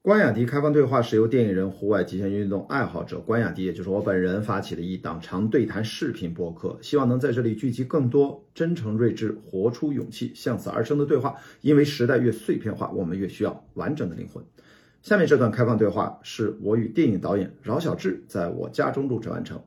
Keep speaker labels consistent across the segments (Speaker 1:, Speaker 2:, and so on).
Speaker 1: 关雅迪开放对话是由电影人、户外极限运动爱好者关雅迪，也就是我本人发起的一档长对谈视频播客，希望能在这里聚集更多真诚、睿智、活出勇气、向死而生的对话。因为时代越碎片化，我们越需要完整的灵魂。下面这段开放对话是我与电影导演饶晓志在我家中录制完成。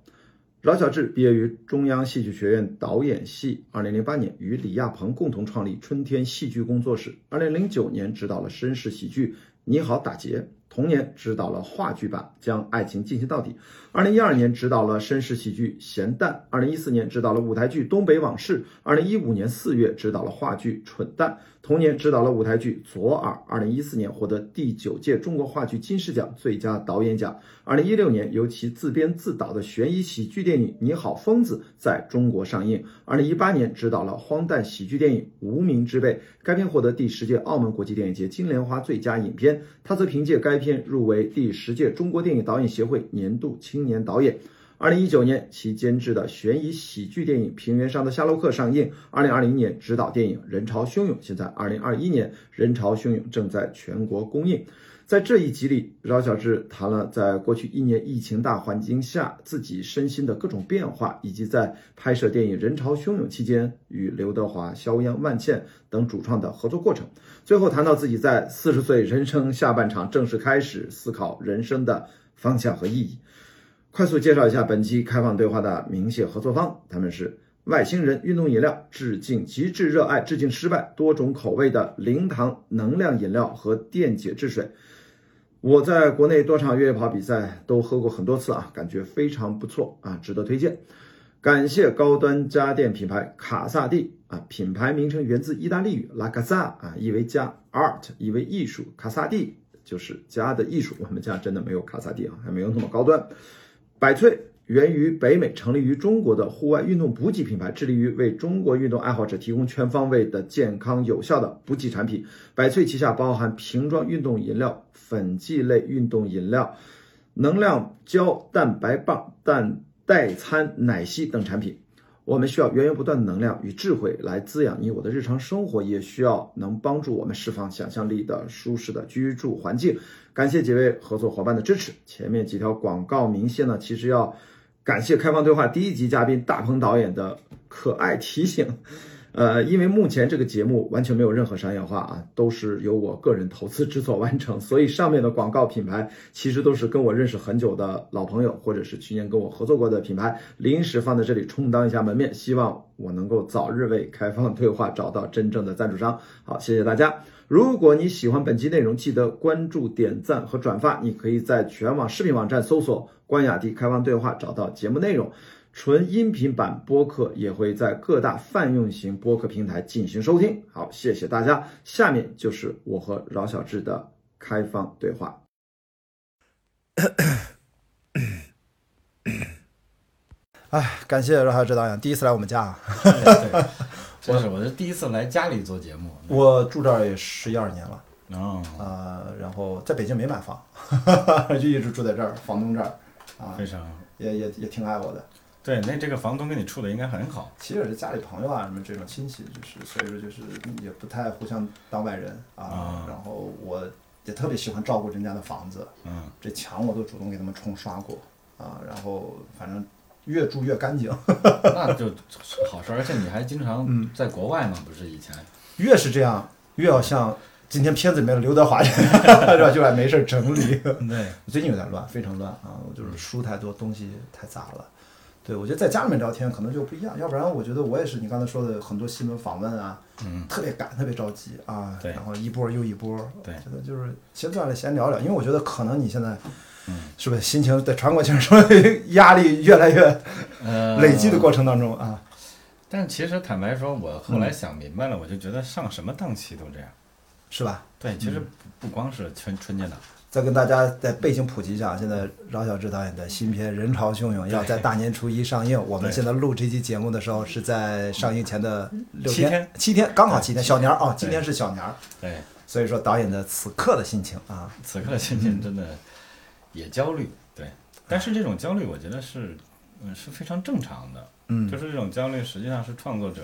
Speaker 1: 饶晓志毕业于中央戏剧学院导演系，二零零八年与李亚鹏共同创立春天戏剧工作室，二零零九年执导了绅士喜剧《你好，打劫》，同年执导了话剧版《将爱情进行到底》，二零一二年执导了绅士喜剧《咸蛋》，二零一四年执导了舞台剧《东北往事》，二零一五年四月执导了话剧《蠢蛋》，同年执导了舞台剧《左耳》，二零一四年获得第九届中国话剧金狮奖最佳导演奖，二零一六年由其自编自导的悬疑喜剧电影《你好，疯子》在中国上映。二零一八年执导了荒诞喜剧电影《无名之辈》，该片获得第十届澳门国际电影节金莲花最佳影片。他则凭借该片入围第十届中国电影导演协会年度青年导演。二零一九年，其监制的悬疑喜剧电影《平原上的夏洛克》上映。二零二零年，执导电影《人潮汹涌》，现在二零二一年，《人潮汹涌》正在全国公映。在这一集里，饶晓志谈了在过去一年疫情大环境下自己身心的各种变化，以及在拍摄电影《人潮汹涌》期间与刘德华、肖央、万茜等主创的合作过程。最后谈到自己在四十岁人生下半场正式开始思考人生的方向和意义。快速介绍一下本期开放对话的明显合作方，他们是外星人运动饮料，致敬极致热爱、致敬失败多种口味的零糖能量饮料和电解质水。我在国内多场越野跑比赛都喝过很多次啊，感觉非常不错啊，值得推荐。感谢高端家电品牌卡萨帝啊，品牌名称源自意大利语拉卡萨啊，意为家，art 意为艺术，卡萨帝就是家的艺术。我们家真的没有卡萨帝啊，还没有那么高端。百萃源于北美，成立于中国的户外运动补给品牌，致力于为中国运动爱好者提供全方位的健康有效的补给产品。百萃旗下包含瓶装运动饮料、粉剂类运动饮料、能量胶、蛋白棒、蛋代餐、奶昔等产品。我们需要源源不断的能量与智慧来滋养你我的日常生活，也需要能帮助我们释放想象力的舒适的居住环境。感谢几位合作伙伴的支持。前面几条广告明线呢，其实要感谢开放对话第一集嘉宾大鹏导演的可爱提醒。呃，因为目前这个节目完全没有任何商业化啊，都是由我个人投资制作完成，所以上面的广告品牌其实都是跟我认识很久的老朋友，或者是去年跟我合作过的品牌，临时放在这里充当一下门面，希望我能够早日为开放对话找到真正的赞助商。好，谢谢大家。如果你喜欢本期内容，记得关注、点赞和转发。你可以在全网视频网站搜索“关雅迪开放对话”找到节目内容。纯音频版播客也会在各大泛用型播客平台进行收听。好，谢谢大家。下面就是我和饶晓志的开放对话。哎，感谢饶晓志导演，第一次来我们家啊，
Speaker 2: 对，真是我是第一次来家里做节目。
Speaker 1: 我住这儿也十一二年了。
Speaker 2: 哦，
Speaker 1: 呃，然后在北京没买房， 就一直住在这儿，房东这儿，啊，
Speaker 2: 非常
Speaker 1: 也也也挺爱我的。
Speaker 2: 对。那这个房东跟你处的应该很好。
Speaker 1: 其实也是家里朋友啊，什么这种亲戚，就是所以说就是也不太互相当外人啊
Speaker 2: 啊。
Speaker 1: 然后我也特别喜欢照顾人家的房子，
Speaker 2: 嗯，
Speaker 1: 这墙我都主动给他们冲刷过啊。然后反正越住越干净，
Speaker 2: 那就好事儿，而且你还经常在国外嘛，不是以前？
Speaker 1: 越是这样，越要像今天片子里面的刘德华一样， 是吧？就爱没事儿整理。
Speaker 2: 嗯对，
Speaker 1: 最近有点乱，非常乱啊！我
Speaker 2: 嗯
Speaker 1: 就是书太多，东西太杂了。对，我觉得在家里面聊天可能就不一样，要不然我觉得我也是你刚才说的很多新闻访问啊，
Speaker 2: 嗯，
Speaker 1: 特别赶，特别着急啊，
Speaker 2: 对
Speaker 1: 然后一波又一波，
Speaker 2: 对
Speaker 1: 我觉得就是闲坐下来闲聊聊，因为我觉得可能你现在，
Speaker 2: 嗯，
Speaker 1: 是不是心情在传过去，说压力越来越
Speaker 2: 呃，
Speaker 1: 累积的过程当中啊，
Speaker 2: 但其实坦白说，我后来想明白了，我就觉得上什么档期都这样。
Speaker 1: 是吧？
Speaker 2: 对，其实不不光是春春节档，
Speaker 1: 再跟大家在背景普及一下，现在饶晓志导演的新片《人潮汹涌》要在大年初一上映。我们现在录这期节目的时候是在上映前的六
Speaker 2: 七
Speaker 1: 天
Speaker 2: 天，
Speaker 1: 七天刚好
Speaker 2: 对
Speaker 1: 七天，
Speaker 2: 七
Speaker 1: 小年儿
Speaker 2: 天
Speaker 1: 啊，今
Speaker 2: 对
Speaker 1: 天是小年儿，
Speaker 2: 对，
Speaker 1: 所以说导演的此刻的心情啊，
Speaker 2: 此刻的心情真的也焦虑，对。但是这种焦虑，我觉得是，嗯，是非常正常的。
Speaker 1: 嗯
Speaker 2: 就是这种焦虑，实际上是创作者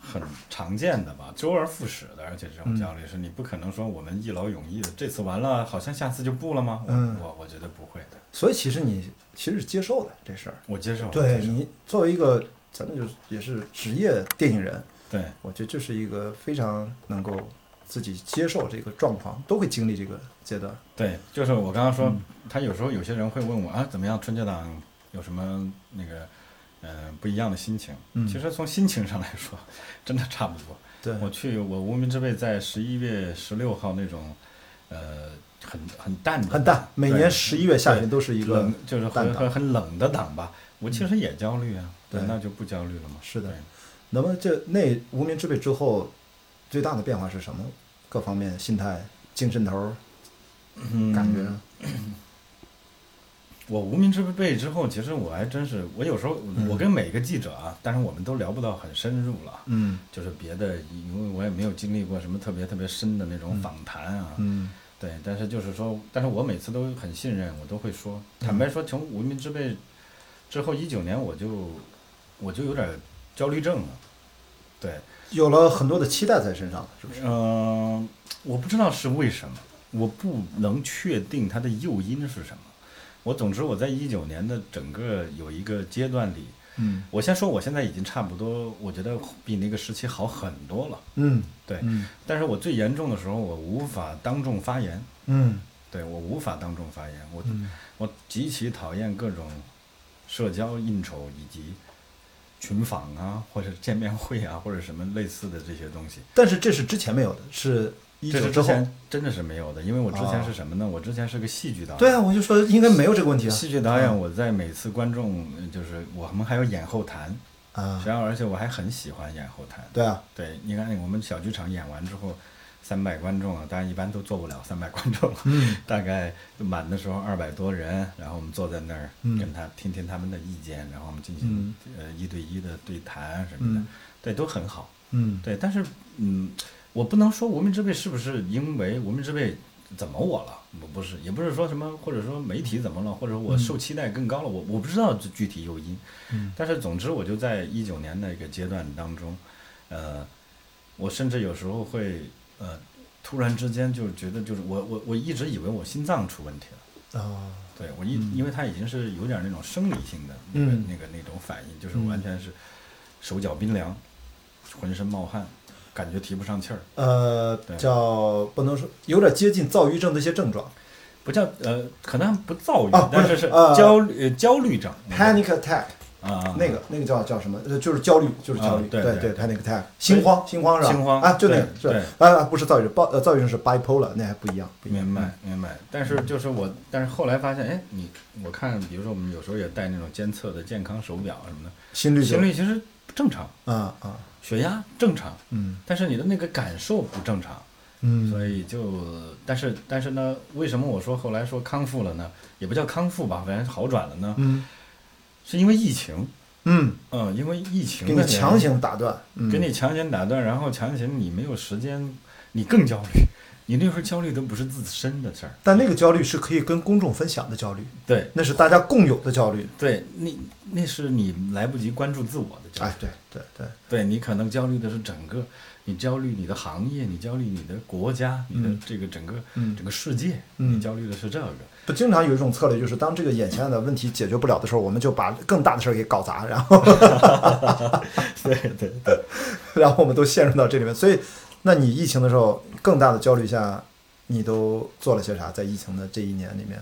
Speaker 2: 很常见的吧，周而复始的，而且这种焦虑
Speaker 3: 嗯
Speaker 2: 是你不可能说我们一劳永逸的，这次完了好像下次就不了吗？我、
Speaker 3: 嗯
Speaker 2: 我我觉得不会的，
Speaker 3: 所以其实你其实是接受的这事儿。
Speaker 2: 我接受，
Speaker 3: 对
Speaker 2: 接受
Speaker 3: 你作为一个，咱们就是也是职业电影人，
Speaker 2: 对
Speaker 3: 我觉得这是一个非常能够自己接受这个状况，都会经历这个阶段。
Speaker 2: 对，就是我刚刚说，
Speaker 3: 嗯
Speaker 2: 他有时候有些人会问我啊，怎么样春节档有什么那个嗯、呃不一样的心情？
Speaker 3: 嗯
Speaker 2: 其实从心情上来说，真的差不多。
Speaker 3: 对，
Speaker 2: 我去，我无名之辈在十一月十六号那种，呃，很很淡的，
Speaker 3: 很淡。每
Speaker 2: 对
Speaker 3: 年十一月下旬都是一个
Speaker 2: 冷，就是
Speaker 3: 淡
Speaker 2: 很
Speaker 3: 档嗯
Speaker 2: 很很冷的档吧。我其实也焦虑啊，
Speaker 3: 对
Speaker 2: 那就不焦虑了嘛。
Speaker 3: 是的
Speaker 2: 对，
Speaker 3: 那么这那无名之辈之后，最大的变化是什么？各方面心态、精神头儿、
Speaker 2: 嗯
Speaker 3: 感觉，
Speaker 2: 我无名之辈之后，其实我还真是，我有时候我跟每个记者啊，但是我们都聊不到很深入了啊，
Speaker 3: 嗯
Speaker 2: 就是别的，因为我也没有经历过什么特别特别深的那种
Speaker 3: 嗯
Speaker 2: 访谈啊。
Speaker 3: 嗯
Speaker 2: 对，但是就是说，但是我每次都很信任，我都会说。坦
Speaker 3: 嗯
Speaker 2: 白说，从无名之辈之后，一九年我就我就有点焦虑症了。对，
Speaker 3: 有了很多的期待在身上，是不是？
Speaker 2: 嗯、我不知道是为什么，我不能确定它的诱因是什么。我总之我在一九年的整个有一个阶段里，
Speaker 3: 嗯
Speaker 2: 我先说我现在已经差不多，我觉得比那个时期好很多了。
Speaker 3: 嗯，
Speaker 2: 对，
Speaker 3: 嗯
Speaker 2: 但是我最严重的时候，我无法当众发言。
Speaker 3: 嗯
Speaker 2: 对我无法当众发言，我、
Speaker 3: 嗯
Speaker 2: 我极其讨厌各种社交应酬以及群访啊，或者见面会啊，或者什么类似的这些东西。
Speaker 3: 但是这是之前没有的，是一
Speaker 2: 这
Speaker 3: 九
Speaker 2: 是
Speaker 3: 之
Speaker 2: 之
Speaker 3: 后。
Speaker 2: 前真的是没有的，因为我之前
Speaker 3: 啊
Speaker 2: 是什么呢？我之前是个戏剧导演。
Speaker 3: 对啊，我就说应该没有这个问题啊。
Speaker 2: 戏剧导演，我在每次观众呃就是我们还有演后谈，
Speaker 3: 啊，
Speaker 2: 然后而且我还很喜欢演后谈。
Speaker 3: 对啊，
Speaker 2: 对，你看我们小剧场演完之后，三百观众啊，当然一般都坐不了 三百观众，
Speaker 3: 嗯
Speaker 2: 大概满的时候二百多人，然后我们坐在那儿
Speaker 3: 嗯
Speaker 2: 跟他、听听他们的意见，然后我们进行、呃一对一的对谈什么的，
Speaker 3: 嗯
Speaker 2: 对，都很好。
Speaker 3: 嗯，
Speaker 2: 对，但是嗯，我不能说无名之辈是不是因为无名之辈怎么我了，我不是，也不是说什么，或者说媒体怎么了，或者我受期待更高了，我我不知道具具体诱因。
Speaker 3: 嗯
Speaker 2: 但是总之，我就在一九年那个阶段当中，呃，我甚至有时候会呃，突然之间就觉得就是我我我一直以为我心脏出问题了。
Speaker 1: 哦
Speaker 3: 啊，
Speaker 2: 对我一，因为它已经是有点那种生理性的那个、
Speaker 3: 嗯
Speaker 2: 那个那种反应，就是完全是手脚冰凉，浑身冒汗，感觉提不上气儿，
Speaker 3: 呃，
Speaker 2: 对
Speaker 3: 叫不能说有点接近躁郁症的一些症状
Speaker 2: 不叫呃，可能不躁郁，
Speaker 3: 啊不是
Speaker 2: 但是是
Speaker 3: 呃
Speaker 2: 焦虑、呃焦虑症
Speaker 1: 嗯
Speaker 3: ，panic attack，
Speaker 2: 啊
Speaker 3: 那个那个叫叫什么？呃就是焦虑，就是焦虑，
Speaker 2: 啊对
Speaker 3: 对
Speaker 2: 对
Speaker 3: p a n i c attack，心慌，心慌是吧？
Speaker 2: 心慌
Speaker 3: 啊，就那个
Speaker 2: 对
Speaker 3: 是
Speaker 2: 对
Speaker 3: 啊，不是躁郁症，暴呃躁郁症是 bipolar，那还不一样，不一样。嗯
Speaker 2: 明白明白，但是就是我，但是后来发现，哎，你我看，比如说我们有时候也戴那种监测的健康手表什么
Speaker 3: 心
Speaker 2: 的，
Speaker 3: 率就
Speaker 2: 心率其实正常，
Speaker 3: 啊啊，
Speaker 2: 血压正常，
Speaker 3: 嗯
Speaker 2: 但是你的那个感受不正常，
Speaker 3: 嗯
Speaker 2: 所以就，但是但是呢，为什么我说后来说康复了呢？也不叫康复吧，反正好转了呢，
Speaker 3: 嗯
Speaker 2: 是因为疫情，
Speaker 3: 嗯，
Speaker 2: 嗯，因为疫
Speaker 3: 给
Speaker 2: 情
Speaker 3: 你
Speaker 2: 的
Speaker 3: 强行打断，嗯
Speaker 2: 给你强行打断，然后强行你没有时间，你更焦虑，你那会儿焦虑都不是自身的事儿，
Speaker 3: 但那个焦虑是可以跟公众分享的焦虑，
Speaker 2: 对
Speaker 3: 那是大家共有的焦虑。
Speaker 2: 对，你那是你来不及关注自我的焦虑
Speaker 3: 哎，，对对对，
Speaker 2: 对你可能焦虑的是整个，你焦虑你的行业，你焦虑你的国家，你的
Speaker 3: 嗯
Speaker 2: 这个整个、
Speaker 3: 嗯
Speaker 2: 整个世界，
Speaker 3: 嗯
Speaker 2: 你焦虑的是 这个。
Speaker 3: 不，经常有一种策略，就是当这个眼前的问题解决不了的时候，我们就把更大的事儿给搞砸，然后
Speaker 2: 对对对，
Speaker 3: 然后我们都陷入到这里面。所以，那你疫情的时候，更大的焦虑下，你都做了些啥？在疫情的这一年里面，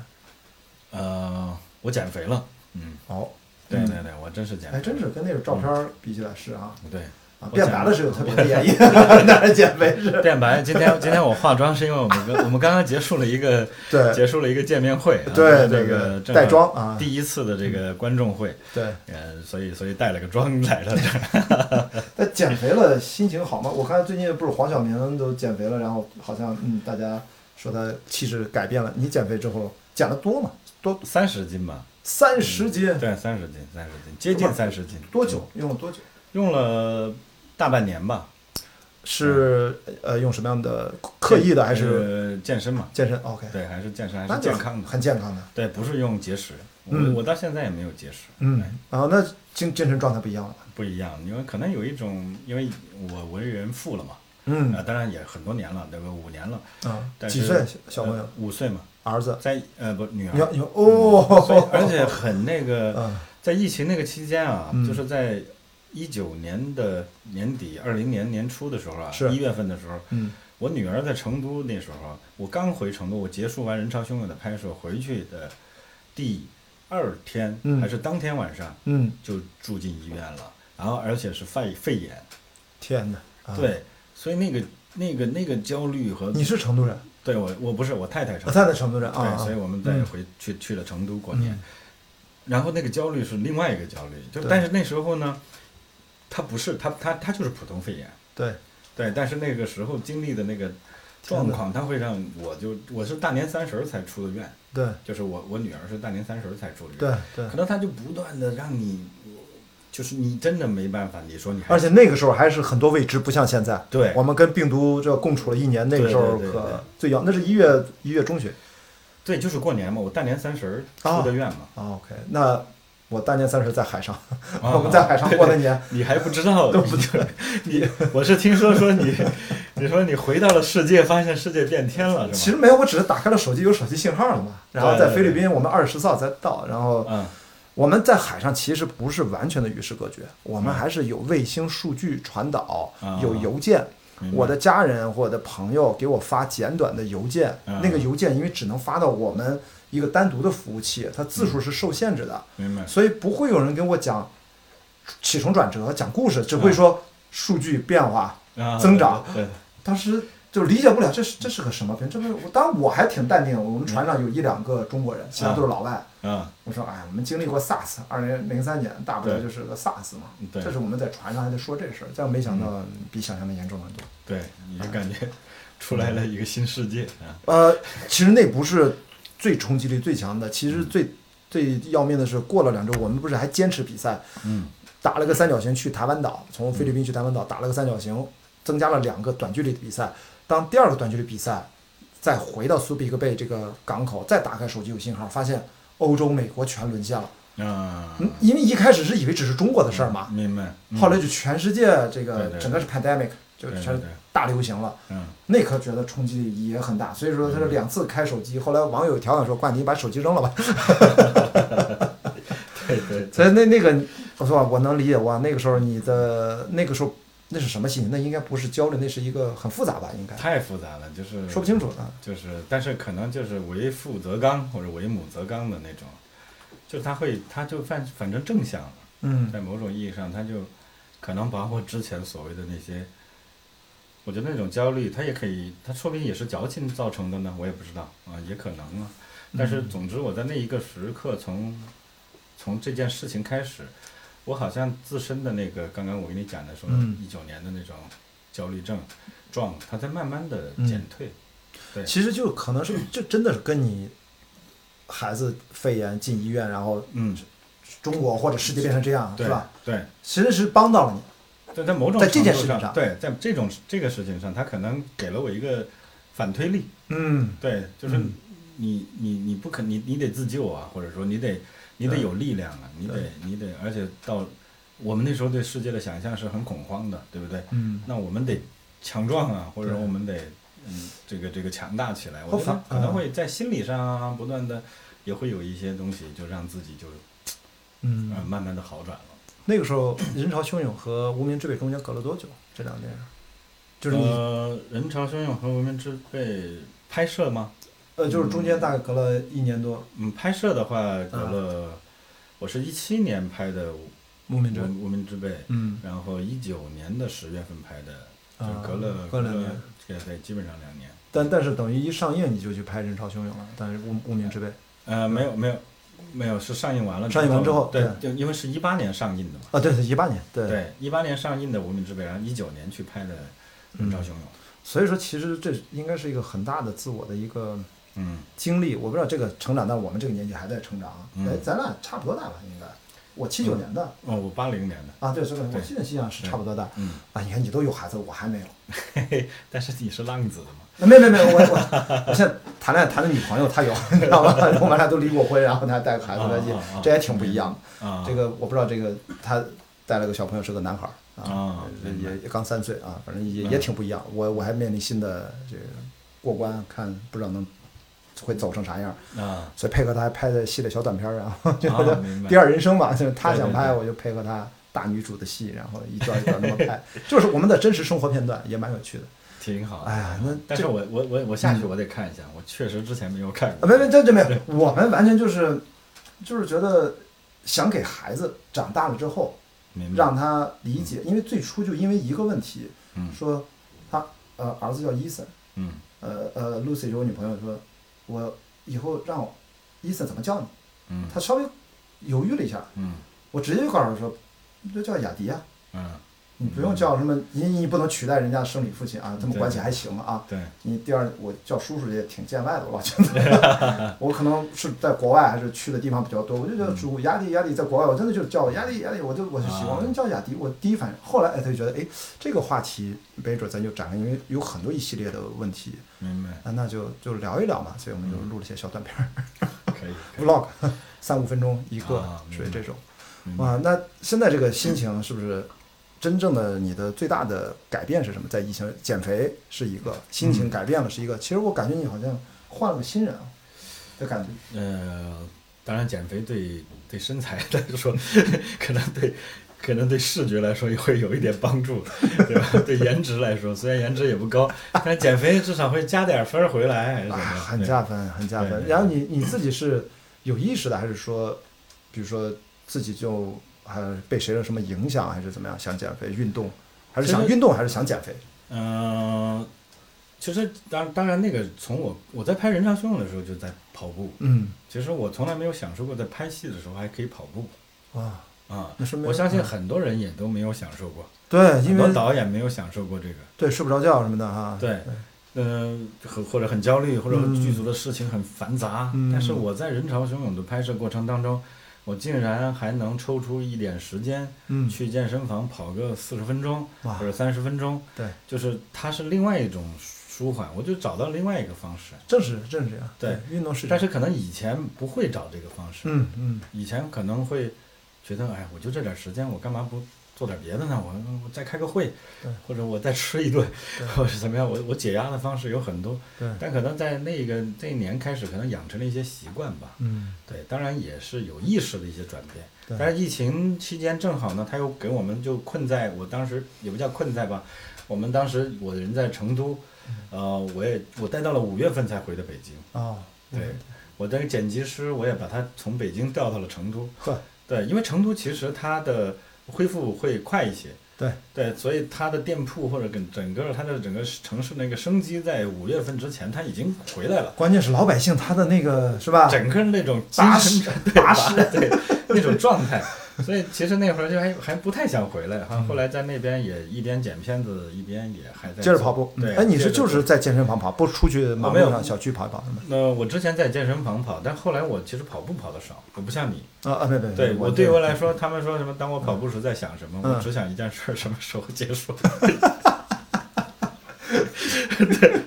Speaker 2: 呃，我减肥了，嗯，
Speaker 3: 哦，
Speaker 2: 对
Speaker 3: 嗯
Speaker 2: 对对，我真是减肥，
Speaker 3: 还真是跟那个照片儿比起来是啊，
Speaker 2: 对。
Speaker 3: 啊，
Speaker 2: 我
Speaker 3: 变
Speaker 2: 减
Speaker 3: 白
Speaker 2: 肥
Speaker 3: 了是有特别的原因， 当然减肥是
Speaker 2: 变白。今天今天我化妆是因为我们刚我们刚刚结束了一个
Speaker 3: 对
Speaker 2: 结束了一个见面会啊，
Speaker 3: 对
Speaker 2: 这
Speaker 3: 对
Speaker 2: 个
Speaker 3: 对
Speaker 2: 正好
Speaker 3: 带妆啊
Speaker 2: 第一次的这个观众会，
Speaker 3: 对。
Speaker 2: 呃，所以所以带了个妆来了这儿。
Speaker 3: 那减肥了心情好吗？我看最近不是黄晓明都减肥了，然后好像嗯，大家说他气质改变了。你减肥之后减的多吗？多
Speaker 2: 三十斤吧，
Speaker 3: 三十斤，
Speaker 2: 嗯对，三十斤，三十斤，接近三十斤。嗯
Speaker 3: 多久？用了多久？
Speaker 2: 用了大半年吧，
Speaker 3: 是呃用什么样的刻意的还是
Speaker 2: 呃健身嘛？
Speaker 3: 健身？OK，
Speaker 2: 对，还是健身，还
Speaker 3: 那
Speaker 2: 是
Speaker 3: 就
Speaker 2: 健
Speaker 3: 是
Speaker 2: 康的，
Speaker 3: 很健康的。
Speaker 2: 对，不是用节食。我
Speaker 3: 嗯
Speaker 2: 我到现在也没有节食，
Speaker 3: 嗯，然后那精精神状态不一样了吧。
Speaker 2: 不一样，因为可能有一种，因为我为人父了嘛，
Speaker 3: 嗯
Speaker 2: 啊，当然也很多年了，对吧？五年了，
Speaker 3: 啊，
Speaker 2: 呃但
Speaker 3: 几
Speaker 2: 是
Speaker 3: 岁小小朋友
Speaker 2: 呃？五岁嘛，
Speaker 3: 儿子？
Speaker 2: 在呃不女
Speaker 3: 你要
Speaker 2: 儿，
Speaker 3: 你要哦，
Speaker 2: 所以而且很那个，
Speaker 3: 嗯
Speaker 2: 在疫情那个期间啊，
Speaker 3: 嗯
Speaker 2: 就是在一九年的年底，二零年年初的时候啊，
Speaker 3: 是
Speaker 2: 一月份的时候，
Speaker 3: 嗯
Speaker 2: 我女儿在成都那时候，我刚回成都，我结束完《人潮汹涌》的拍摄回去的第二天、
Speaker 3: 嗯
Speaker 2: 还是当天晚上
Speaker 3: 嗯，
Speaker 2: 就住进医院了，然后而且是肺肺炎，
Speaker 3: 天哪！啊，
Speaker 2: 对，所以那个那个那个焦虑和
Speaker 3: 你是成都人，
Speaker 2: 对我我不是我太太成
Speaker 3: 我
Speaker 2: 都
Speaker 3: 太太成都人啊，
Speaker 2: 对，所以我们再回去去了成都过年
Speaker 3: 嗯，
Speaker 2: 然后那个焦虑是另外一个焦虑，就
Speaker 3: 对
Speaker 2: 但是那时候呢，他不是他他他就是普通肺炎，
Speaker 3: 对
Speaker 2: 对，但是那个时候经历的那个状况，它会让我就我是大年三十儿才出的院，
Speaker 3: 对
Speaker 2: 就是我我女儿是大年三十儿才出的院，
Speaker 3: 对对
Speaker 2: 可，能他就不断的让你，就是你真的没办法，你说你还
Speaker 3: 而且那个时候还是很多未知，不像现在。
Speaker 2: 对
Speaker 3: 我们跟病毒这共处了一年，那个时候
Speaker 2: 对对对对
Speaker 3: 可最要，那是一月一月中旬。
Speaker 2: 对，就是过年嘛，我大年三十儿
Speaker 3: 啊
Speaker 2: 出的院嘛，
Speaker 3: 啊 OK，那我大年三十在海上，
Speaker 2: 啊
Speaker 3: 我们在海上过的年。
Speaker 2: 你还不知道，
Speaker 3: 都
Speaker 2: 你就你我是听说说你，你说你回到了世界，发现世界变天了
Speaker 3: 其
Speaker 2: 是
Speaker 3: 实没有，我只是打开了手机，有手机信号了嘛。然后
Speaker 2: 对
Speaker 3: 在
Speaker 2: 对
Speaker 3: 菲律
Speaker 2: 对
Speaker 3: 宾，我们二十号才到，然后
Speaker 2: 吗？嗯，
Speaker 3: 我们在海上其实不是完全的与世隔绝，我
Speaker 2: 嗯
Speaker 3: 们还是有卫星数据传导，
Speaker 2: 啊
Speaker 3: 有邮件。
Speaker 2: 明白
Speaker 3: 我的家人或者朋友给我发简短的邮件，
Speaker 2: 嗯
Speaker 3: 那个邮件因为只能发到我们一个单独的服务器，它字数是受限制的，
Speaker 2: 明白。
Speaker 3: 所以不会有人跟我讲起承转折、讲故事，只
Speaker 2: 嗯
Speaker 3: 会说数据变化。
Speaker 2: 啊
Speaker 3: 增长
Speaker 2: 对，对
Speaker 3: 当时就理解不了这是这是个什么病，这不是我。当然我还挺淡定，我们船上有一两个中国人，其他都是老外。
Speaker 2: 对啊，
Speaker 3: 我说，哎，我们经历过 SARS，二零零三年，大不了
Speaker 2: 对
Speaker 3: 就是个 SARS 嘛。
Speaker 2: 对嗯
Speaker 3: 这是我们在船上还在说这事儿，但没想到比想象的严重很多。
Speaker 2: 对，你就感 觉出来了一个新世界啊。
Speaker 3: 呃，其实那不是最冲击力最强的，其实
Speaker 2: 嗯
Speaker 3: 最最要命的是，过了两周，我们不是还坚持比赛，
Speaker 2: 嗯，
Speaker 3: 打了个三角形去台湾岛，从菲律宾去台湾岛打了个三角形，增加了两个短距离的比赛。当第二个短距离比赛再回到苏比克贝这个港口，再打开手机有信号，发现欧洲、美国全沦陷了。
Speaker 2: 啊，
Speaker 3: 嗯，因为一开始是以为只是中国的事儿嘛，
Speaker 2: 明白。嗯
Speaker 3: 后来就全世界这个
Speaker 2: 对对
Speaker 3: 整个是 pandemic，就
Speaker 2: 对
Speaker 3: 全
Speaker 2: 对
Speaker 3: 是
Speaker 2: 对
Speaker 3: 大流行了。
Speaker 2: 嗯，
Speaker 3: 那刻觉得冲击力也很大，所以说他是两次开手机。后来网友调侃说：“冠，你把手机扔了吧。
Speaker 2: 对对”
Speaker 3: 所以那那个， 我说我能理解哇，那个时候你的那个时候那是什么心情？那应该不是焦虑，那是一个很复杂吧？应该
Speaker 2: 太复杂了，就是
Speaker 3: 说不清楚啊。
Speaker 2: 就是，但是可能就是为父则刚或者为母则刚的那种，就他会，他就反反正正向了，
Speaker 3: 嗯
Speaker 2: 在某种意义上，他就可能把我之前所谓的那些，我觉得那种焦虑，他也可以，他说不定也是矫情造成的呢，我也不知道啊，也可能啊。但
Speaker 3: 嗯
Speaker 2: 是总之，我在那一个时刻从，从这件事情开始，我好像自身的那个刚刚我跟你讲的说，
Speaker 3: 嗯
Speaker 2: 一九年的那种焦虑症状，它在慢慢的
Speaker 3: 嗯
Speaker 2: 减退。对
Speaker 3: 其实就可能是就真的是跟你孩子肺炎进医院，然后
Speaker 2: 嗯，
Speaker 3: 中国或者世界变成这样，
Speaker 2: 对
Speaker 3: 是吧？？
Speaker 2: 对，
Speaker 3: 其实是帮到了你。
Speaker 2: 在在某种
Speaker 3: 在这件
Speaker 2: 程
Speaker 3: 事
Speaker 2: 度
Speaker 3: 情上
Speaker 2: 上，对，在这种这个事情上，他可能给了我一个反推力。
Speaker 3: 嗯，
Speaker 2: 对，就是
Speaker 3: 嗯
Speaker 2: 你你你不肯你你得自救啊，或者说你得你得
Speaker 3: 对
Speaker 2: 有力量啊，你得
Speaker 3: 对
Speaker 2: 你得，而且到我们那时候对世界的想象是很恐慌的，对不对？
Speaker 3: 嗯，
Speaker 2: 那我们得强壮啊，或者说
Speaker 3: 对
Speaker 2: 我们得嗯这个这个强大起来。我
Speaker 3: 或
Speaker 2: 觉得
Speaker 3: 反
Speaker 2: 可能
Speaker 3: 嗯
Speaker 2: 会在心理上啊，不断的也会有一些东西，就让自己就
Speaker 3: 嗯
Speaker 2: 呃慢慢的好转了。
Speaker 3: 那个时候人潮汹涌和无名之辈中间隔了多久？这两个电影，就是你
Speaker 2: 呃，人潮汹涌和文明之辈拍摄吗？
Speaker 3: 呃，就是中间大概隔了一年多。
Speaker 2: 嗯，拍摄的话隔
Speaker 3: 嗯
Speaker 2: 了，我是一七年拍的《
Speaker 3: 无名之辈，
Speaker 2: 文文明之辈》，
Speaker 3: 嗯，
Speaker 2: 然后一九年的十月份拍的，
Speaker 3: 啊
Speaker 2: 就隔了
Speaker 3: 隔两年。，
Speaker 2: 对对，基本上两年。
Speaker 3: 但但是等于一上映你就去拍人潮汹涌了，但是无无名之辈
Speaker 2: 呃，没有没有没有，是上映完了
Speaker 3: 上映完之后
Speaker 2: 对，就因为是一八年上映的嘛，
Speaker 3: 啊，对对，一八年，对，
Speaker 2: 对，一八年上映的《无名之辈》，然后一九年去拍的《
Speaker 3: 嗯
Speaker 2: 人潮汹涌》，
Speaker 3: 所以说其实这应该是一个很大的自我的一个
Speaker 2: 嗯，
Speaker 3: 经历。我不知道这个成长到我们这个年纪还在成长，啊
Speaker 2: 嗯
Speaker 3: 哎，咱俩差不多大吧，应该我七九年的、
Speaker 2: 哦，我八零年的，
Speaker 3: 啊，对，这个我
Speaker 2: 对
Speaker 3: 记得西洋是差不多的。
Speaker 2: 嗯
Speaker 3: 啊，你看你都有孩子，我还没有。
Speaker 2: 嘿
Speaker 3: 嗯
Speaker 2: 嘿， 但是你是浪子的嘛？
Speaker 3: 啊没没没，我我我现在谈恋爱谈的女朋友她有，你知道吗？ 我们俩都离过婚，然后她带个孩子在一起
Speaker 2: 啊啊啊，
Speaker 3: 这也挺不一样的。
Speaker 2: 啊，
Speaker 3: 这个我不知道，这个他带了个小朋友是个男孩儿
Speaker 2: 啊
Speaker 3: 也也也刚三岁啊，反正也
Speaker 2: 嗯
Speaker 3: 也挺不一样。我我还面临新的这个过关，看不知道能会走成啥样。
Speaker 2: 啊，
Speaker 3: 所以配合他还拍的戏的小短片儿啊，就
Speaker 2: 啊
Speaker 3: 就
Speaker 2: 明白
Speaker 3: 第二人生嘛，就是他
Speaker 2: 对对
Speaker 3: 想
Speaker 2: 对
Speaker 3: 拍，我就配合他大女主的戏，然后一段一段那么拍， 就是我们的真实生活片段，也蛮有趣的。
Speaker 2: 挺好。
Speaker 3: 哎呀，那
Speaker 2: 啊但是我我我我下去我得看一下，我确实之前没有看
Speaker 3: 啊，
Speaker 2: 过。
Speaker 3: 没没，这这没有，我们完全就是就是觉得想给孩子长大了之后
Speaker 2: 明白。
Speaker 3: 让他理解，因为最初就因为一个问题，
Speaker 2: 嗯
Speaker 3: 说他呃儿子叫伊森，
Speaker 2: 嗯
Speaker 3: 呃呃 Lucy 是我女朋友说，我以后让我伊森怎么叫你？
Speaker 2: 嗯
Speaker 3: 他稍微犹豫了一下，
Speaker 2: 嗯
Speaker 3: 我直接就告诉他说，你就叫雅迪啊，
Speaker 2: 嗯，
Speaker 3: 你不用叫什么，你你不能取代人家生理父亲啊，这么关系还行啊。
Speaker 2: 对，
Speaker 3: 你第二，我叫叔叔也挺见外的，我老觉得， 我可能是在国外还是去的地方比较多，我就觉得主雅迪雅迪在国外，我真的就叫我雅迪雅迪，我就我就喜欢，
Speaker 2: 啊
Speaker 3: 我就叫雅迪，我第一反应。后来哎，他就觉得哎，这个话题没准咱就展开，因为有很多一系列的问题，啊
Speaker 2: 明白，
Speaker 3: 那那就就聊一聊嘛，所以我们就录了些小短片儿
Speaker 2: 可以。可以
Speaker 3: vlog，三 五分钟一个
Speaker 2: 啊，嗯明
Speaker 3: 属于
Speaker 2: 白
Speaker 3: 这种。
Speaker 2: 明白
Speaker 3: 哇，那现在这个心情是不是真正的你的最大的改变是什么？在疫情减肥是一个，
Speaker 2: 嗯
Speaker 3: 心情改变了是一个。其实我感觉你好像换了个新人啊，的感觉。
Speaker 2: 呃，当然减肥对对身材 来说，可能对可能对视觉来说也会有一点帮助，对吧？ 对颜值来说，虽然颜值也不高，但减肥至少会加点分儿回来，是吧？
Speaker 3: 啊，很
Speaker 2: 对
Speaker 3: 加分，很加
Speaker 2: 对
Speaker 3: 分。
Speaker 2: 对
Speaker 3: 然后你你自己是有意识的，还是说，比如说自己就还被谁的什么影响，还是怎么样想减肥运动，还是想
Speaker 2: 其实
Speaker 3: 运动，还是想减肥？
Speaker 2: 嗯，其实当当然，那个从我我在拍《人潮汹涌》的时候就在跑步。
Speaker 3: 嗯，
Speaker 2: 其实我从来没有享受过在拍戏的时候还可以跑步
Speaker 3: 哇，
Speaker 2: 啊！
Speaker 3: 那说明嗯
Speaker 2: 我相信很多人也都没有享受过，
Speaker 3: 对，
Speaker 2: 很
Speaker 3: 因
Speaker 2: 多
Speaker 3: 为
Speaker 2: 导演没有享受过这个。
Speaker 3: 对睡不着觉什么的哈。
Speaker 2: 对，嗯、很或者很焦虑，或者
Speaker 3: 嗯
Speaker 2: 剧组的事情很繁杂。
Speaker 3: 嗯
Speaker 2: 但是我在人潮汹涌的拍摄过程当中，我竟然还能抽出一点时间
Speaker 3: 嗯，啊
Speaker 2: 去健身房跑个四十分钟
Speaker 3: 哇
Speaker 2: 或，者三十分钟，
Speaker 3: 对，
Speaker 2: 就是它是另外一种舒缓，我就找到另外一个方式。
Speaker 3: 正是正是这样。
Speaker 2: 对，
Speaker 3: 运动是这样。
Speaker 2: 但是可能以前不会找这个方式，
Speaker 3: 嗯嗯，
Speaker 2: 以前可能会觉得，哎，我就这点时间，我干嘛不做点别的呢？我我再开个会
Speaker 3: 对，
Speaker 2: 或者我再吃一顿
Speaker 3: 对，
Speaker 2: 或者怎么样？我我解压的方式有很多，
Speaker 3: 对，
Speaker 2: 但可能在那个那一年开始，可能养成了一些习惯吧。
Speaker 3: 嗯，
Speaker 2: 对，当然也是有意识的一些转变。
Speaker 3: 对
Speaker 2: 但是疫情期间正好呢，他又给我们就困在我当时也不叫困在吧，我们当时我人在成都，呃，我也我待到了五月份才回的北京。
Speaker 3: 哦，
Speaker 2: 对，我的剪辑师我也把他从北京调到了成都。
Speaker 3: 呵，
Speaker 2: 对，因为成都其实它的恢复会快一些，
Speaker 3: 对，
Speaker 2: 对，所以它的店铺或者跟整个它的整个城市那个生机，在五月份之前它已经回来了，
Speaker 3: 关键是老百姓他的那个是吧？
Speaker 2: 整个那种精
Speaker 3: 拔
Speaker 2: 神
Speaker 3: 屎
Speaker 2: 对
Speaker 3: 啊拔
Speaker 2: 拔
Speaker 3: 屎
Speaker 2: 对那种状态。所以其实那会儿就还还不太想回来，哈，后来在那边也一边剪片子，一边也还在
Speaker 3: 接着
Speaker 2: 做
Speaker 3: 跑步，
Speaker 2: 对，
Speaker 3: 哎，你
Speaker 2: 接
Speaker 3: 是
Speaker 2: 着
Speaker 3: 就
Speaker 2: 做
Speaker 3: 是在健身房跑，不出去马
Speaker 2: 我
Speaker 3: 路
Speaker 2: 没有
Speaker 3: 上小区跑一跑是吗？
Speaker 2: 那我之前在健身房跑，但后来我其实跑步跑的少，我不像你，
Speaker 3: 啊啊，别别，
Speaker 2: 对我
Speaker 3: 我
Speaker 2: 对我来说，他们说什么？当我跑步时在想什么？
Speaker 3: 嗯
Speaker 2: 我只想一件事儿，什么时候结束？ 对，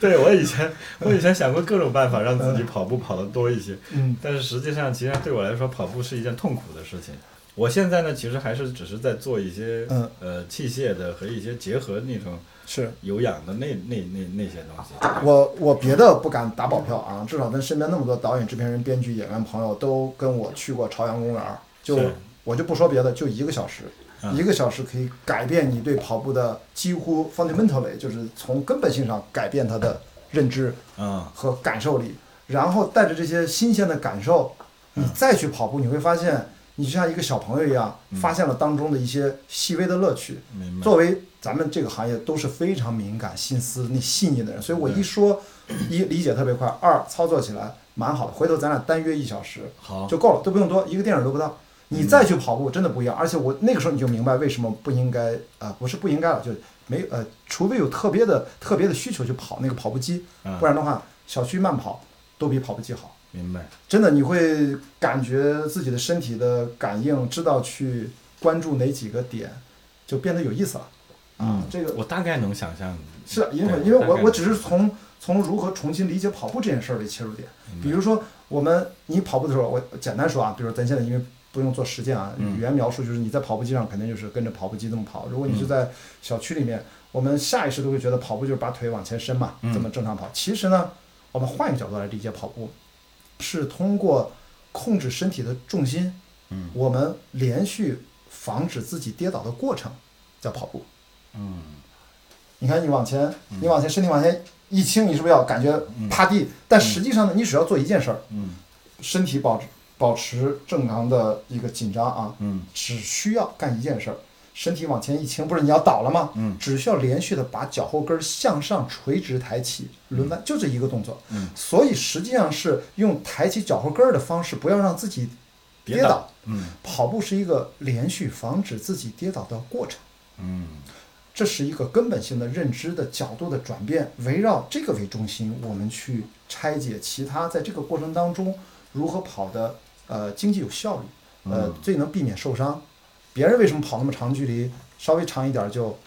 Speaker 2: 对我以前我以前想过各种办法让自己跑步跑得多一些，
Speaker 3: 嗯
Speaker 2: 但是实际上，其实对我来说，跑步是一件痛苦的事情。我现在呢，其实还是只是在做一些、
Speaker 3: 嗯
Speaker 2: 呃器械的和一些结合那种
Speaker 3: 是。
Speaker 2: 有氧的那那那那些东西。
Speaker 3: 我我别的不敢打保票啊，至少跟身边那么多导演、制片人、编剧、演员朋友都跟我去过朝阳公园儿，就是我就不说别的，就一个小时，
Speaker 2: 嗯
Speaker 3: 一个小时可以改变你对跑步的几乎 fundamentally，就是从根本性上改变他的认知，
Speaker 2: 啊、
Speaker 3: 和感受力，然后带着这些新鲜的感受，你再去跑步，你会发现你就像一个小朋友一样，发现了当中的一些细微的乐趣。
Speaker 2: 明白。
Speaker 3: 作为咱们这个行业都是非常敏感、心思那细腻的人，所以我一说，一理解特别快，二操作起来蛮好的。回头咱俩单约一小时
Speaker 2: 好，
Speaker 3: 就够了，都不用多，一个电影都不到。你再去跑步真的不一样，而且我那个时候你就明白为什么不应该啊、呃不是不应该了，就没呃，除非有特别的特别的需求去跑那个跑步机，
Speaker 2: 嗯
Speaker 3: 不然的话，小区慢跑都比跑步机好。
Speaker 2: 明白。
Speaker 3: 真的你会感觉自己的身体的感应，知道去关注哪几个点，就变得有意思了。啊，这个
Speaker 2: 我大概能想象。
Speaker 3: 是的，因为
Speaker 2: 对
Speaker 3: 因为
Speaker 2: 大
Speaker 3: 我
Speaker 2: 概
Speaker 3: 我只
Speaker 2: 能
Speaker 3: 是从从如何重新理解跑步这件事儿为切入点。
Speaker 2: 明白
Speaker 3: 比如说，我们你跑步的时候，我简单说啊，比如咱现在因为不用做实践啊，
Speaker 2: 嗯
Speaker 3: 语言描述就是你在跑步机上肯定就是跟着跑步机这么跑。如果你是
Speaker 2: 嗯
Speaker 3: 在小区里面，我们下意识都会觉得跑步就是把腿往前伸嘛，
Speaker 2: 嗯
Speaker 3: 这么正常跑。其实呢，我们换一个角度来理解跑步，是通过控制身体的重心，
Speaker 2: 嗯
Speaker 3: 我们连续防止自己跌倒的过程叫跑步。
Speaker 2: 嗯
Speaker 3: 你看你往前，你往前，身体往前一倾，你是不是要感觉趴地？但实际上呢，你只要做一件事儿，
Speaker 2: 嗯
Speaker 3: 身体保持保持正常的一个紧张啊，
Speaker 2: 嗯
Speaker 3: 只需要干一件事儿，身体往前一倾，不是你要倒了吗？
Speaker 2: 嗯
Speaker 3: 只需要连续的把脚后跟向上垂直抬起，轮弯就这一个动作。
Speaker 2: 嗯
Speaker 3: 所以实际上是用抬起脚后跟儿的方式，不要让自己跌
Speaker 2: 跌
Speaker 3: 倒
Speaker 2: 倒。嗯
Speaker 3: 跑步是一个连续防止自己跌倒的过程。
Speaker 2: 嗯
Speaker 3: 这是一个根本性的认知的角度的转变，围绕这个为中心，我们去拆解其他在这个过程当中如何跑的呃经济有效率，呃最能避免受伤。别人为什么跑那么长距离，稍微长一点就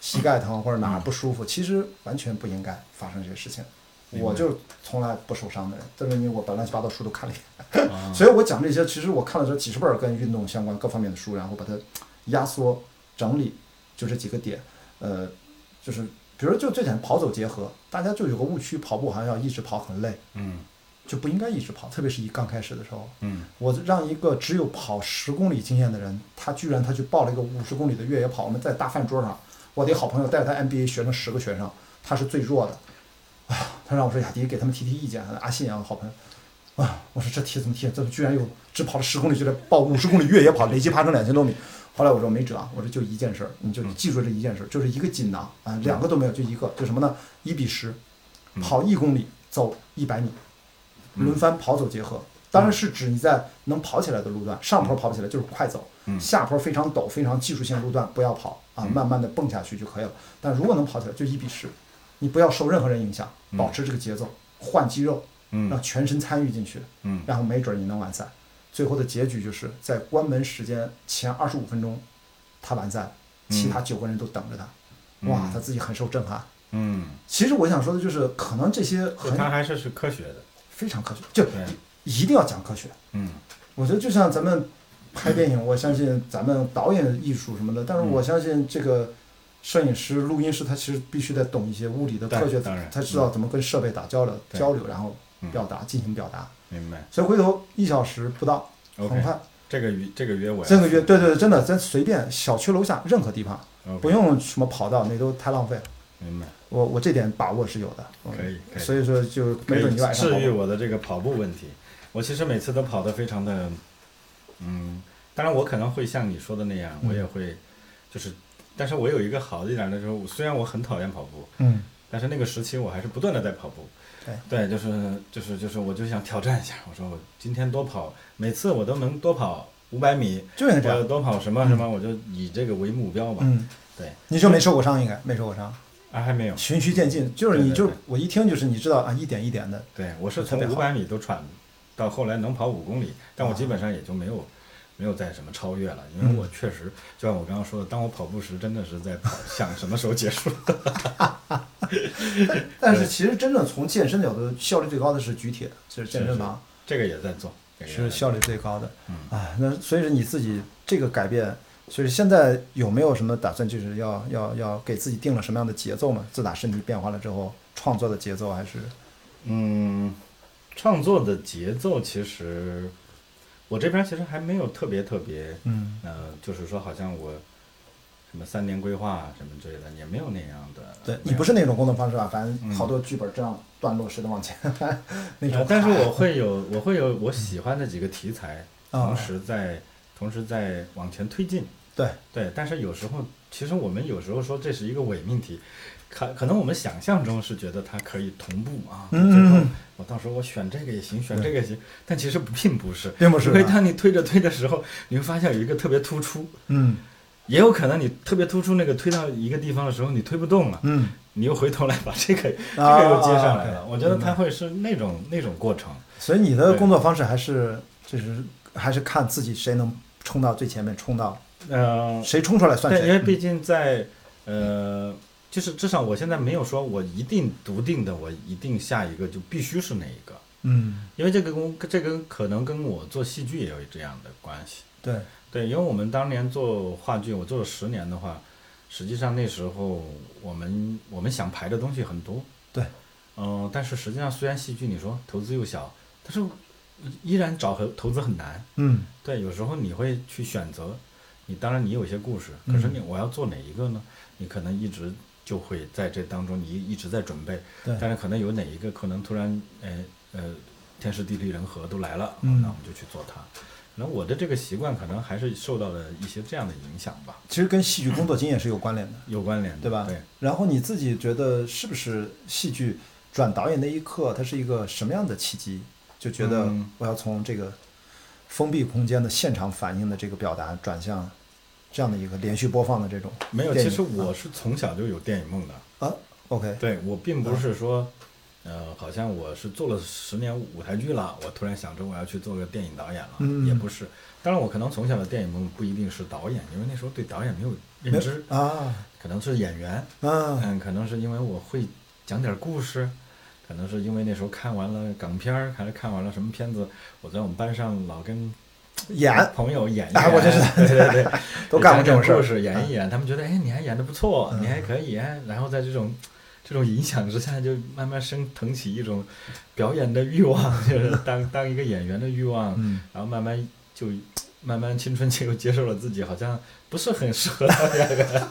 Speaker 3: 膝盖疼或者哪儿不舒服，其实完全不应该发生这些事情。我就是从来不受伤的人，这是因为我把乱七八糟书都看了一眼，
Speaker 2: 啊
Speaker 3: 所以我讲这些，其实我看了这几十本跟运动相关各方面的书，然后把它压缩整理，就这几个点，呃，就是比如就最简单跑走结合，大家就有个误区，跑步好像要一直跑很累，
Speaker 2: 嗯
Speaker 3: 就不应该一直跑，特别是一刚开始的时候，
Speaker 2: 嗯
Speaker 3: 我让一个只有跑十公里经验的人，他居然他去报了一个五十公里的越野跑，我们在大饭桌上，我的好朋友带着他 MBA 学生十个学生，他是最弱的，啊，他让我说雅迪给他们提提意见，阿信啊，好朋友，啊，我说这题怎么题，怎么居然有只跑了十公里就来报五十公里越野跑，累计爬升两千多米。后来我说没辙啊，我说就一件事儿，你就记住这一件事儿，就是一个锦囊啊，两个都没有，就一个，就什么呢？一比十，跑一公里，走一百米，轮番跑走结合。当然是指你在能跑起来的路段，上坡跑不起来就是快走，下坡非常陡、非常技术性路段不要跑啊，慢慢的蹦下去就可以了。但如果能跑起来，就一比十，你不要受任何人影响，
Speaker 2: 嗯
Speaker 3: 保持这个节奏，换肌肉，嗯让全身参与进去，
Speaker 2: 嗯
Speaker 3: 然后没准你能完赛。最后的结局就是在关门时间前二十五分钟，他完赛，
Speaker 2: 嗯
Speaker 3: 其他九个人都等着他，哇，他自己很受震撼。
Speaker 2: 嗯，
Speaker 3: 其实我想说的就是，可能这些
Speaker 2: 就
Speaker 3: 很
Speaker 2: 它还是是科学的。
Speaker 3: 非常科学，就
Speaker 2: 对
Speaker 3: 一定要讲科学。
Speaker 2: 嗯
Speaker 3: 我觉得就像咱们拍电影，我相信咱们导演艺术什么的，但是
Speaker 2: 嗯
Speaker 3: 我相信这个摄影师、录音师，他其实必须得懂一些物理的科学
Speaker 2: 当然，嗯
Speaker 3: 他知道怎么跟设备打交流、
Speaker 2: 对
Speaker 3: 交流，然后表达、进行表达。
Speaker 2: 嗯明白。
Speaker 3: 所以回头一小时不到，很
Speaker 2: OK
Speaker 3: 快，
Speaker 2: 这个约这个约我要
Speaker 3: 这个月对对对，真的，咱随便小区楼下任何地方，
Speaker 2: OK
Speaker 3: 不用什么跑道，那都太浪费了。
Speaker 2: 明白，
Speaker 3: 我我这点把握是有的，嗯
Speaker 2: 可以可以
Speaker 3: 所以说就
Speaker 2: 可
Speaker 3: 没准
Speaker 2: 以
Speaker 3: 你就爱上跑
Speaker 2: 治愈
Speaker 3: 步。
Speaker 2: 我的这个跑步问题。我其实每次都跑得非常的，嗯，当然我可能会像你说的那样，
Speaker 3: 嗯
Speaker 2: 我也会，就是，但是我有一个好的一点呢，就是我虽然我很讨厌跑步，
Speaker 3: 嗯，
Speaker 2: 但是那个时期我还是不断的在跑步。
Speaker 3: 对
Speaker 2: 对，就是就是就是，我就想挑战一下。我说我今天多跑，每次我都能多跑五百米，
Speaker 3: 就应该这
Speaker 2: 我
Speaker 3: 样。
Speaker 2: 多跑什么什么，我就以这个为目标吧。
Speaker 3: 嗯，
Speaker 2: 对，
Speaker 3: 你就没受过伤，应该没受过伤。
Speaker 2: 啊还没有，
Speaker 3: 循序渐进，就是
Speaker 2: 对
Speaker 3: 你
Speaker 2: 对
Speaker 3: 就是
Speaker 2: 对
Speaker 3: 我一听就是你知道啊，一点一点的，
Speaker 2: 对我是
Speaker 3: 特
Speaker 2: 从
Speaker 3: 别好啊
Speaker 2: 五百米都喘，到后来能跑五公里，但我基本上也就没有。没有再什么超越了，因为我
Speaker 3: 嗯
Speaker 2: 确实就像我刚刚说的，当我跑步时，真的是在跑，想什么时候结束。
Speaker 3: 但是其实真正从健身角度，效率最高的是举铁，就是健身房
Speaker 2: 这个也在做，这个也
Speaker 3: 是
Speaker 2: 在做
Speaker 3: 效率最高的
Speaker 2: 嗯。
Speaker 3: 哎，那所以说你自己这个改变，所以现在有没有什么打算，就是要要要给自己定了什么样的节奏嘛？自打身体变化了之后，创作的节奏还是
Speaker 2: 嗯，创作的节奏其实，我这边其实还没有特别特别，
Speaker 3: 嗯
Speaker 2: 呃，就是说好像我什么三年规划啊什么之类的，也没有那样的。
Speaker 3: 对
Speaker 2: 没
Speaker 3: 你
Speaker 2: 有
Speaker 3: 不是那种工作方式吧？反正
Speaker 2: 嗯
Speaker 3: 好多剧本这样段落式的往前 那
Speaker 2: 呃
Speaker 3: 种。嗯
Speaker 2: 但是我会有，我会有我喜欢的几个题材，
Speaker 3: 啊
Speaker 2: 同时在同时在往前推进。
Speaker 3: 对
Speaker 2: 对，但是有时候，其实我们有时候说这是一个伪命题，可可能我们想象中是觉得它可以同步啊，
Speaker 3: 嗯
Speaker 2: 最后
Speaker 3: 嗯嗯
Speaker 2: 我到时候我选这个也行，选这个也行，但其实并不是，
Speaker 3: 并不是
Speaker 2: 因为
Speaker 3: 啊
Speaker 2: 当你推着推着时候，你会发现有一个特别突出，
Speaker 3: 嗯
Speaker 2: 也有可能你特别突出那个推到一个地方的时候，你推不动了，
Speaker 3: 嗯，
Speaker 2: 你又回头来把这个、
Speaker 3: 啊
Speaker 2: 这个又接上来
Speaker 3: 啊
Speaker 2: 了。
Speaker 3: ，OK，
Speaker 2: 我觉得它会是那种那种过程。
Speaker 3: 所以你的
Speaker 2: 对
Speaker 3: 工作方式还是就是还是看自己谁能冲到最前面，冲到
Speaker 2: 嗯、
Speaker 3: 谁冲出来算
Speaker 2: 但因
Speaker 3: 谁。
Speaker 2: 为毕竟在呃，就是至少我现在没有说我一定笃定的，我一定下一个就必须是哪一个，
Speaker 3: 嗯，
Speaker 2: 因为这个跟这跟可能跟我做戏剧也有这样的关系。
Speaker 3: 对，
Speaker 2: 对，因为我们当年做话剧，我做了十年的话，实际上那时候我们我们想排的东西很多，
Speaker 3: 对，
Speaker 2: 嗯、但是实际上虽然戏剧你说投资又小，但是依然找和投资很难。
Speaker 3: 嗯，
Speaker 2: 对，有时候你会去选择，你当然你有一些故事，可
Speaker 3: 嗯
Speaker 2: 是你我要做哪一个呢？你可能一直就会在这当中，你一直在准备，
Speaker 3: 对
Speaker 2: 但是可能有哪一个可能突然，呃呃，天时地利人和都来了，
Speaker 3: 嗯
Speaker 2: 那我们就去做它。可能我的这个习惯可能还是受到了一些这样的影响吧，
Speaker 3: 其实跟戏剧工作经验是有关联的，
Speaker 2: 有关联的，
Speaker 3: 对吧？
Speaker 2: 对，
Speaker 3: 然后你自己觉得是不是戏剧转导演那一刻，它是一个什么样的契机？就觉得
Speaker 2: 嗯
Speaker 3: 我要从这个封闭空间的现场反应的这个表达，转向这样的一个连续播放的这种
Speaker 2: 没有。
Speaker 3: 电
Speaker 2: 其
Speaker 3: 影嗯
Speaker 2: 实我是从小就有电影梦的，
Speaker 3: 啊，OK，
Speaker 2: 对我并
Speaker 3: 嗯
Speaker 2: 不是说，呃，好像我是做了十年舞台剧了，我突然想着我要去做个电影导演了，
Speaker 3: 嗯
Speaker 2: 也不是。当然，我可能从小的电影梦不一定是导演，因为那时候对导演没有认知，
Speaker 3: 啊
Speaker 2: 可能是演员，
Speaker 3: 啊，
Speaker 2: 嗯，可能是因为我会讲点故事，可能是因为那时候看完了港片儿，还是看完了什么片子，我在我们班上老跟
Speaker 3: 演
Speaker 2: 朋友演一
Speaker 3: 哎
Speaker 2: 演，
Speaker 3: 我就知道
Speaker 2: 对对对，
Speaker 3: 都干过这种
Speaker 2: 讲
Speaker 3: 事
Speaker 2: 讲故
Speaker 3: 儿，啊嗯
Speaker 2: 事，演一演，他们觉得哎，你还演的不错，你还可以，哎然后在这种这种影响之下，就慢慢升腾起一种表演的欲望，就是当 当一个演员的欲望，
Speaker 3: 嗯，
Speaker 2: 然后慢慢就慢慢青春期又接受了自己好像不是很适合当演员，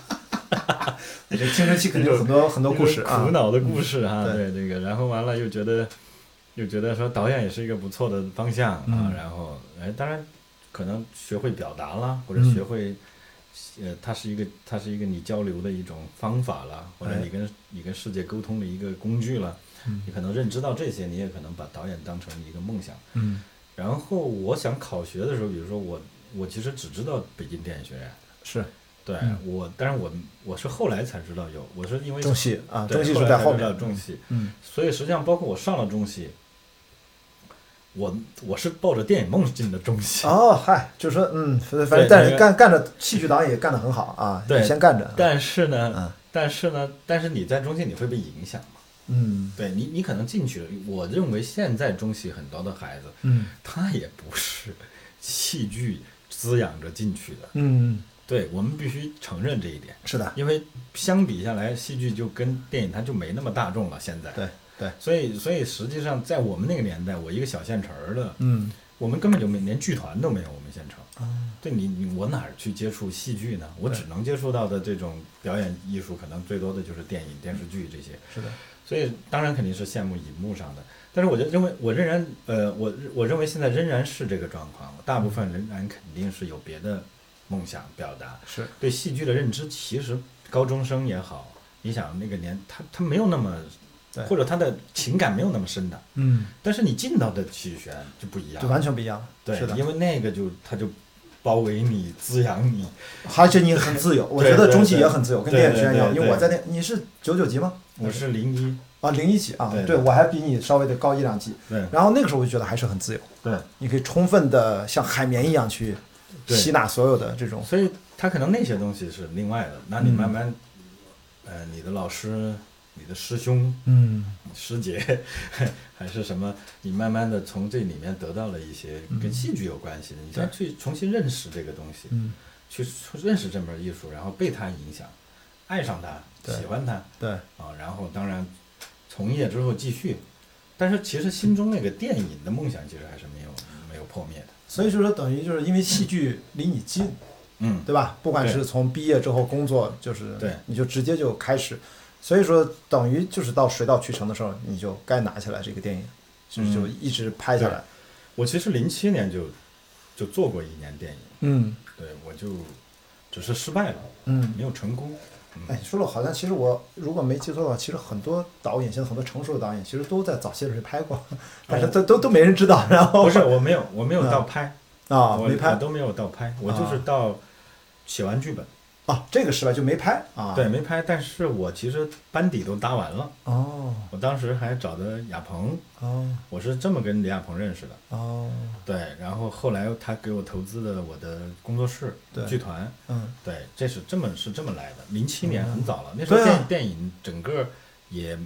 Speaker 3: 这青春期肯定有很多很多故事
Speaker 2: 一种
Speaker 3: 啊
Speaker 2: 苦，恼的故事啊，
Speaker 3: 嗯
Speaker 2: 对这个，然后完了又觉得又觉得说导演也是一个不错的方向啊，
Speaker 3: 嗯
Speaker 2: 然后哎，当然可能学会表达啦，或者
Speaker 3: 嗯
Speaker 2: 学会、呃，它是一个它是一个你交流的一种方法啦，或者
Speaker 3: 哎
Speaker 2: 你跟、你跟世界沟通的一个工具啦，
Speaker 3: 嗯
Speaker 2: 你可能认知到这些，你也可能把导演当成一个梦想。
Speaker 3: 嗯，
Speaker 2: 然后我想考学的时候，比如说我我其实只知道北京电影学院。
Speaker 3: 是
Speaker 2: 对、
Speaker 3: 嗯
Speaker 2: 我，但是我我是后来才知道有，我是因为
Speaker 3: 中戏啊，
Speaker 2: 对
Speaker 3: 中戏
Speaker 2: 后
Speaker 3: 是
Speaker 2: 来
Speaker 3: 在
Speaker 2: 才
Speaker 3: 后
Speaker 2: 知道
Speaker 3: 面，
Speaker 2: 中戏，
Speaker 3: 嗯
Speaker 2: 所以实际上包括我上了中戏，我我是抱着电影梦进的中戏，
Speaker 3: 哦，嗨，就是说，嗯，反反
Speaker 2: 对
Speaker 3: 正但
Speaker 2: 那
Speaker 3: 是
Speaker 2: 个
Speaker 3: 干干着戏剧导演也干得很好啊，
Speaker 2: 对
Speaker 3: 你先干着，
Speaker 2: 但是呢，
Speaker 3: 嗯
Speaker 2: 但是呢，但是你在中戏你会被影响嘛？
Speaker 3: 嗯
Speaker 2: 对你，你可能进去了，我认为现在中戏很多的孩子，
Speaker 3: 嗯
Speaker 2: 他也不是戏剧滋养着进去的，
Speaker 3: 嗯，
Speaker 2: 对我们必须承认这一点，
Speaker 3: 是的，
Speaker 2: 因为相比下来，戏剧就跟电影它就没那么大众了，现在。
Speaker 3: 对对，
Speaker 2: 所以，所以实际上，在我们那个年代，我一个小县城儿的，
Speaker 3: 嗯
Speaker 2: 我们根本就没连剧团都没有，我们县城。
Speaker 3: 啊
Speaker 2: 对你，你我哪儿去接触戏剧呢？我只能接触到的这种表演艺术，可能最多的就是电影、电视剧这些。
Speaker 3: 是的，
Speaker 2: 所以当然肯定是羡慕荧幕上的，但是我就认为，我仍然呃，我我认为现在仍然是这个状况，大部分仍然肯定是有别的梦想表达，
Speaker 3: 是
Speaker 2: 对戏剧的认知，其实高中生也好，你想那个年他他没有那么
Speaker 3: 对，
Speaker 2: 或者他的情感没有那么深的，
Speaker 3: 嗯，
Speaker 2: 但是你进到的戏剧学院就不一样
Speaker 3: 就，完全不一样了，
Speaker 2: 对
Speaker 3: 是，的
Speaker 2: 因，为那个就他就包围你滋养你，
Speaker 3: 而且你很自由，我觉
Speaker 2: 对
Speaker 3: 得
Speaker 2: 对
Speaker 3: 中戏
Speaker 2: 对
Speaker 3: 也很自由，跟
Speaker 2: 对
Speaker 3: 电影学院一样，
Speaker 2: 对
Speaker 3: 因为我
Speaker 2: 对
Speaker 3: 在那，你是九九级吗？
Speaker 2: 我是零一，
Speaker 3: 啊，零一级啊，
Speaker 2: 对
Speaker 3: 对我还比你稍微的高一两级，
Speaker 2: 对
Speaker 3: 然后那个时候我就觉得还是很自由，
Speaker 2: 对，
Speaker 3: 你可以充分的像海绵一样去
Speaker 2: 对
Speaker 3: 吸纳所有的这种，
Speaker 2: 所以他可能那些东西是另外的，那你慢慢，呃，你的老师、你的师兄、
Speaker 3: 嗯
Speaker 2: 师姐， 还是什么，你慢慢的从这里面得到了一些跟戏剧有关系的，你再去重新认识这个东西，
Speaker 3: 嗯，
Speaker 2: 去认识这门艺术，然后被它影响，爱上它，
Speaker 3: 对
Speaker 2: 喜欢它
Speaker 3: 对，
Speaker 2: 啊，然后当然从业之后继续，但是其实心中那个电影的梦想其实还是没有没有破灭的，
Speaker 3: 所以就说等于就是因为戏剧离你近，
Speaker 2: 嗯，
Speaker 3: 对吧？不管
Speaker 2: 对
Speaker 3: 是从毕业之后工作，就是
Speaker 2: 对
Speaker 3: 你就直接就开始，所以说等于就是到水到渠成的时候，你就该拿起来这个电影，就是
Speaker 2: 嗯
Speaker 3: 就一直拍下来。
Speaker 2: 我其实零七年就就做过一年电影。
Speaker 3: 嗯
Speaker 2: 对，我就只是失败了，
Speaker 3: 嗯，
Speaker 2: 没有成功。
Speaker 3: 哎，说了好像其实我如果没记错的话，其实很多导演，现在很多成熟的导演，其实都在早些时候拍过， 但是都都都没人知道。然后
Speaker 2: 不是，我没有，我没有到拍
Speaker 3: 哦啊，
Speaker 2: 我
Speaker 3: 没
Speaker 2: 我
Speaker 3: 拍
Speaker 2: 都没有到拍，我就是到写完剧本，
Speaker 3: 啊，这个室外就没拍啊。
Speaker 2: 对，没拍。但是我其实班底都搭完了，
Speaker 3: 哦
Speaker 2: 我当时还找的亚鹏，
Speaker 3: 哦
Speaker 2: 我是这么跟李亚鹏认识的。
Speaker 3: 哦，
Speaker 2: 对，然后后来他给我投资的我的工作室
Speaker 3: 对
Speaker 2: 剧团，
Speaker 3: 嗯
Speaker 2: 对，这是这么是这么来的。零七年很早了，那时
Speaker 3: 对
Speaker 2: 候
Speaker 3: 啊
Speaker 2: 电、电影整个也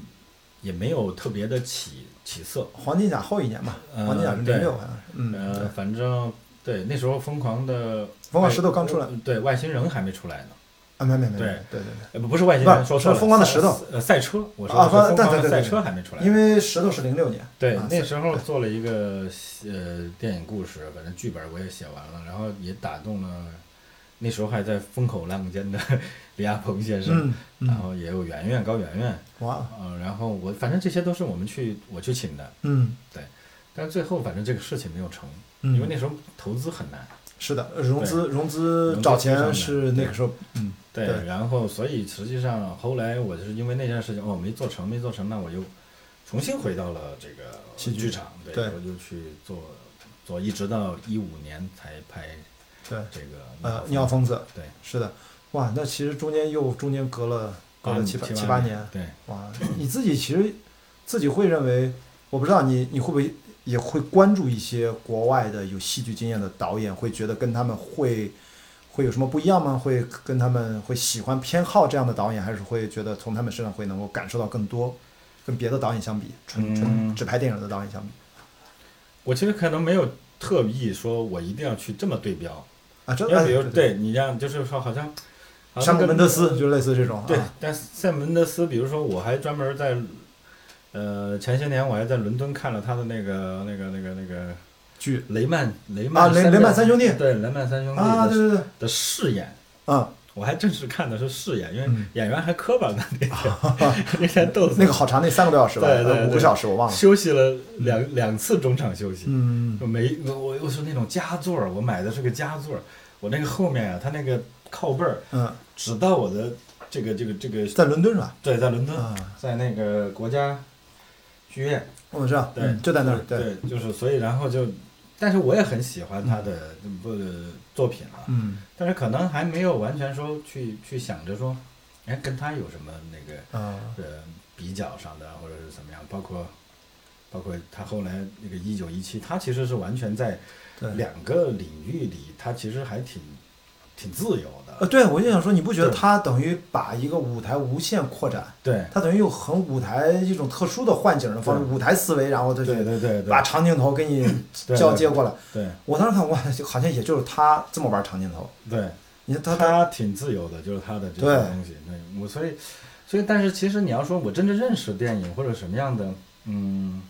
Speaker 2: 也没有特别的起起色，
Speaker 3: 黄金甲后一年吧，
Speaker 2: 嗯
Speaker 3: 黄金甲是零
Speaker 2: 对
Speaker 3: 六好像是，嗯，
Speaker 2: 呃，
Speaker 3: 对，
Speaker 2: 反正对那时候疯狂的
Speaker 3: 疯狂
Speaker 2: 外呃
Speaker 3: 石头刚出来，
Speaker 2: 对外星人还没出来呢，
Speaker 3: 啊没没没，
Speaker 2: 对
Speaker 3: 对对对，
Speaker 2: 呃不不是外星人，
Speaker 3: 不
Speaker 2: 说错了，
Speaker 3: 疯狂的石头
Speaker 2: 赛，呃赛车，我说
Speaker 3: 啊
Speaker 2: 的是
Speaker 3: 疯
Speaker 2: 疯
Speaker 3: 对
Speaker 2: 狂
Speaker 3: 对对
Speaker 2: 的赛
Speaker 3: 对
Speaker 2: 车还没出来，
Speaker 3: 因为石头是零六年，
Speaker 2: 对
Speaker 3: 啊，
Speaker 2: 那
Speaker 3: 是
Speaker 2: 时候做了一个呃电影故事，反正剧本我也写完了，然后也打动了那时候还在风口浪尖的李亚鹏先生，
Speaker 3: 嗯
Speaker 2: 然
Speaker 3: 嗯，
Speaker 2: 后也有圆圆高圆圆，
Speaker 3: 哇，哦
Speaker 2: 嗯、然后我反正这些都是我们去我去请的，
Speaker 3: 嗯
Speaker 2: 但最后反正这个事情没有成，
Speaker 3: 嗯，
Speaker 2: 因为那时候投资很难，
Speaker 3: 是的，融资融资
Speaker 2: 融资
Speaker 3: 找
Speaker 2: 非常
Speaker 3: 钱
Speaker 2: 难
Speaker 3: 是那个时候，嗯
Speaker 2: 对，
Speaker 3: 对
Speaker 2: 然后所以实际上后来我就是因为那件事情哦没做成，没做成，那我又重新回到了这个
Speaker 3: 戏剧
Speaker 2: 剧场，对，
Speaker 3: 对
Speaker 2: 我就去做做，一直到一五年才拍
Speaker 3: 对，
Speaker 2: 这个
Speaker 3: 呃，
Speaker 2: 你
Speaker 3: 尿疯子，
Speaker 2: 对，
Speaker 3: 是的，哇，那其实中间又中间隔了
Speaker 2: 八
Speaker 3: 隔了
Speaker 2: 年
Speaker 3: 七八
Speaker 2: 啊七
Speaker 3: 七
Speaker 2: 八
Speaker 3: 八年，
Speaker 2: 对，
Speaker 3: 哇，啊你自己其实自己会认为，我不知道你你会不会也会关注一些国外的有戏剧经验的导演，会觉得跟他们会会有什么不一样吗？会跟他们会喜欢偏好这样的导演，还是会觉得从他们身上会能够感受到更多？跟别的导演相比，纯纯
Speaker 2: 嗯
Speaker 3: 只拍电影的导演相比
Speaker 2: 我其实可能没有特意说我一定要去这么对标，
Speaker 3: 啊，真
Speaker 2: 因
Speaker 3: 的
Speaker 2: 为比如对你让就是说好像，好像
Speaker 3: 山姆
Speaker 2: 跟
Speaker 3: 门德斯就类似这种，
Speaker 2: 对
Speaker 3: 啊，
Speaker 2: 但塞姆门德斯，比如说我还专门在，呃，前些年我还在伦敦看了他的那个那个那个那个
Speaker 3: 剧
Speaker 2: 雷曼雷
Speaker 3: 啊，
Speaker 2: 曼
Speaker 3: 雷
Speaker 2: 三
Speaker 3: 雷曼
Speaker 2: 兄
Speaker 3: 三兄弟
Speaker 2: 对雷曼三兄弟
Speaker 3: 啊，
Speaker 2: 的
Speaker 3: 对对对，
Speaker 2: 的饰演，
Speaker 3: 嗯，
Speaker 2: 我还正式看的是饰演，因为
Speaker 3: 嗯啊
Speaker 2: 演员还磕巴呢那天， 那天逗死
Speaker 3: 那
Speaker 2: 我
Speaker 3: 个好长，那三个多小时吧，
Speaker 2: 对对
Speaker 3: 呃五
Speaker 2: 对
Speaker 3: 个小时我忘了，
Speaker 2: 休息了两两次中场休息，
Speaker 3: 嗯，
Speaker 2: 我没我我又是那种夹座儿，我买的是个夹座儿，我那个后面啊，它那个靠背儿
Speaker 3: 嗯，
Speaker 2: 只到我的这个这个这个
Speaker 3: 在伦敦是吧？
Speaker 2: 对，在伦敦，
Speaker 3: 啊，
Speaker 2: 在那个国家剧院，
Speaker 3: 我知道，
Speaker 2: 对
Speaker 3: 嗯就在那儿，
Speaker 2: 对，就是所以然后就，但是我也很喜欢他的不作品啊，
Speaker 3: 嗯
Speaker 2: 但是可能还没有完全说去去想着说，哎，跟他有什么那个
Speaker 3: 啊，
Speaker 2: 呃比较上的或者是怎么样，包括。包括他后来那个一九一七，他其实是完全在
Speaker 3: 对，
Speaker 2: 两个领域里，他其实还挺挺自由
Speaker 3: 呃，
Speaker 2: 的。
Speaker 3: 对我就想说，你不觉得
Speaker 2: 对
Speaker 3: 他等于把一个舞台无限扩展，
Speaker 2: 对，
Speaker 3: 他等于用很舞台一种特殊的幻景的方式，
Speaker 2: 对
Speaker 3: 舞台思维，然后他
Speaker 2: 对
Speaker 3: 就
Speaker 2: 对对
Speaker 3: 把
Speaker 2: 对
Speaker 3: 长镜头给你
Speaker 2: 对
Speaker 3: 交接过来。
Speaker 2: 对
Speaker 3: 我当时看，哇，好像也就是他这么玩长镜头，
Speaker 2: 对，
Speaker 3: 你看他他
Speaker 2: 他挺自由的，就是他的这
Speaker 3: 对
Speaker 2: 个东西。对我所以所以，但是其实你要说我真正认识电影或者什么样的，嗯，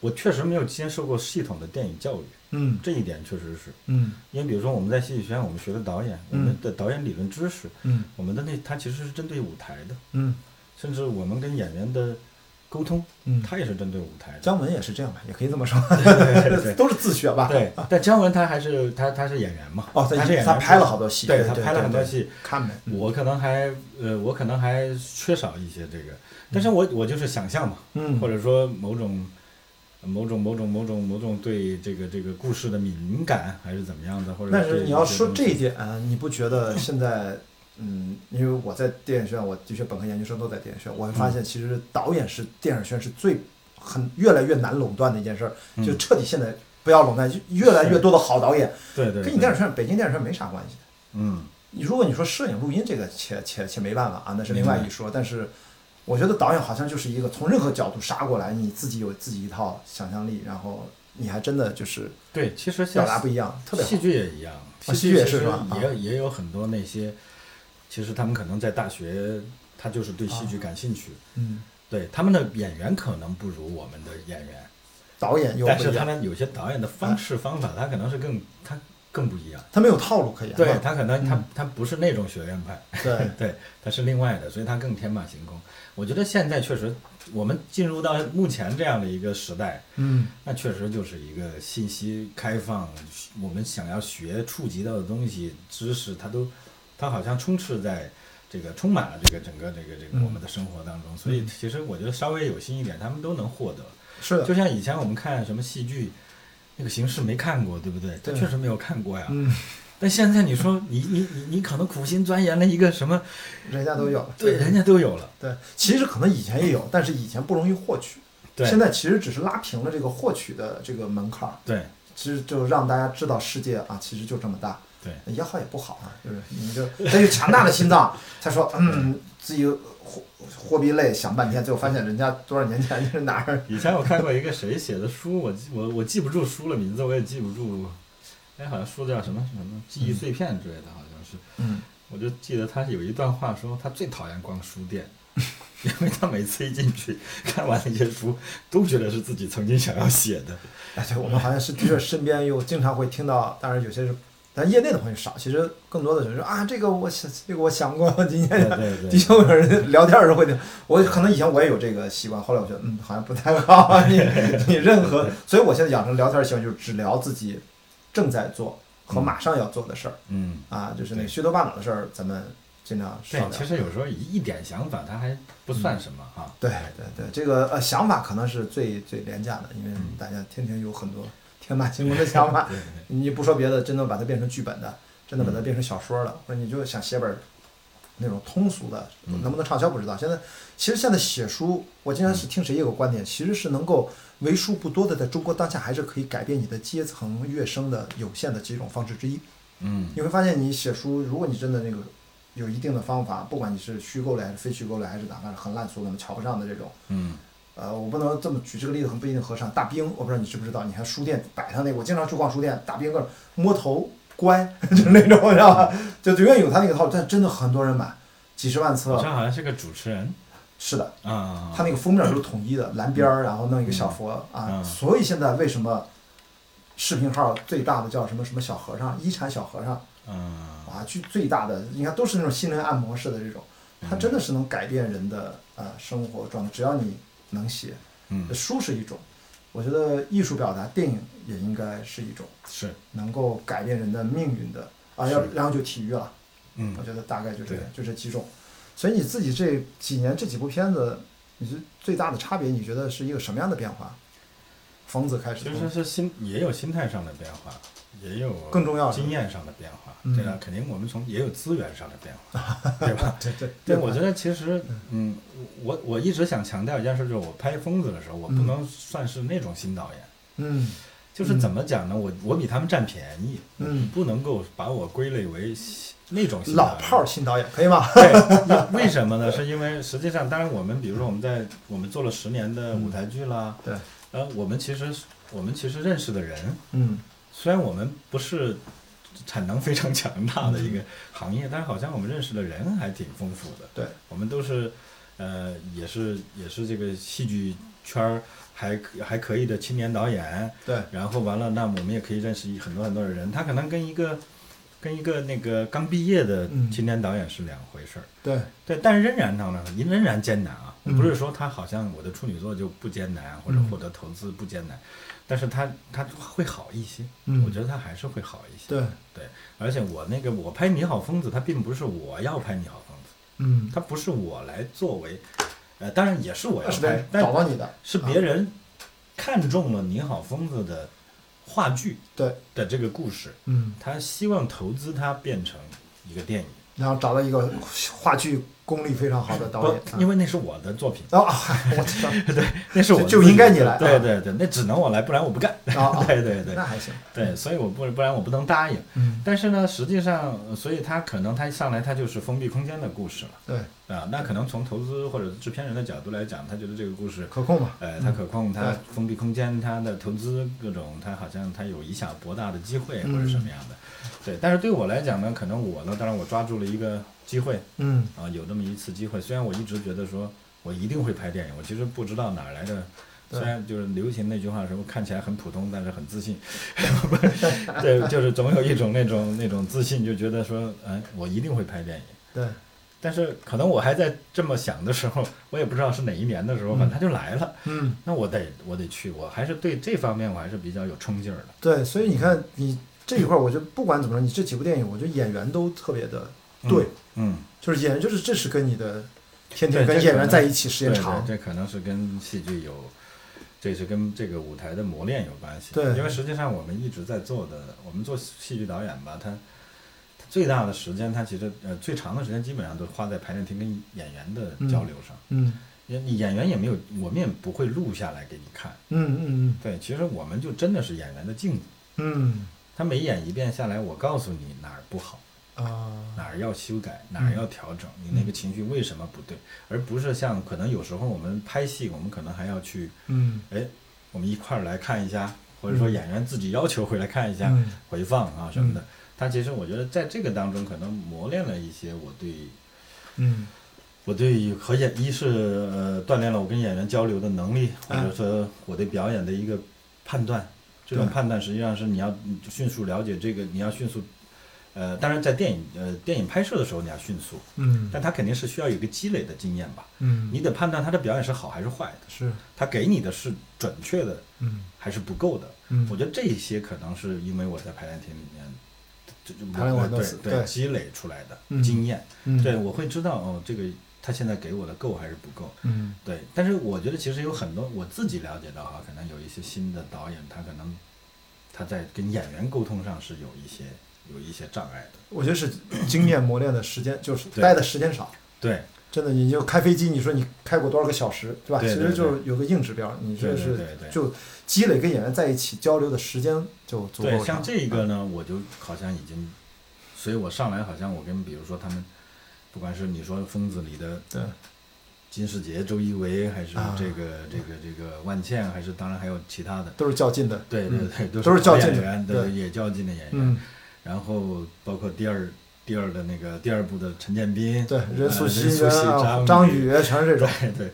Speaker 2: 我确实没有接受过系统的电影教育，
Speaker 3: 嗯
Speaker 2: 这一点确实是。
Speaker 3: 嗯
Speaker 2: 因为比如说我们在戏剧学院，我们学的导演，我们的导演理论知识，
Speaker 3: 嗯
Speaker 2: 我们的那它其实是针对舞台的，
Speaker 3: 嗯
Speaker 2: 甚至我们跟演员的沟通，
Speaker 3: 嗯，
Speaker 2: 它也是针对舞台的。
Speaker 3: 姜文也是这样吧，也可以这么说，
Speaker 2: 对对对
Speaker 3: 都是自学吧。
Speaker 2: 对，但姜文他还是他他是演员嘛，
Speaker 3: 啊哦，
Speaker 2: 他是演员，
Speaker 3: 他拍了好多戏，
Speaker 2: 对
Speaker 3: 对
Speaker 2: 他拍了很多，戏，
Speaker 3: 看呗，嗯
Speaker 2: 我可能还呃我可能还缺少一些这个，但是我我就是想象嘛，
Speaker 3: 嗯，
Speaker 2: 或者说某种某种某种某种某种对这个这个故事的敏感还是怎么样的，或者
Speaker 3: 但是
Speaker 2: 对
Speaker 3: 你要
Speaker 2: 些
Speaker 3: 说
Speaker 2: 东
Speaker 3: 这
Speaker 2: 西
Speaker 3: 一点，你不觉得现在，嗯，因为我在电影学院，我的确本科研究生都在电影学院，我会
Speaker 2: 嗯
Speaker 3: 发现其实导演是电影学院是最很越来越难垄断的一件事儿，
Speaker 2: 嗯
Speaker 3: 就彻底现在不要垄断，就越来越多的好导演
Speaker 2: 对对，
Speaker 3: 跟你
Speaker 2: 对
Speaker 3: 电影学院北京电影学院没啥关系。
Speaker 2: 嗯
Speaker 3: 你如果你说摄影录音这个且且且没办法啊，那是另外
Speaker 2: 明
Speaker 3: 一说，但是。我觉得导演好像就是一个从任何角度杀过来，你自己有自己一套想象力，然后你还真的就是
Speaker 2: 对，其实像
Speaker 3: 表达不一样，特别好
Speaker 2: 戏。剧也一样，
Speaker 3: 戏剧也
Speaker 2: 其
Speaker 3: 是
Speaker 2: 实
Speaker 3: 是吧啊
Speaker 2: 也也有很多那些，其实他们可能在大学他就是对戏剧感兴趣。
Speaker 3: 嗯，
Speaker 2: 对他们的演员可能不如我们的演员，
Speaker 3: 导演又不一
Speaker 2: 但
Speaker 3: 样。
Speaker 2: 是他们有些导演的方式方法，他可能是更他更不一样。
Speaker 3: 他没有套路可言。
Speaker 2: 对
Speaker 3: 是吧
Speaker 2: 他可能他
Speaker 3: 嗯
Speaker 2: 他不是那种学院派，
Speaker 3: 对，
Speaker 2: 对他是另外的，所以他更天马行空。我觉得现在确实，我们进入到目前这样的一个时代，
Speaker 3: 嗯
Speaker 2: 那确实就是一个信息开放，我们想要学触及到的东西、知识，它都，它好像充斥在这个充满了这个整个这个这
Speaker 3: 嗯
Speaker 2: 个我们的生活当中。所以其实我觉得稍微有心一点，他们都能获得。
Speaker 3: 是的，
Speaker 2: 就像以前我们看什么戏剧，那个形式没看过，对不对？
Speaker 3: 对
Speaker 2: 确实没有看过呀。
Speaker 3: 嗯
Speaker 2: 那现在你说你你你你可能苦心钻研了一个什么，
Speaker 3: 人家都有。
Speaker 2: 对，人家都有了，
Speaker 3: 对，其实可能以前也有，但是以前不容易获取，
Speaker 2: 对
Speaker 3: 现在其实只是拉平了这个获取的这个门槛儿，
Speaker 2: 对
Speaker 3: 其实就让大家知道世界啊，其实就这么大。
Speaker 2: 对，
Speaker 3: 也好也不好啊，就是你就得有强大的心脏，才说嗯自己货货币累想半天，最后发现人家多少年前就是哪儿
Speaker 2: 以前我看过一个谁写的书，我记我我记不住书了，名字我也记不住，哎，好像书叫什么什么记忆碎片之类的，好像是。
Speaker 3: 嗯
Speaker 2: 我就记得他有一段话说，他最讨厌逛书店， 因为他每次一进去看完那些书，都觉得是自己曾经想要写的。
Speaker 3: 哎，对，我们好像是的确身边又经常会听到，当然有些是，但业内的朋友少，其实更多的人说啊，这个我想，这个我想过，今
Speaker 2: 对
Speaker 3: 天
Speaker 2: 对对
Speaker 3: 哎的确有人聊天的时候会听，我可能以前我也有这个习惯，后来我觉得嗯，好像不太好， 你你任何，所以我现在养成聊天的习惯就是只聊自己正在做和马上要做的事儿、
Speaker 2: 嗯，
Speaker 3: 啊，就是那个虚头巴脑的事儿，咱们尽量少
Speaker 2: 对
Speaker 3: 聊，。
Speaker 2: 其实有时候一一点想法，他还不算什么哈。
Speaker 3: 嗯对对对，这个呃想法可能是最最廉价的，因为
Speaker 2: 嗯
Speaker 3: 大家天天有很多天马行空的想法，你不说别的，真的把它变成剧本的，真的把它变成小说了，或者你就想写本儿那种通俗的，
Speaker 2: 嗯
Speaker 3: 能不能畅销不知道。现在其实现在写书，我经常是听谁有个观点，其实是能够为数不多的在中国当下还是可以改变你的阶层跃升的有限的几种方式之一。
Speaker 2: 嗯，
Speaker 3: 你会发现，你写书，如果你真的那个有一定的方法，不管你是虚构类还是非虚构类，还是哪怕是很烂俗的、我们瞧不上的这种，
Speaker 2: 嗯，
Speaker 3: 呃，我不能这么举这个例子，很不一定合适。大兵，我不知道你知不知道，你看书店摆上那个，我经常去逛书店，大兵各种摸头乖， 就是那种，你知道吧？就就愿意有他那个套路，但真的很多人买，几十万
Speaker 2: 好
Speaker 3: 册。
Speaker 2: 像好像是个主持人
Speaker 3: 是的，
Speaker 2: 啊，
Speaker 3: 他那个封面都是统一的，蓝边儿，然后弄一个小佛啊。
Speaker 2: 嗯
Speaker 3: 所以现在为什么视频号最大的叫什么什么小和尚，一禅小和尚？
Speaker 2: 嗯，
Speaker 3: 啊，去最大的，你看都是那种心灵按摩式的这种，
Speaker 2: 嗯
Speaker 3: 它真的是能改变人的呃生活状态，只要你能写，
Speaker 2: 嗯
Speaker 3: 书是一种，我觉得艺术表达，电影也应该是一种
Speaker 2: 是，
Speaker 3: 能够改变人的命运的啊，要然后就体育了，
Speaker 2: 嗯
Speaker 3: 我，觉得大概就这
Speaker 2: 对
Speaker 3: 样，就这几种，所以你自己这几年这几部片子，你觉得最大的差别，你觉得是一个什么样的变化？疯子开始
Speaker 2: 其
Speaker 3: 疯，
Speaker 2: 实是心也有心态上的变化，也有
Speaker 3: 更重要的
Speaker 2: 经验上的变化，
Speaker 3: 嗯
Speaker 2: 对吧？肯定我们从也有资源上的变 化，对吧？
Speaker 3: 对对
Speaker 2: 对，我觉得其实，嗯，我我一直想强调一件事，就是我拍《疯子》的时候，我不
Speaker 3: 嗯
Speaker 2: 能算是那种新导演，
Speaker 3: 嗯
Speaker 2: 就是怎么讲呢？我我比他们占便宜，
Speaker 3: 嗯，
Speaker 2: 不能够把我归类为新那种新
Speaker 3: 老
Speaker 2: 导演
Speaker 3: 炮儿新导演可以吗？
Speaker 2: 对，为为什么呢？是因为实际上，当然我们比如说我们在我们做了十年的舞台剧啦，
Speaker 3: 对，
Speaker 2: 呃，我们其实我们其实认识的人，
Speaker 3: 嗯
Speaker 2: 虽然我们不是产能非常强大的一个行业，但是好像我们认识的人还挺丰富的。
Speaker 3: 对，
Speaker 2: 我们都是呃，也是也是这个戏剧圈儿还可还可以的青年导演。
Speaker 3: 对，
Speaker 2: 然后完了，那么我们也可以认识一很多很多的人。他可能跟一个跟一个那个刚毕业的
Speaker 3: 嗯
Speaker 2: 青年导演是两回事儿。
Speaker 3: 对，
Speaker 2: 对，但是仍然呢，您仍然艰难啊，
Speaker 3: 嗯
Speaker 2: 不是说他好像我的处女作就不艰难，啊或者
Speaker 3: 嗯
Speaker 2: 获得投资不艰难，但是他他会好一些，
Speaker 3: 嗯
Speaker 2: 我觉得他还是会好一些。
Speaker 3: 对，
Speaker 2: 对，而且我那个我拍《你好，疯子》，他并不是我要拍《你好，疯子
Speaker 3: 嗯》，，
Speaker 2: 他不是我来作为，呃，当然也是我要
Speaker 3: 是别
Speaker 2: 拍
Speaker 3: 人，找
Speaker 2: 但
Speaker 3: 到你的，
Speaker 2: 是别人看中了《你好，疯子》的话剧
Speaker 3: 对，
Speaker 2: 的这个故事，
Speaker 3: 嗯，
Speaker 2: 他希望投资它变成一个电影。
Speaker 3: 然后找到一个话剧功力非常好的导演，嗯
Speaker 2: 不，因为那是我的作品，
Speaker 3: 啊， 嗨我知道，
Speaker 2: 对，那是我
Speaker 3: 就就
Speaker 2: 自己
Speaker 3: 应该你来
Speaker 2: 对
Speaker 3: 啊
Speaker 2: 对对，那只能我来，不然我不干。
Speaker 3: 啊 啊
Speaker 2: 对对对
Speaker 3: 那还行，
Speaker 2: 对，所以我不不然我不能答应。
Speaker 3: 嗯，
Speaker 2: 但是呢，实际上，呃所以他可能他上来他就是封闭空间的故事了
Speaker 3: 对，
Speaker 2: 啊。那可能从投资或者制片人的角度来讲，他觉得这个故事，
Speaker 3: 可控嘛，
Speaker 2: 呃，它可控，它
Speaker 3: 嗯对
Speaker 2: 封闭空间，它的投资各种，它好像它有以小博大的机会或
Speaker 3: 嗯
Speaker 2: 者什么样的。对，但是对我来讲呢，可能我呢，当然我抓住了一个机会，
Speaker 3: 嗯
Speaker 2: 啊，有这么一次机会。虽然我一直觉得说我一定会拍电影，我其实不知道哪儿来的。
Speaker 3: 对
Speaker 2: 虽然就是流行那句话什么看起来很普通，但是很自信， 对，就是总有一种那种那种自信，就觉得说，哎，我一定会拍电影。
Speaker 3: 对，
Speaker 2: 但是可能我还在这么想的时候，我也不知道是哪一年的时候，
Speaker 3: 嗯
Speaker 2: 反正它就来了。
Speaker 3: 嗯
Speaker 2: 那我得我得去，我还是对这方面我还是比较有冲劲儿的。
Speaker 3: 对，所以你看你这一块，我就不管怎么说，你这几部电影，我觉得演员都特别的对，
Speaker 2: 嗯，
Speaker 3: 就是演员就是这是跟你的天天
Speaker 2: 对
Speaker 3: 跟
Speaker 2: 这
Speaker 3: 演
Speaker 2: 可
Speaker 3: 员
Speaker 2: 能
Speaker 3: 在一起时间
Speaker 2: 对
Speaker 3: 长，
Speaker 2: 对，这可能是跟戏剧有，这是跟这个舞台的磨练有关系。
Speaker 3: 对
Speaker 2: 因为实际上我们一直在做的，我们做戏剧导演吧，他最大的时间，他其实呃最长的时间基本上都花在排练厅跟演员的交流上。
Speaker 3: 嗯
Speaker 2: 因为你演员也没有，我们也不会录下来给你看。
Speaker 3: 嗯嗯
Speaker 2: 对，其实我们就真的是演员的镜子，
Speaker 3: 嗯
Speaker 2: 他每演一遍下来，我告诉你哪儿不好，
Speaker 3: 嗯啊，
Speaker 2: 哪儿要修改，哪
Speaker 3: 嗯
Speaker 2: 儿要调整，你那个情绪为什么不对，而不是像可能有时候我们拍戏，我们可能还要去，
Speaker 3: 嗯
Speaker 2: 哎，我们一块儿来看一下，或者说演员自己要求回来看一下、
Speaker 3: 嗯
Speaker 2: 回放啊什么的。他其实我觉得在这个当中，可能磨练了一些我对
Speaker 3: 嗯
Speaker 2: 我对和演一是呃锻炼了我跟演员交流的能力，或
Speaker 3: 哎
Speaker 2: 者说我对表演的一个判断。这种
Speaker 3: 对
Speaker 2: 判断实际上是你要嗯迅速了解这个，你要迅速，呃，当然在电影呃电影拍摄的时候你要迅速，
Speaker 3: 嗯
Speaker 2: 但他肯定是需要有一个积累的经验吧。
Speaker 3: 嗯，
Speaker 2: 你得判断他的表演是好还是坏的，
Speaker 3: 是
Speaker 2: 他给你的是准确的
Speaker 3: 嗯
Speaker 2: 还是不够的。
Speaker 3: 嗯，
Speaker 2: 我觉得这些可能是因为我在排练厅里面，这这
Speaker 3: 排练过很多
Speaker 2: 对
Speaker 3: 次
Speaker 2: 对
Speaker 3: 对
Speaker 2: 积累出来
Speaker 3: 嗯
Speaker 2: 的经验。
Speaker 3: 嗯
Speaker 2: 对，我会知道哦，这个他现在给我的够还是不够。
Speaker 3: 嗯
Speaker 2: 对，但是我觉得其实有很多我自己了解到哈，可能有一些新的导演，他可能他在跟演员沟通上是有一些有一些障碍的。
Speaker 3: 我觉得是经验磨练的时间，就是
Speaker 2: 对
Speaker 3: 待的时间少。
Speaker 2: 对，
Speaker 3: 真的，你就开飞机，你说你开过多少个小时，对吧？
Speaker 2: 对对
Speaker 3: 其实就是有个硬指标，你这
Speaker 2: 对
Speaker 3: 是
Speaker 2: 对对对
Speaker 3: 就积累跟演员在一起交流的时间就足够
Speaker 2: 对，
Speaker 3: 长。
Speaker 2: 像这
Speaker 3: 嗯
Speaker 2: 个呢，我就好像已经，所以我上来好像我跟比如说他们，不管是你说《疯子》里的
Speaker 3: 对，
Speaker 2: 金世杰、周一围，还是
Speaker 3: 啊
Speaker 2: 这个、这个这个万茜，还是当然还有其他的，
Speaker 3: 都是较劲的。
Speaker 2: 对对对，
Speaker 3: 嗯都是
Speaker 2: 是
Speaker 3: 较
Speaker 2: 好
Speaker 3: 劲
Speaker 2: 演
Speaker 3: 的
Speaker 2: 员，
Speaker 3: 对
Speaker 2: 也较劲的演员。
Speaker 3: 嗯，
Speaker 2: 然后包括第二第二的那个第二部的陈建斌，呃
Speaker 3: 对，任素
Speaker 2: 任
Speaker 3: 汐、
Speaker 2: 素
Speaker 3: 啊
Speaker 2: 汐
Speaker 3: 张
Speaker 2: 宇，
Speaker 3: 宇全 是这种。
Speaker 2: 对对，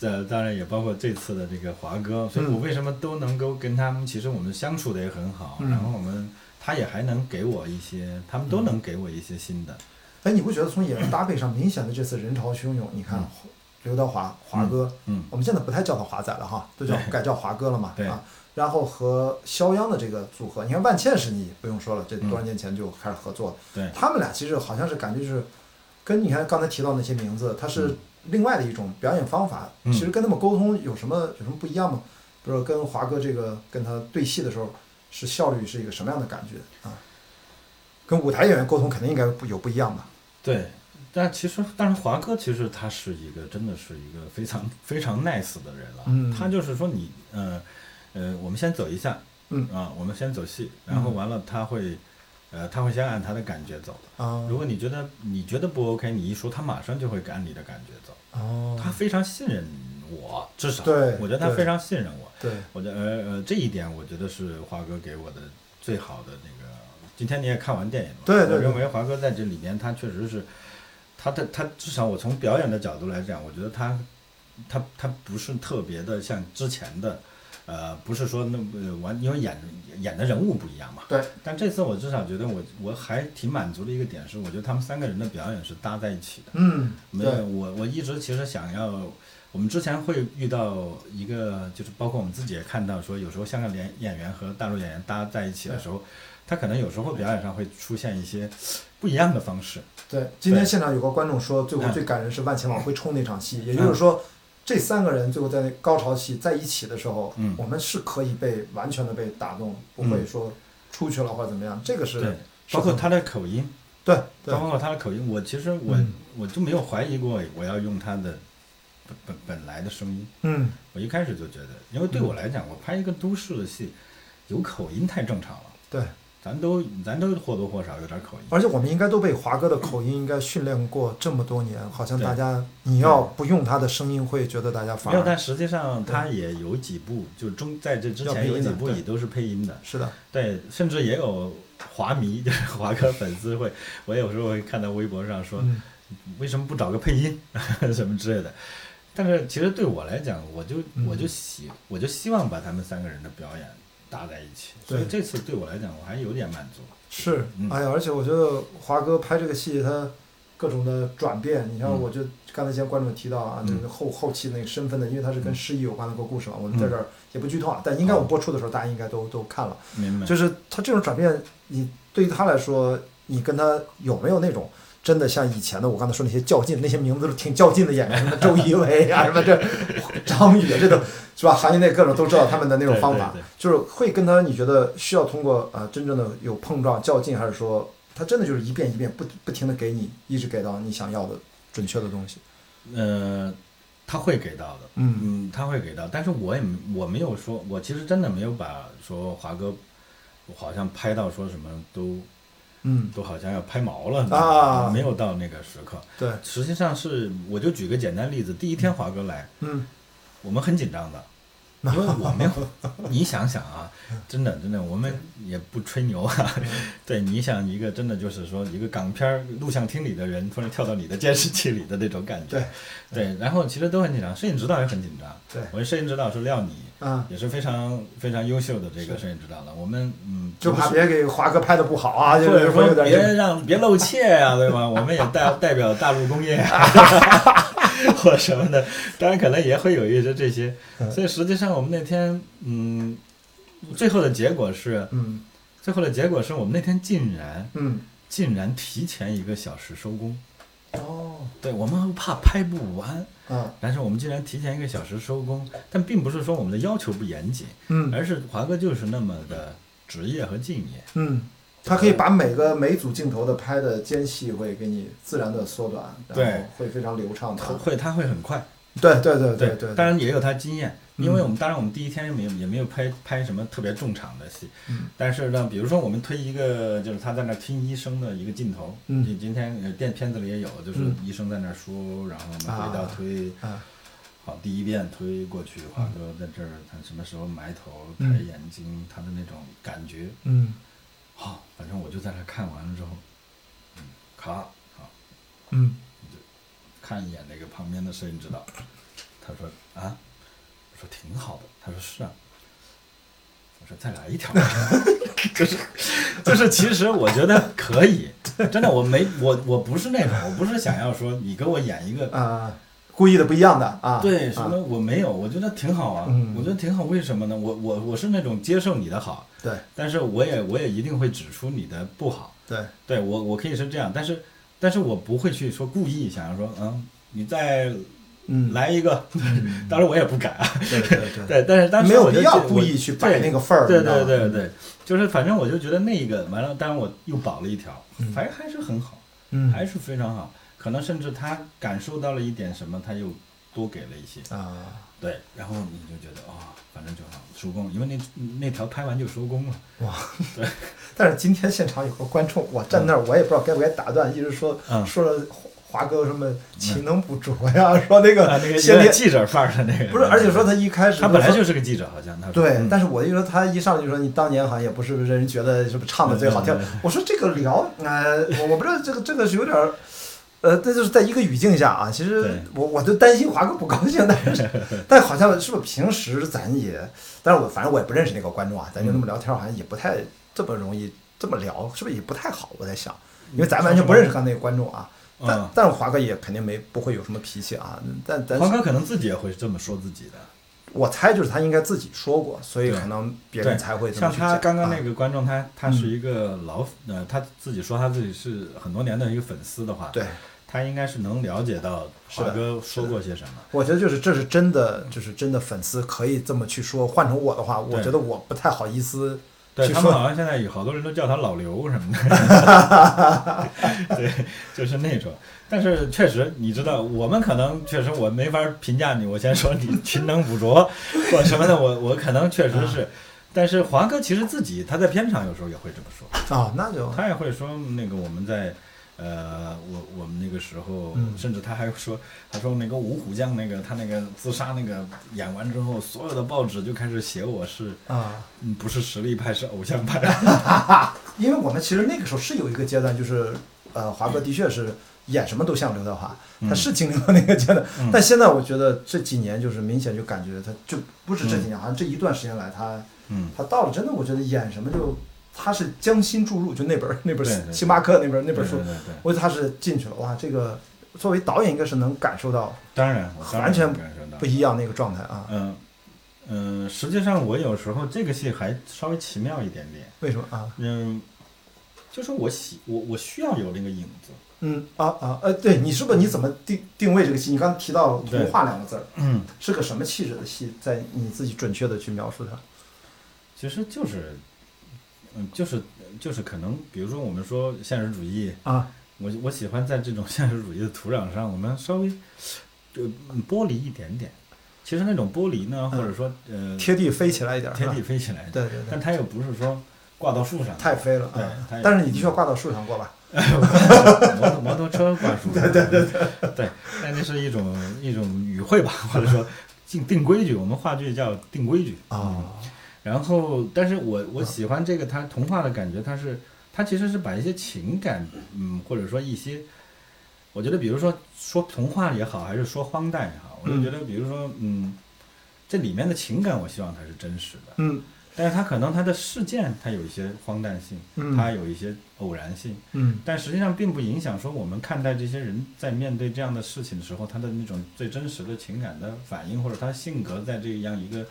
Speaker 2: 这当然也包括这次的这个华哥，所以
Speaker 3: 嗯
Speaker 2: 我为什么都能够跟他们，其实我们相处的也很好，
Speaker 3: 嗯
Speaker 2: 然后我们他也还能给我一些，他们都能给我一些新的，
Speaker 3: 哎，你不觉得从演员搭配上明显的这次人潮汹涌？你看
Speaker 2: 嗯，
Speaker 3: 刘德华、华哥，
Speaker 2: 嗯，
Speaker 3: 我们现在不太叫他华仔了哈，都叫
Speaker 2: 对
Speaker 3: 改叫华哥了嘛
Speaker 2: 对
Speaker 3: 啊。然后和肖央的这个组合，你看万茜是你不用说了，这多少年前就开始合作了，
Speaker 2: 对
Speaker 3: 他们俩其实好像是感觉就是跟你看刚才提到那些名字，它是另外的一种表演方法。
Speaker 2: 嗯
Speaker 3: 其实跟他们沟通有什么有什么不一样吗？比如说跟华哥这个跟他对戏的时候，是效率是一个什么样的感觉啊？跟舞台演员沟通肯定应该不有不一样吧？
Speaker 2: 对。但其实，但是华哥其实他是一个真的是一个非常非常 nice 的人了。
Speaker 3: 嗯
Speaker 2: 他就是说你，呃，呃，我们先走一下，
Speaker 3: 嗯
Speaker 2: 啊，我们先走戏，然后完了他会，呃，他会先按他的感觉走的。
Speaker 3: 啊
Speaker 2: 如果你觉得你觉得不 OK，你一说，他马上就会按你的感觉走。
Speaker 3: 哦，
Speaker 2: 他非常信任我，至少
Speaker 3: 对
Speaker 2: 我觉得他
Speaker 3: 对
Speaker 2: 非常信任我。
Speaker 3: 对，
Speaker 2: 我觉得呃呃，这一点我觉得是华哥给我的最好的那个。今天你也看完电影了，
Speaker 3: 对对
Speaker 2: 我认
Speaker 3: 对
Speaker 2: 为华哥在这里面，他确实是，他的他至少我从表演的角度来讲，我觉得他他他不是特别的像之前的，呃，不是说那么呃完，因为演演的人物不一样嘛。
Speaker 3: 对。
Speaker 2: 但这次我至少觉得我我还挺满足的一个点是，我觉得他们三个人的表演是搭在一起的。
Speaker 3: 嗯，
Speaker 2: 没有，我我一直其实想要，我们之前会遇到一个，就是包括我们自己也看到说，有时候香港演演员和大陆演员搭在一起的时候，他可能有时候表演上会出现一些不一样的方式。
Speaker 3: 对，今天
Speaker 2: 对
Speaker 3: 现场有个观众说，最后
Speaker 2: 嗯
Speaker 3: 最感人是万茜往回冲那场戏，也就是说，这三个人最后在高潮戏在一起的时候，
Speaker 2: 嗯
Speaker 3: 我们是可以被完全的被打动，不会
Speaker 2: 嗯
Speaker 3: 说出去了或者怎么样，这个是
Speaker 2: 对，
Speaker 3: 是
Speaker 2: 包括
Speaker 3: 很
Speaker 2: 他的口音，
Speaker 3: 对对
Speaker 2: 包括他的口音，我其实我、
Speaker 3: 嗯
Speaker 2: 我就没有怀疑过我要用他的本本本来的声音。
Speaker 3: 嗯
Speaker 2: 我一开始就觉得，因为对我来讲，我拍一个都市的戏，有口音太正常了，
Speaker 3: 对，
Speaker 2: 咱都咱都或多或少有点口音。
Speaker 3: 而且我们应该都被华哥的口音应该训练过这么多年，好像
Speaker 2: 对
Speaker 3: 大家你要不用他的声音，会觉得大家反
Speaker 2: 没有，
Speaker 3: 而
Speaker 2: 但实际上他也有几部，就中在这之
Speaker 3: 要配
Speaker 2: 前有
Speaker 3: 音的
Speaker 2: 几部
Speaker 3: 对
Speaker 2: 也都是配音的，
Speaker 3: 是的，
Speaker 2: 对，甚至也有华迷， 就是华哥粉丝会，我有时候会看到微博上说，
Speaker 3: 嗯
Speaker 2: 为什么不找个配音 什么之类的。但是其实对我来讲，我就
Speaker 3: 嗯
Speaker 2: 我就希我就希望把他们三个人的表演搭在一起，所以这次对我来讲，我还有点满足。
Speaker 3: 是
Speaker 2: 嗯，
Speaker 3: 哎呀，而且我觉得华哥拍这个戏，他各种的转变，你像
Speaker 2: 嗯
Speaker 3: 我就刚才前观众提到啊，
Speaker 2: 嗯
Speaker 3: 那个后后期那个身份的，因为他是跟
Speaker 2: 嗯
Speaker 3: 失忆有关的一个故事嘛，我
Speaker 2: 嗯
Speaker 3: 们在这儿也不剧透啊，但应该我
Speaker 2: 好
Speaker 3: 播出的时候大家应该都都看了，
Speaker 2: 明白？
Speaker 3: 就是他这种转变，你对于他来说，你跟他有没有那种？真的像以前的我刚才说那些较劲，那些名字都挺较劲的演员，什么周一围啊，什么这 张宇啊，这种是吧？行业内各种都知道他们的那种
Speaker 2: 对
Speaker 3: 方
Speaker 2: 对
Speaker 3: 法
Speaker 2: 对，
Speaker 3: 就是会跟他，你觉得需要通过呃真正的有碰撞较劲，还是说它真的就是一遍一遍不不停的给你，一直给到你想要的准确的东西。
Speaker 2: 呃，他会给到的，嗯他会给到，但是我也我没有说，我其实真的没有把说华哥好像拍到说什么都
Speaker 3: 嗯，
Speaker 2: 都好像要拍毛了
Speaker 3: 啊
Speaker 2: 没有到那个时刻。
Speaker 3: 对，
Speaker 2: 实际上是，我就举个简单例子，第一天华哥来，
Speaker 3: 嗯，
Speaker 2: 我们很紧张的，因为我没有， 你想想啊，真的真的，我们也不吹牛啊，
Speaker 3: 嗯
Speaker 2: 对，你想一个真的就是说一个港片儿录像厅里的人突然跳到你的监视器里的那种感觉，对然后其实都很紧张，摄影指导也很紧张，
Speaker 3: 对
Speaker 2: 我的摄影指导是廖你，
Speaker 3: 啊，
Speaker 2: 也是非常非常优秀的这个摄影指导了，我们嗯，
Speaker 3: 就
Speaker 2: 不
Speaker 3: 怕
Speaker 2: 是
Speaker 3: 别给华哥拍的不好啊，就
Speaker 2: 或
Speaker 3: 是
Speaker 2: 者
Speaker 3: 会
Speaker 2: 说
Speaker 3: 有点
Speaker 2: 别
Speaker 3: 这个
Speaker 2: 让别露怯呀、对吧？我们也代代表大陆工业啊， 或什么的，当然可能也会有一些这些。
Speaker 3: 嗯
Speaker 2: 所以实际上我们那天，嗯，最后的结果是，
Speaker 3: 嗯
Speaker 2: 最后的结果是我们那天竟然
Speaker 3: 嗯
Speaker 2: 竟然提前一个小时收工。
Speaker 3: 哦
Speaker 2: 对我们怕拍不完，
Speaker 3: 啊
Speaker 2: 但是我们竟然提前一个小时收工，但并不是说我们的要求不严谨，
Speaker 3: 嗯
Speaker 2: 而是华哥就是那么的职业和敬业。
Speaker 3: 嗯，他可以把每个每组镜头的拍的间隙会给你自然的缩短，然
Speaker 2: 对
Speaker 3: 后会非常流畅的
Speaker 2: 他。会他会很快，
Speaker 3: 对对对
Speaker 2: 对
Speaker 3: 对，
Speaker 2: 当然也有他经验，
Speaker 3: 嗯
Speaker 2: 因为我们当然我们第一天也没有也没有拍拍什么特别重场的戏，
Speaker 3: 嗯
Speaker 2: 但是呢，比如说我们推一个就是他在那儿听医生的一个镜头，
Speaker 3: 嗯
Speaker 2: 你今天呃电片子里也有，就是
Speaker 3: 嗯
Speaker 2: 医生在那儿说，然后我们回到
Speaker 3: 啊
Speaker 2: 推，
Speaker 3: 啊嗯
Speaker 2: 好第一遍推过去，华哥在这儿他什么时候埋头抬眼睛，他的那种感觉，
Speaker 3: 嗯
Speaker 2: 好、反正我就在那儿看完了之后，嗯，咔，好
Speaker 3: 嗯
Speaker 2: 看一眼那个旁边的摄影指导，他说啊，我说挺好的，他说是啊，我说再来一条， 就是就是，其实我觉得可以，真的，我没我我不是那种，我不是想要说你给我演一个。
Speaker 3: 啊，故意的不一样的啊，
Speaker 2: 对，
Speaker 3: 啊
Speaker 2: 什么我没有，我觉得挺好啊，
Speaker 3: 嗯
Speaker 2: 我觉得挺好，为什么呢？我我我是那种接受你的好，
Speaker 3: 对
Speaker 2: 但是我也我也一定会指出你的不好，
Speaker 3: 对
Speaker 2: 对我我可以是这样，但是但是我不会去说故意想要说，嗯，你再
Speaker 3: 嗯，
Speaker 2: 来一个，当然我也不敢啊。
Speaker 3: 对对
Speaker 2: 对，但是当时
Speaker 3: 没有
Speaker 2: 我就
Speaker 3: 必要
Speaker 2: 记
Speaker 3: 故意
Speaker 2: 我
Speaker 3: 去摆那个份儿，
Speaker 2: 对
Speaker 3: 你知
Speaker 2: 对
Speaker 3: 道吗
Speaker 2: 对对，对，就是反正我就觉得那个完了，当然我又保了一条，
Speaker 3: 嗯
Speaker 2: 反正还是很好，
Speaker 3: 嗯
Speaker 2: 还是非常好。可能甚至他感受到了一点什么，他又多给了一些。
Speaker 3: 啊，
Speaker 2: 对，然后你就觉得啊、反正就好收工，因为那那条拍完就收工 了。
Speaker 3: 但是今天现场有个观众，我站那儿我也不知道该不该打断，一直说
Speaker 2: 嗯
Speaker 3: 说了华华哥什么勤能补拙呀， 说那
Speaker 2: 啊
Speaker 3: 个
Speaker 2: 那个
Speaker 3: 先
Speaker 2: 有点
Speaker 3: 天
Speaker 2: 记者范儿的那个，
Speaker 3: 不是，而且说他一开始
Speaker 2: 他本来
Speaker 3: 说
Speaker 2: 就是个记者，好像他
Speaker 3: 对，
Speaker 2: 嗯
Speaker 3: 但是我就说他一上去说你当年好像也不是让人觉得什么唱的最好听
Speaker 2: 嗯嗯嗯，
Speaker 3: 我说这个聊，呃，我我不知道这个这个是有点儿，呃，这就是在一个语境下啊，其实
Speaker 2: 对
Speaker 3: 我我就担心华哥不高兴，但 是但好像是不是平时咱也，但是我反正我也不认识那个观众啊，咱就那么聊天，好像也不太这么容易这么聊，是不是也不太好？我在想，因为咱完全不认识刚才那个观众啊。但
Speaker 2: 嗯
Speaker 3: 但是华哥也肯定没不会有什么脾气啊，但咱
Speaker 2: 黄哥可能自己也会这么说自己的。
Speaker 3: 我猜就是他应该自己说过，所以
Speaker 2: 对
Speaker 3: 可能别
Speaker 2: 对，
Speaker 3: 人才会这么
Speaker 2: 像
Speaker 3: 去
Speaker 2: 他
Speaker 3: 讲
Speaker 2: 刚刚
Speaker 3: 啊嗯
Speaker 2: 那个观众，他他是一个老呃，他自己说他自己是很多年的一个粉丝的话，
Speaker 3: 对，
Speaker 2: 他应该是能了解到
Speaker 3: 是
Speaker 2: 华
Speaker 3: 的
Speaker 2: 哥说过些什么。
Speaker 3: 我觉得就是这是真的，就是真的粉丝可以这么去说。换成我的话，我
Speaker 2: 对
Speaker 3: 觉得我不太好意思
Speaker 2: 对
Speaker 3: 去
Speaker 2: 他们
Speaker 3: 说。
Speaker 2: 好像现在有好多人都叫他老刘什么的， 对，就是那种。但是确实，你知道，我们可能确实我没法评价你，我先说 你勤能补拙或什么的，我我可能确实
Speaker 3: 啊
Speaker 2: 是。但是华哥其实自己他在片场有时候也会这么说，
Speaker 3: 啊，那就
Speaker 2: 他也会说那个我们在，呃，我我们那个时候，
Speaker 3: 嗯
Speaker 2: 甚至他还说，他说那个五虎将那个他那个自杀那个演完之后，所有的报纸就开始写我是，
Speaker 3: 啊，
Speaker 2: 嗯不是实力派，是偶像派。
Speaker 3: 因为我们其实那个时候是有一个阶段，就是呃，华哥的确是演什么都像刘德华，他是经历过那个阶段。
Speaker 2: 嗯
Speaker 3: 但现在我觉得这几年就是明显就感觉他就不止这几年，好像这一段时间来他
Speaker 2: 嗯，
Speaker 3: 他到了真的，我觉得演什么就他是将心注入，就那本儿那本
Speaker 2: 对对
Speaker 3: 儿星巴克那本儿那
Speaker 2: 对
Speaker 3: 本儿书
Speaker 2: 对，对对，
Speaker 3: 我觉得他是进去了，哇，这个作为导演应该是能感受到
Speaker 2: 当然，我当然
Speaker 3: 完全
Speaker 2: 能感受到
Speaker 3: 不一样那个状态啊。
Speaker 2: 嗯嗯，实际上我有时候这个戏还稍微奇妙一点点，
Speaker 3: 为什么啊？
Speaker 2: 嗯，就是我喜我我需要有那个影子，
Speaker 3: 嗯啊啊呃，对你是不是你怎么定定位这个戏？你刚提到“童话”两个字儿，
Speaker 2: 嗯，
Speaker 3: 是个什么气质的戏？在你自己准确的去描述它。
Speaker 2: 其实就是嗯，就是就是可能，比如说我们说现实主义，
Speaker 3: 啊，
Speaker 2: 我我喜欢在这种 现实主义的土壤上，我们稍微呃嗯剥离一点点。其实那种剥离呢，或者说呃
Speaker 3: 贴地飞起来一点，
Speaker 2: 贴
Speaker 3: 是吧
Speaker 2: 地飞起来，
Speaker 3: 嗯对对对
Speaker 2: 但，它又不是说挂到树上，
Speaker 3: 太飞了，
Speaker 2: 对
Speaker 3: 嗯
Speaker 2: 太
Speaker 3: 但是你的确挂到树上过吧？
Speaker 2: 摩托摩托车挂树上，对对对对，但那是一种一种语汇吧，或者说定定规矩，我们话剧叫定规矩嗯
Speaker 3: 啊，
Speaker 2: 然后，但是我我
Speaker 3: 嗯
Speaker 2: 喜欢这个它童话的感觉，它是它其实是把一些情感，嗯，或者说一些，我觉得比如说说童话也好，还是说荒诞也好，我就
Speaker 3: 嗯
Speaker 2: 觉得比如说，嗯，这里面的情感，我希望它是真实的，
Speaker 3: 嗯
Speaker 2: 但是它可能它的事件它有一些荒诞性，它
Speaker 3: 嗯
Speaker 2: 有一些偶然性，
Speaker 3: 嗯
Speaker 2: 但实际上并不影响说我们看待这些人在面对这样的事情的时候，他的那种最真实的情感的反应，或者他性格在这样一个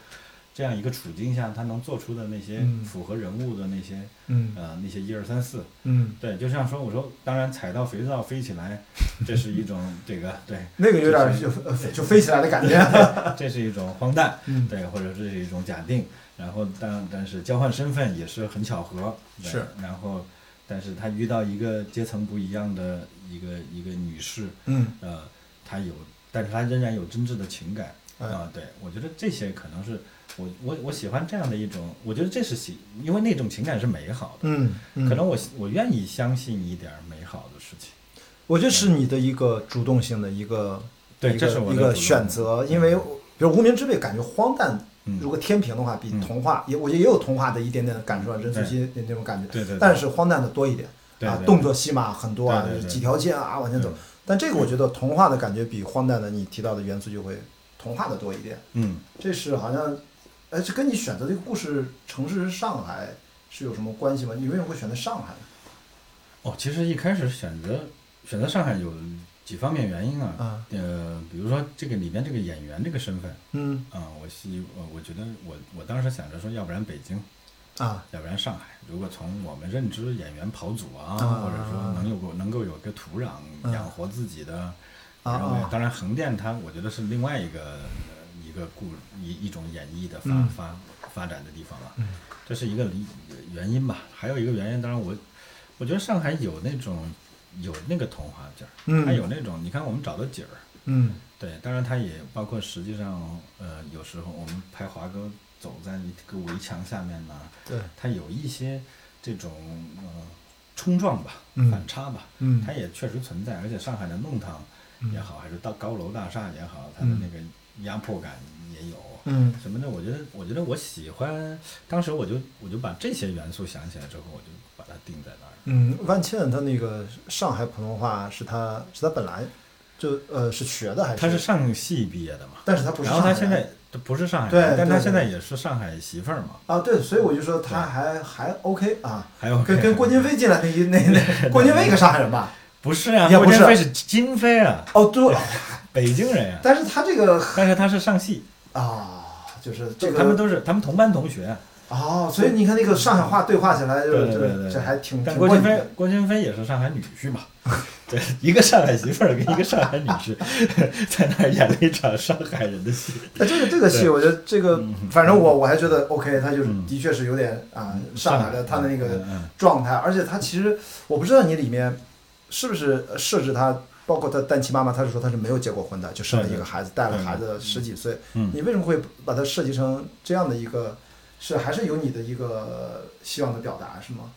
Speaker 2: 这样一个处境下，他能做出的那些
Speaker 3: 嗯
Speaker 2: 符合人物的那些、
Speaker 3: 嗯
Speaker 2: 呃那些一二三四，
Speaker 3: 嗯，
Speaker 2: 对，就像说我说，当然踩到肥皂飞起来，这是一种这个对，
Speaker 3: 那个有点就呃就飞起来的感觉，
Speaker 2: 这是一种荒诞，
Speaker 3: 嗯，
Speaker 2: 对，或者这是一种假定，然后但但是交换身份也是很巧合，对
Speaker 3: 是，
Speaker 2: 然后但是他遇到一个阶层不一样的一个一个女士，
Speaker 3: 嗯，
Speaker 2: 呃，他有，但是他仍然有真挚的情感
Speaker 3: 哎
Speaker 2: 啊、对，我觉得这些可能是我我我喜欢这样的一种，我觉得这是喜，因为那种情感是美好的，
Speaker 3: 嗯，嗯
Speaker 2: 可能我我愿意相信一点儿美好的事情。
Speaker 3: 我觉得是你的一个主动性的一个
Speaker 2: 对
Speaker 3: 一
Speaker 2: 这
Speaker 3: 个
Speaker 2: 是我
Speaker 3: 一
Speaker 2: 的
Speaker 3: 个
Speaker 2: 主动
Speaker 3: 选择，因为比如《无名之辈》感觉荒诞，
Speaker 2: 嗯
Speaker 3: 如果天平的话，比
Speaker 2: 嗯
Speaker 3: 童话也我觉得也有童话的一点点的感受，啊任素
Speaker 2: 对
Speaker 3: 汐那那种感觉，
Speaker 2: 对对对
Speaker 3: 但是荒诞的多一点
Speaker 2: 对
Speaker 3: 啊
Speaker 2: 对，对
Speaker 3: 动作戏码很多啊
Speaker 2: 对对，对嗯
Speaker 3: 几条街啊往前走
Speaker 2: 对。
Speaker 3: 但这个我觉得童话的感觉比荒诞的你提到的元素就会童话的多一点，
Speaker 2: 嗯，
Speaker 3: 这是好像，哎，这跟你选择这个故事城市是上海是有什么关系吗？你为什么会选择上海？
Speaker 2: 哦，其实一开始选择选择上海有几方面原因啊，
Speaker 3: 啊
Speaker 2: 呃，比如说这个里面这个演员这个身份
Speaker 3: 嗯
Speaker 2: 啊、我希呃我觉得我我当时想着说，要不然北京，
Speaker 3: 啊
Speaker 2: 要不然上海。如果从我们认知演员跑组啊，
Speaker 3: 啊
Speaker 2: 或者说能有个能够有个土壤
Speaker 3: 嗯
Speaker 2: 养活自己的，
Speaker 3: 啊
Speaker 2: 然后
Speaker 3: 啊
Speaker 2: 当然横店它我觉得是另外一个呃一个故一一种演绎的发、
Speaker 3: 嗯
Speaker 2: 发发展的地方了
Speaker 3: 嗯，
Speaker 2: 这是一个理原因吧。还有一个原因，当然我我觉得上海有那种有那个童话劲儿，
Speaker 3: 嗯
Speaker 2: 它有那种你看我们找的景儿，
Speaker 3: 嗯
Speaker 2: 对，当然它也包括实际上呃有时候我们拍华哥走在一个围墙下面呢。
Speaker 3: 对
Speaker 2: 它有一些这种呃冲撞吧
Speaker 3: 嗯，
Speaker 2: 反差吧，
Speaker 3: 嗯
Speaker 2: 它也确实存在。而且上海的弄堂也好，还是到高楼大厦也好，它的
Speaker 3: 嗯
Speaker 2: 那个压迫感也有。
Speaker 3: 嗯
Speaker 2: 什么的，我觉得，我觉得我喜欢，当时我就我就把这些元素想起来之后，我就把它定在那儿。
Speaker 3: 嗯，万茜她那个上海普通话是她是她本来就呃是学的还是？
Speaker 2: 他是上戏毕业的嘛，
Speaker 3: 但是她不是
Speaker 2: 然
Speaker 3: 上
Speaker 2: 后
Speaker 3: 海
Speaker 2: 他
Speaker 3: 人。
Speaker 2: 现在不是上海
Speaker 3: 对
Speaker 2: 人，但他
Speaker 3: 对
Speaker 2: 现在也是上海媳妇儿嘛，
Speaker 3: 啊，对，所以我就说她还还 OK 啊，
Speaker 2: 还有
Speaker 3: 跟跟郭京飞进来那一那那郭京飞个上海人吧？
Speaker 2: 不是啊，
Speaker 3: 也
Speaker 2: 郭
Speaker 3: 不
Speaker 2: 京
Speaker 3: 是
Speaker 2: 飞是金飞啊，
Speaker 3: 哦，对，
Speaker 2: 北京人 呀、
Speaker 3: 但是她这个
Speaker 2: 但是他是上戏，
Speaker 3: 啊，就是这
Speaker 2: 他们
Speaker 3: 个
Speaker 2: 都是他们同班同学，
Speaker 3: 哦，所以你看那个上海话对话起来就
Speaker 2: 对对
Speaker 3: 是
Speaker 2: 对
Speaker 3: 这
Speaker 2: 对
Speaker 3: 这还挺
Speaker 2: 但郭
Speaker 3: 挺
Speaker 2: 京
Speaker 3: 过瘾
Speaker 2: 飞
Speaker 3: 的。，
Speaker 2: 郭京飞也是上海女婿嘛， 对，一个上海媳妇儿跟一个上海女婿 在那儿演了一场上海人的戏，
Speaker 3: 哎，这个这个戏，
Speaker 2: 对
Speaker 3: 我觉得这个，反正我我还觉得 OK，他就是
Speaker 2: 嗯
Speaker 3: 的确是有点啊上海的他的那个
Speaker 2: 嗯嗯
Speaker 3: 状态，而且他其实我不知道你里面是不是呃设置他，包括他单亲妈妈，他是说他是没有结过婚的，就生了一个孩子，带了孩子十几岁，
Speaker 2: 嗯
Speaker 3: 你为什么会把它设计成这样的一个？是还是有你的一个希望的表达是吗？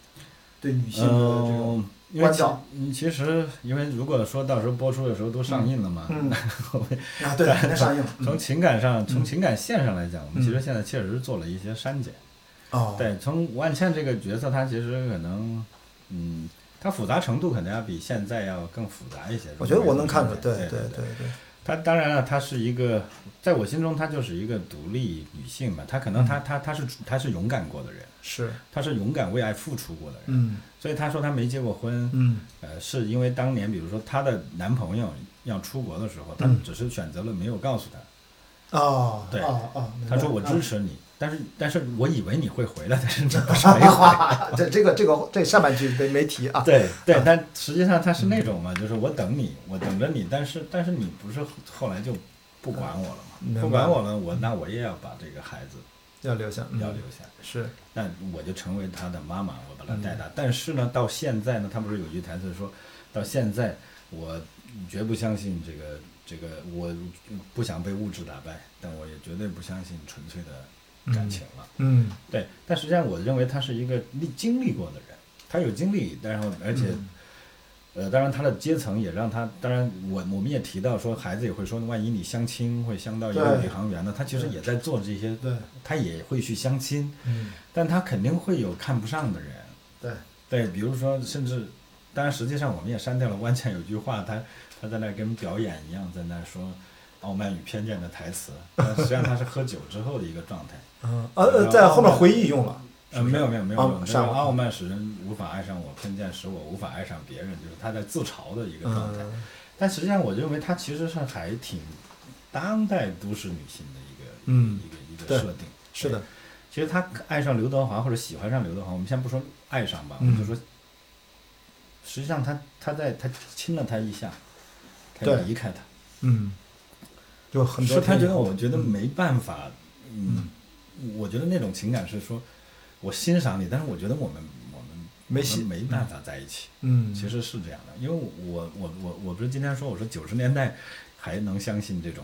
Speaker 3: 对女性的这种，
Speaker 2: 嗯因为
Speaker 3: 关
Speaker 2: 其
Speaker 3: 照
Speaker 2: 嗯其实因为如果说到时候播出的时候都上映了嘛，
Speaker 3: 嗯
Speaker 2: 我们
Speaker 3: 啊，对，肯定上映，
Speaker 2: 从
Speaker 3: 嗯
Speaker 2: 情感上从情感线上来讲，我们
Speaker 3: 嗯
Speaker 2: 其实现在确实做了一些删减。
Speaker 3: 哦，
Speaker 2: 对，从吴万茜这个角色，她其实可能，嗯，她复杂程度可能要比现在要更复杂一些。
Speaker 3: 我觉得我能看出，
Speaker 2: 出，
Speaker 3: 对
Speaker 2: 对
Speaker 3: 对对对，
Speaker 2: 她当然了，她是一个，在我心中她就是一个独立女性嘛。她可能
Speaker 3: 嗯
Speaker 2: 她她她是她是勇敢过的人，
Speaker 3: 是，
Speaker 2: 她是勇敢为爱付出过的人。
Speaker 3: 嗯
Speaker 2: 所以她说她没结过婚，
Speaker 3: 嗯
Speaker 2: 呃，是因为当年比如说她的男朋友要出国的时候，她
Speaker 3: 嗯
Speaker 2: 只是选择了没有告诉他，
Speaker 3: 哦，
Speaker 2: 对
Speaker 3: 哦哦，明白
Speaker 2: 她说我支
Speaker 3: 啊
Speaker 2: 持你，但是但是我以为你会回来，但 是你不是没回来。
Speaker 3: 啊，这这个这个这上半句没没提啊，
Speaker 2: 对对，但实际上他是那
Speaker 3: 嗯
Speaker 2: 种嘛，就是我等你，我等着你，但是但是你不是后后来就不管我了嘛？
Speaker 3: 明白
Speaker 2: 不管我了，我那我也要把这个孩子
Speaker 3: 要留下，嗯
Speaker 2: 要留下。
Speaker 3: 是
Speaker 2: 那我就成为他的妈妈，我
Speaker 3: 嗯
Speaker 2: 把他带大。但是呢，到现在呢，他不是有一句台词说，到现在我绝不相信这个这个，我不想被物质打败，但我也绝对不相信纯粹的感情了。
Speaker 3: 嗯
Speaker 2: 对，但实际上我认为他是一个历经历过的人，他有经历，然后而且、
Speaker 3: 嗯
Speaker 2: 呃，当然他的阶层也让他，当然我我们也提到说，孩子也会说，万一你相亲会相到一个
Speaker 3: 对
Speaker 2: 宇航员呢，他其实也在做这些，
Speaker 3: 对，
Speaker 2: 他也会去相亲。
Speaker 3: 嗯
Speaker 2: 但他肯定会有看不上的人。
Speaker 3: 对
Speaker 2: 对，比如说，甚至，当然，实际上我们也删掉了。关键有句话，他他在那跟表演一样，在那说《傲慢与偏见》的台词，但实际上他是喝酒之后的一个状 态。
Speaker 3: 嗯呃呃，在后面回忆用了，
Speaker 2: 呃，没有没有没有，
Speaker 3: 傲
Speaker 2: 没有
Speaker 3: 善
Speaker 2: 这个
Speaker 3: 忘
Speaker 2: 傲慢使人无法爱上我，偏见使我无法爱上别人，就是他在自嘲的一个状态。
Speaker 3: 嗯
Speaker 2: 但实际上，我认为他其实是还挺当代都市女性的一个、
Speaker 3: 嗯
Speaker 2: 一个一
Speaker 3: 对
Speaker 2: 个设定。
Speaker 3: 是的，
Speaker 2: 其实他爱上刘德华或者喜欢上刘德华，我们先不说爱上
Speaker 3: 嗯
Speaker 2: 吧，我们就说，实际上他他在他亲了他一下，他
Speaker 3: 对
Speaker 2: 离开他，
Speaker 3: 嗯，就很多
Speaker 2: 是他
Speaker 3: 天以
Speaker 2: 觉得
Speaker 3: 后
Speaker 2: 我觉得没办法，嗯，我觉得那种情感是说，我欣赏你，但是我觉得我们我们
Speaker 3: 没
Speaker 2: 我
Speaker 3: 戏
Speaker 2: 嗯们没办法在一起，
Speaker 3: 嗯，
Speaker 2: 其实是这样的，因为我我我我不是今天说我说九十年代还能相信这种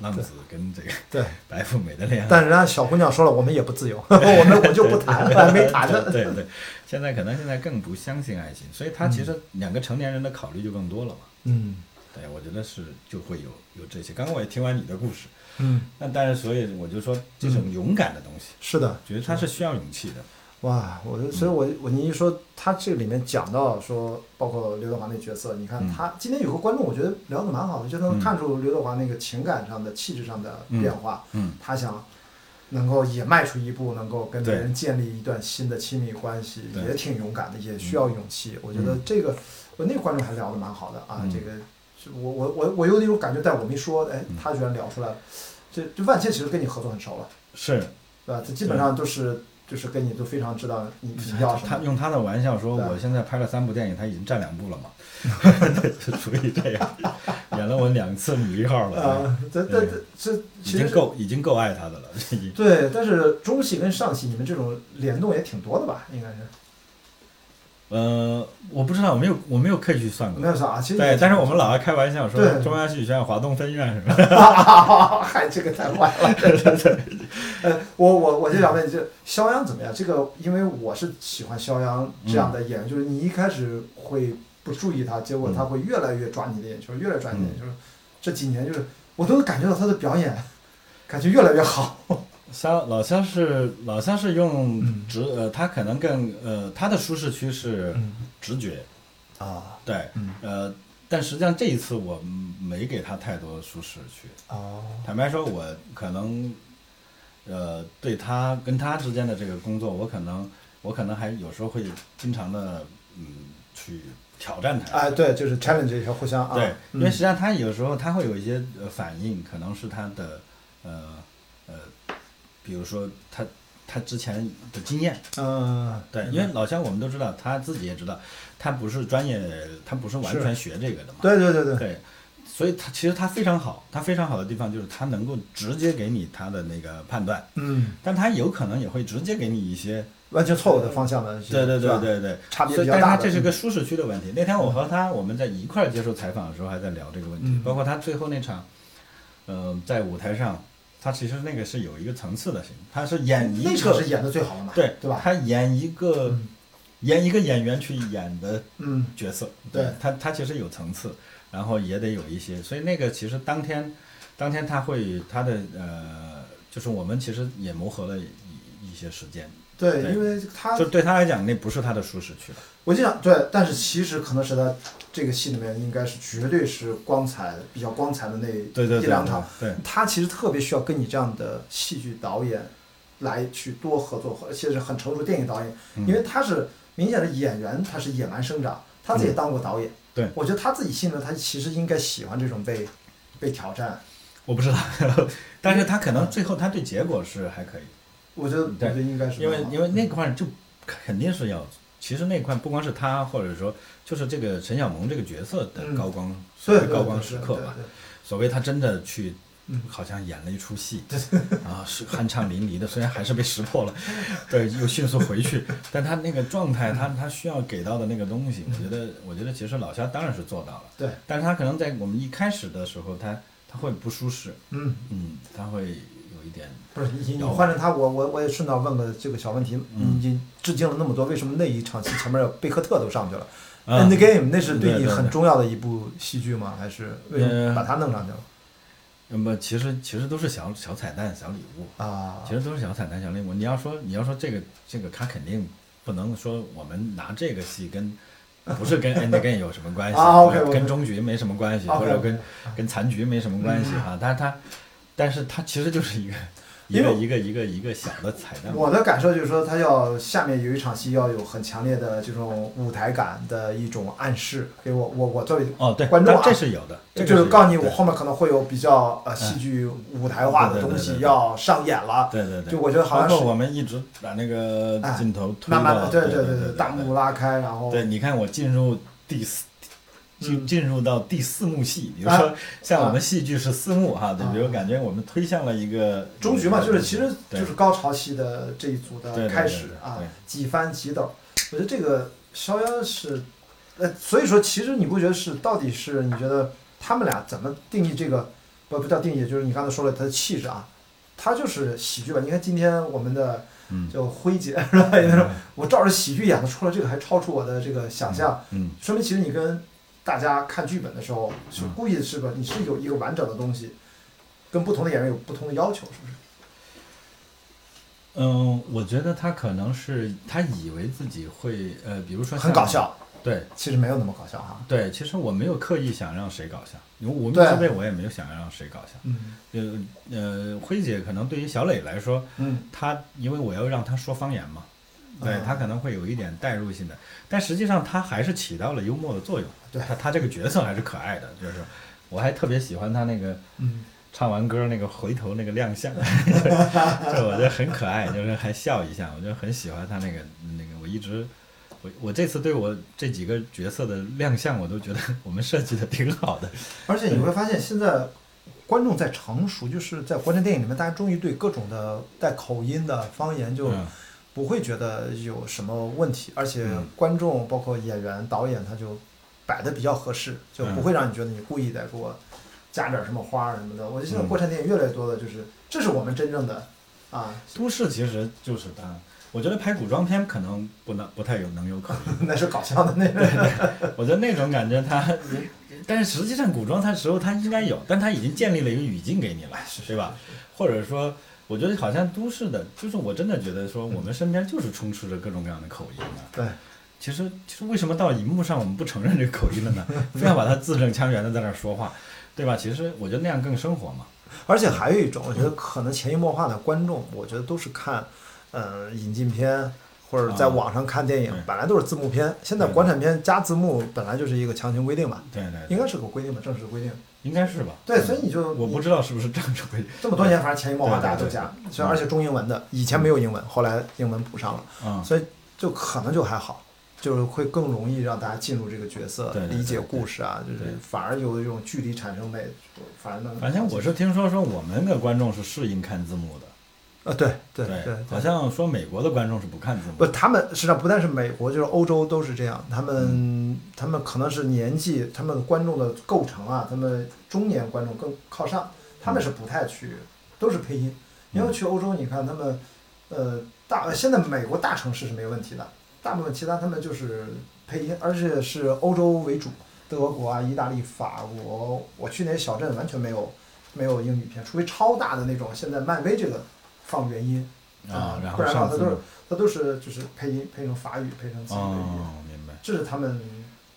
Speaker 2: 浪子跟这个
Speaker 3: 对，
Speaker 2: 白富美的恋爱，
Speaker 3: 但人家小姑娘说了，我们也不自由， 我们我就不谈 了，没谈呢。
Speaker 2: 对对，现在可能现在更不相信爱情，所以他其实两个成年人的考虑就更多了嘛。
Speaker 3: 嗯
Speaker 2: 对，我觉得是就会有有这些。刚刚我也听完你的故事，
Speaker 3: 嗯，
Speaker 2: 那但是所以我就说这种勇敢的东西，
Speaker 3: 是的，
Speaker 2: 觉得它是需要勇气的。
Speaker 3: 哇，我就所以我，我你一说他这里面讲到说，包括刘德华那角色，你
Speaker 2: 嗯
Speaker 3: 看他、今天有个观众，我觉得聊得蛮好的，就能看出刘德华那个情感上的、气质上的变化。
Speaker 2: 嗯，
Speaker 3: 他想能够也迈出一步，能够跟别
Speaker 2: 对
Speaker 3: 人建立一段新的亲密关系，
Speaker 2: 对嗯
Speaker 3: 也挺勇敢的，也需要勇气。我觉得这个，我那个观众还聊得蛮好的啊，
Speaker 2: 嗯
Speaker 3: 这个是我我我我有那种感觉，但我没说，哎，他居然聊出来了。这这万茜其实跟你合作很熟了。
Speaker 2: 是，
Speaker 3: 对吧？他基本上都是就是跟你都非常知道你你要什
Speaker 2: 他
Speaker 3: 么。
Speaker 2: 用他的玩笑说，
Speaker 3: 对
Speaker 2: 我现在拍了三部电影，他已经占两部了 嘛，就属于这样，演了我两次女一号了，
Speaker 3: 呃，这这这这
Speaker 2: 已
Speaker 3: 其实
Speaker 2: 经
Speaker 3: 是
Speaker 2: 够已经够爱他的了，已经。
Speaker 3: 对，但是中戏跟上戏你们这种联动也挺多的吧？应该是
Speaker 2: 呃，我不知道，我没有我没有刻意去算过
Speaker 3: 没。有啥，其实
Speaker 2: 对， 但是我们老爱开玩笑说
Speaker 3: 对
Speaker 2: 中央戏剧学院华东分院什 么的，
Speaker 3: 嗨，这个太坏了。呃，我我我就想问你，这肖央怎么样？这个因为我是喜欢肖央这样的
Speaker 2: 嗯
Speaker 3: 演员，就是你一开始会不注意他，结果他会越来越抓你的眼球，越来越抓你的
Speaker 2: 嗯
Speaker 3: 眼球。这几年就是我都能感觉到他的表演，感觉越来越 好。
Speaker 2: 肖老肖是老肖是用直呃，他可能更呃，他的舒适区是直觉，
Speaker 3: 啊，
Speaker 2: 对
Speaker 3: 嗯，
Speaker 2: 呃，但实际上这一次我没给他太多舒适区。
Speaker 3: 哦，
Speaker 2: 坦白说，我可能呃，对他跟他之间的这个工作，我可能我可能还有时候会经常的嗯去挑战他。
Speaker 3: 哎，对，就是 challenge 一下互相啊。
Speaker 2: 对，因为
Speaker 3: 嗯
Speaker 2: 实际上他有时候他会有一些呃反应，可能是他的呃呃，比如说他他之前的经验，
Speaker 3: 嗯，
Speaker 2: 对，因为老乡我们都知道，他自己也知道，他不是专业，他不是完
Speaker 3: 是
Speaker 2: 全学这个的嘛，
Speaker 3: 对对对对，
Speaker 2: 对，所以他其实他非常好，他非常好的地方就是他能够直接给你他的那个判断，
Speaker 3: 嗯，
Speaker 2: 但他有可能也会直接给你一些
Speaker 3: 完全错误的方向的，
Speaker 2: 对对
Speaker 3: 是
Speaker 2: 对
Speaker 3: 吧，
Speaker 2: 对对，
Speaker 3: 差别
Speaker 2: 所以
Speaker 3: 比较
Speaker 2: 但是他
Speaker 3: 大的嗯
Speaker 2: 这是个舒适区的问题。那天我和他我们在一块儿接受采访的时候还在聊这个问题，
Speaker 3: 嗯
Speaker 2: 包括他最后那场，呃，在舞台上，他其实那个是有一个层次的，他是演一
Speaker 3: 那场
Speaker 2: 个
Speaker 3: 是演的最好的嘛，
Speaker 2: 对
Speaker 3: 对吧？
Speaker 2: 他演一个、
Speaker 3: 嗯
Speaker 2: 演一个演员去演的
Speaker 3: 嗯，
Speaker 2: 角色，
Speaker 3: 对
Speaker 2: 他他其实有层次，然后也得有一些，所以那个其实当天当天他会他的呃，就是我们其实也磨合了一一些时间，
Speaker 3: 对，
Speaker 2: 对
Speaker 3: 因为他
Speaker 2: 就对他来讲那不是他的舒适区了。
Speaker 3: 我就想对，但是其实可能是他这个戏里面应该是绝对是光彩比较光彩的那
Speaker 2: 对对对
Speaker 3: 一两场，
Speaker 2: 对对
Speaker 3: 他其实特别需要跟你这样的戏剧导演来去多合作，而且是很成熟的电影导演，
Speaker 2: 嗯
Speaker 3: 因为他是明显的演员，他是野蛮生长，他自己也当过导演，
Speaker 2: 对
Speaker 3: 我觉得他自己心里面他其实应该喜欢这种被被挑战，
Speaker 2: 我不知道， 但是他可能最后他对结果是还可以，
Speaker 3: 我觉得我觉
Speaker 2: 嗯对
Speaker 3: 得应该是
Speaker 2: 因为
Speaker 3: 蛮好
Speaker 2: 因为那块儿就肯定是要，其实那块不光是他，或者说就是这个陈小萌这个角色的
Speaker 3: 嗯
Speaker 2: 高光，所
Speaker 3: 对
Speaker 2: 谓
Speaker 3: 对
Speaker 2: 高
Speaker 3: 对
Speaker 2: 光
Speaker 3: 对
Speaker 2: 时
Speaker 3: 对
Speaker 2: 刻
Speaker 3: 对
Speaker 2: 吧，
Speaker 3: 对
Speaker 2: 所谓他真的去好像演了一出戏，然后是酣畅淋漓的，虽然还是被识破了， 对，又迅速回去， 但他那个状态，他他需要给到的那个东西，我觉得，我觉得其实老肖当然是做到了，
Speaker 3: 对，
Speaker 2: 但是他可能在我们一开始的时候，他他会不舒适，
Speaker 3: 嗯，
Speaker 2: 嗯，他会有一点，
Speaker 3: 不是你你
Speaker 2: 有嗯
Speaker 3: 换成他，我我我也顺道问个这个小问题，你你致敬了那么多，为什么那一场戏前面有贝克特都上去了
Speaker 2: 啊
Speaker 3: 嗯？End Game 那是
Speaker 2: 对
Speaker 3: 对你
Speaker 2: 对
Speaker 3: 很
Speaker 2: 对
Speaker 3: 重要的一部戏剧吗？还是为什么
Speaker 2: 呃
Speaker 3: 把他弄上去了
Speaker 2: 那么嗯其实其实都是小小彩蛋、小礼物，
Speaker 3: 啊
Speaker 2: 其？实都是小彩蛋、小礼物。你要说你要说这个这个，他肯定不能说我们拿这个戏跟不是 跟 end game 有什么关系，
Speaker 3: 啊，OK，
Speaker 2: 或者
Speaker 3: OK
Speaker 2: 跟终局没什么关系，
Speaker 3: 啊 OK，
Speaker 2: 或者
Speaker 3: OK 嗯
Speaker 2: 跟跟残局没什么关系哈。但是他但是他其实就是一个一
Speaker 3: 因为
Speaker 2: 个一个一个一个小的彩蛋。
Speaker 3: 我的感受就是说，他要下面有一场戏要有很强烈的这种舞台感的一种暗示给我，我我作为
Speaker 2: 哦，对，
Speaker 3: 观众啊
Speaker 2: 但这是有的，这个
Speaker 3: 就是是告诉你，
Speaker 2: 有的
Speaker 3: 我后面可能会有比较呃戏剧舞台化的
Speaker 2: 对对对
Speaker 3: 东
Speaker 2: 对
Speaker 3: 西
Speaker 2: 对
Speaker 3: 要上演了。
Speaker 2: 对对对，
Speaker 3: 就我觉得好像
Speaker 2: 包括
Speaker 3: 是
Speaker 2: 我们一直把那个
Speaker 3: 哎
Speaker 2: 镜头推
Speaker 3: 慢慢
Speaker 2: 到
Speaker 3: 的，对
Speaker 2: 对
Speaker 3: 对
Speaker 2: 对
Speaker 3: 对，大幕拉开，然后
Speaker 2: 对，你看我进入第四。进
Speaker 3: 嗯
Speaker 2: 进入到第四幕戏，比如
Speaker 3: 啊
Speaker 2: 说像我
Speaker 3: 啊
Speaker 2: 们戏剧是四幕哈，就比如感觉我们推向了一个
Speaker 3: 终局嘛，就是其实
Speaker 2: 对
Speaker 3: 就是高潮期的这一组
Speaker 2: 对
Speaker 3: 的
Speaker 2: 对对
Speaker 3: 开始
Speaker 2: 对对
Speaker 3: 啊
Speaker 2: 对，
Speaker 3: 几番几斗，我觉得这个逍遥是，呃，所以说其实你不觉得是到底是你觉得他们俩怎么定义这个，不不叫定义，就是你刚才说了他的气质啊，他就是喜剧吧？你看今天我们的
Speaker 2: 嗯
Speaker 3: 就辉姐是吧？有那种我照着喜剧演的出来，这个还超出我的这个想象，
Speaker 2: 嗯
Speaker 3: 说明其实你跟大家看剧本的时候是故意是吧？你是有一个完整的东西，跟不同的演员有不同的要求，是不是？
Speaker 2: 嗯，我觉得他可能是他以为自己会呃，比如说像
Speaker 3: 很搞，笑，
Speaker 2: 对
Speaker 3: 其实没有那么搞笑哈。
Speaker 2: 对，其实我没有刻意想让谁搞笑，因为我们
Speaker 3: 对
Speaker 2: 自备我也没有想让谁搞笑，
Speaker 3: 嗯
Speaker 2: 呃呃，辉姐可能对于小磊来说，
Speaker 3: 嗯，
Speaker 2: 他因为我要让他说方言嘛，对
Speaker 3: 嗯
Speaker 2: 他可能会有一点代入性的，但实际上他还是起到了幽默的作用。
Speaker 3: 对
Speaker 2: 他他这个角色还是可爱的，就是我还特别喜欢他那个
Speaker 3: 嗯，
Speaker 2: 唱完歌那个回头那个亮 相，这我觉得很可爱，就是还笑一下，我就很喜欢他那个那个，我一直。我我这次对我这几个角色的亮相，我都觉得 我们设计的挺好的。
Speaker 3: 而且你会发现现在观众在成熟，就是在国产电影里面，大家终于对各种的带口音的方言就
Speaker 2: 嗯
Speaker 3: 不会觉得有什么问题，而且
Speaker 2: 嗯
Speaker 3: 观众包括演员、导演他就摆的比较合适，就不
Speaker 2: 嗯
Speaker 3: 会让你觉得你故意在给我加点什么花儿什么的。我觉得现在
Speaker 2: 嗯
Speaker 3: 国产电影越来越多的就是，这是我们真正的啊，
Speaker 2: 都市其实就是他，我觉得拍古装片可能不能不太有能有可能。
Speaker 3: 那是搞笑的那个。
Speaker 2: 我觉得那种感觉它，但是实际上古装它时候它应该有，但它已经建立了一个语境给你了，对吧？或者说，我觉得好像都市的，就是我真的觉得说，我们身边就是充斥着各种各样的口音的。
Speaker 3: 对，
Speaker 2: 其实，其实为什么到荧幕上我们不承认这个口音了呢？非要把它字正腔圆的在那儿说话，对吧？其实我觉得那样更生活嘛。
Speaker 3: 而且还有一种，我觉得可能潜移默化的观众，我觉得都是看，呃，引进片或者在
Speaker 2: 啊
Speaker 3: 网上看电影
Speaker 2: 对，
Speaker 3: 本来都是字幕片，现在
Speaker 2: 对
Speaker 3: 国产片加字幕本来就是一个强行规定吧，
Speaker 2: 对对对
Speaker 3: 应该是个规定吧，正式规定。
Speaker 2: 应该是吧？嗯
Speaker 3: 对，所以你就
Speaker 2: 我不知道是不是正式规定。
Speaker 3: 这么多年，反正潜移默化
Speaker 2: 对对
Speaker 3: 大家都
Speaker 2: 对
Speaker 3: 加，所以而且中英文的，以前没有英文，后来英文补上了，
Speaker 2: 嗯，
Speaker 3: 所以就可能就还好，就是会更容易让大家进入这个角色
Speaker 2: 对，对对
Speaker 3: 理解
Speaker 2: 对
Speaker 3: 故事啊，就是
Speaker 2: 对
Speaker 3: 反而有一种距离产生美，反而能。
Speaker 2: 反正我是听说说我们的观众是适应看字幕的。
Speaker 3: 啊，对对对，对
Speaker 2: 好像说美国的观众是不看字幕
Speaker 3: 不，
Speaker 2: 的，
Speaker 3: 他们实际上不但是美国，就是欧洲都是这样。他们、他们可能是年纪，他们观众的构成啊，他们中年观众更靠上，他们是不太去，都是配音。因为去欧洲，你看他们，呃，大现在美国大城市是没问题的，大部分其他他们就是配音，而且是欧洲为主，德国啊、意大利、法国，我去那些小镇完全没有没有英语片，除非超大的那种。现在漫威这个放原音
Speaker 2: 啊，然
Speaker 3: 不
Speaker 2: 后
Speaker 3: 然的话
Speaker 2: 上
Speaker 3: 它
Speaker 2: 字
Speaker 3: 都是
Speaker 2: 幕，
Speaker 3: 它都是就是配音配成法语，配成自己的语言，
Speaker 2: 哦，明白，
Speaker 3: 这是他们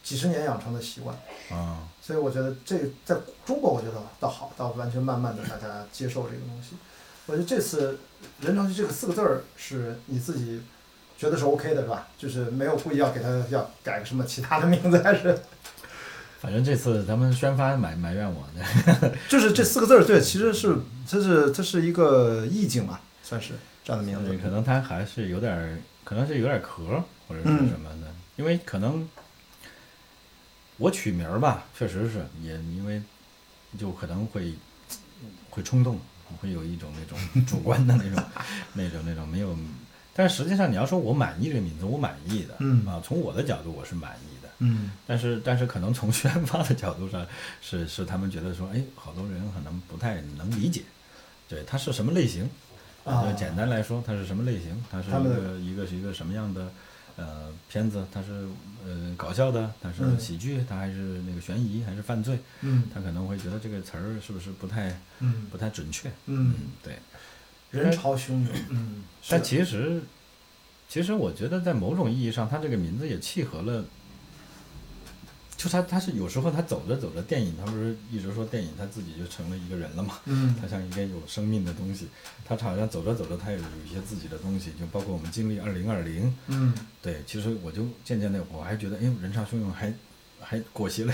Speaker 3: 几十年养成的习惯。
Speaker 2: 啊，
Speaker 3: 所以我觉得这在中国，我觉得倒好，倒完全慢慢的大家接受这个东西。我觉得这次“人潮剧”这个四个字儿是你自己觉得是 OK 的，是吧？就是没有故意要给它要改个什么其他的名字，还是
Speaker 2: 反正这次咱们宣发埋埋怨我呢，
Speaker 3: 就是这四个字儿，对，其实是这是这是一个意境吧，算是这样的名
Speaker 2: 对可
Speaker 3: 字。
Speaker 2: 能他还是有点儿，可能是有点儿壳儿或者
Speaker 3: 嗯
Speaker 2: 是什么的，因为可能我取名儿吧，确实是也因为就可能会会冲动，会有一种那 种主观的那种、那种、那种没有。但是实际上，你要说我满意这个名字，我满意的，
Speaker 3: 嗯
Speaker 2: 啊，从我的角度我是满意的。
Speaker 3: 嗯
Speaker 2: 但是，但是可能从宣发的角度上，是是他们觉得说，哎，好多人可能不太能理解，对它是什么类型
Speaker 3: 啊
Speaker 2: 就呃简单来说，它是什么类型？它是
Speaker 3: 他
Speaker 2: 一
Speaker 3: 们
Speaker 2: 个一个是一个什么样的呃片子？它是呃搞笑的，它是
Speaker 3: 嗯
Speaker 2: 喜剧，它还是那个悬疑，还是犯罪？
Speaker 3: 嗯
Speaker 2: 他可能会觉得这个词儿是不是不太
Speaker 3: 嗯
Speaker 2: 不太准确？
Speaker 3: 嗯，
Speaker 2: 对。
Speaker 3: 人潮汹涌，嗯，是
Speaker 2: 但
Speaker 3: 的
Speaker 2: 其实，其实我觉得在某种意义上，它这个名字也契合了，就它它是有时候它走着走着，电影它不是一直说电影它自己就成了一个人了嘛？
Speaker 3: 嗯
Speaker 2: 它像一个有生命的东西，它好像走着走着，它也有一些自己的东西，就包括我们经历二零二零，
Speaker 3: 嗯
Speaker 2: 对，其实我就渐渐的，我还觉得，哎呦，人潮汹涌还还裹挟了，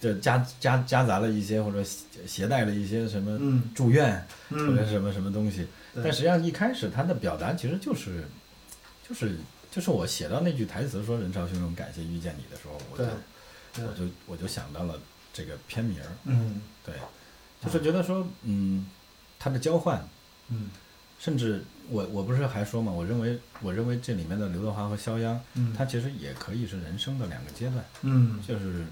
Speaker 2: 这夹夹夹杂了一些或者携携带了一些什么
Speaker 3: 嗯
Speaker 2: 住院、或者
Speaker 3: 嗯，
Speaker 2: 什么什么东西。
Speaker 3: 对
Speaker 2: 但实际上一开始他的表达其实就是就是就是我写到那句台词说“人潮汹涌，感谢遇见你”的时候，我
Speaker 3: 对
Speaker 2: 就
Speaker 3: 对
Speaker 2: 我，就我就想到了这个片名儿，
Speaker 3: 嗯
Speaker 2: 对，就是觉得说，嗯，它的交换
Speaker 3: 嗯
Speaker 2: 甚至我我不是还说嘛，我认为我认为这里面的刘德华和肖央，
Speaker 3: 嗯，
Speaker 2: 他其实也可以是人生的两个阶段，
Speaker 3: 嗯
Speaker 2: 就是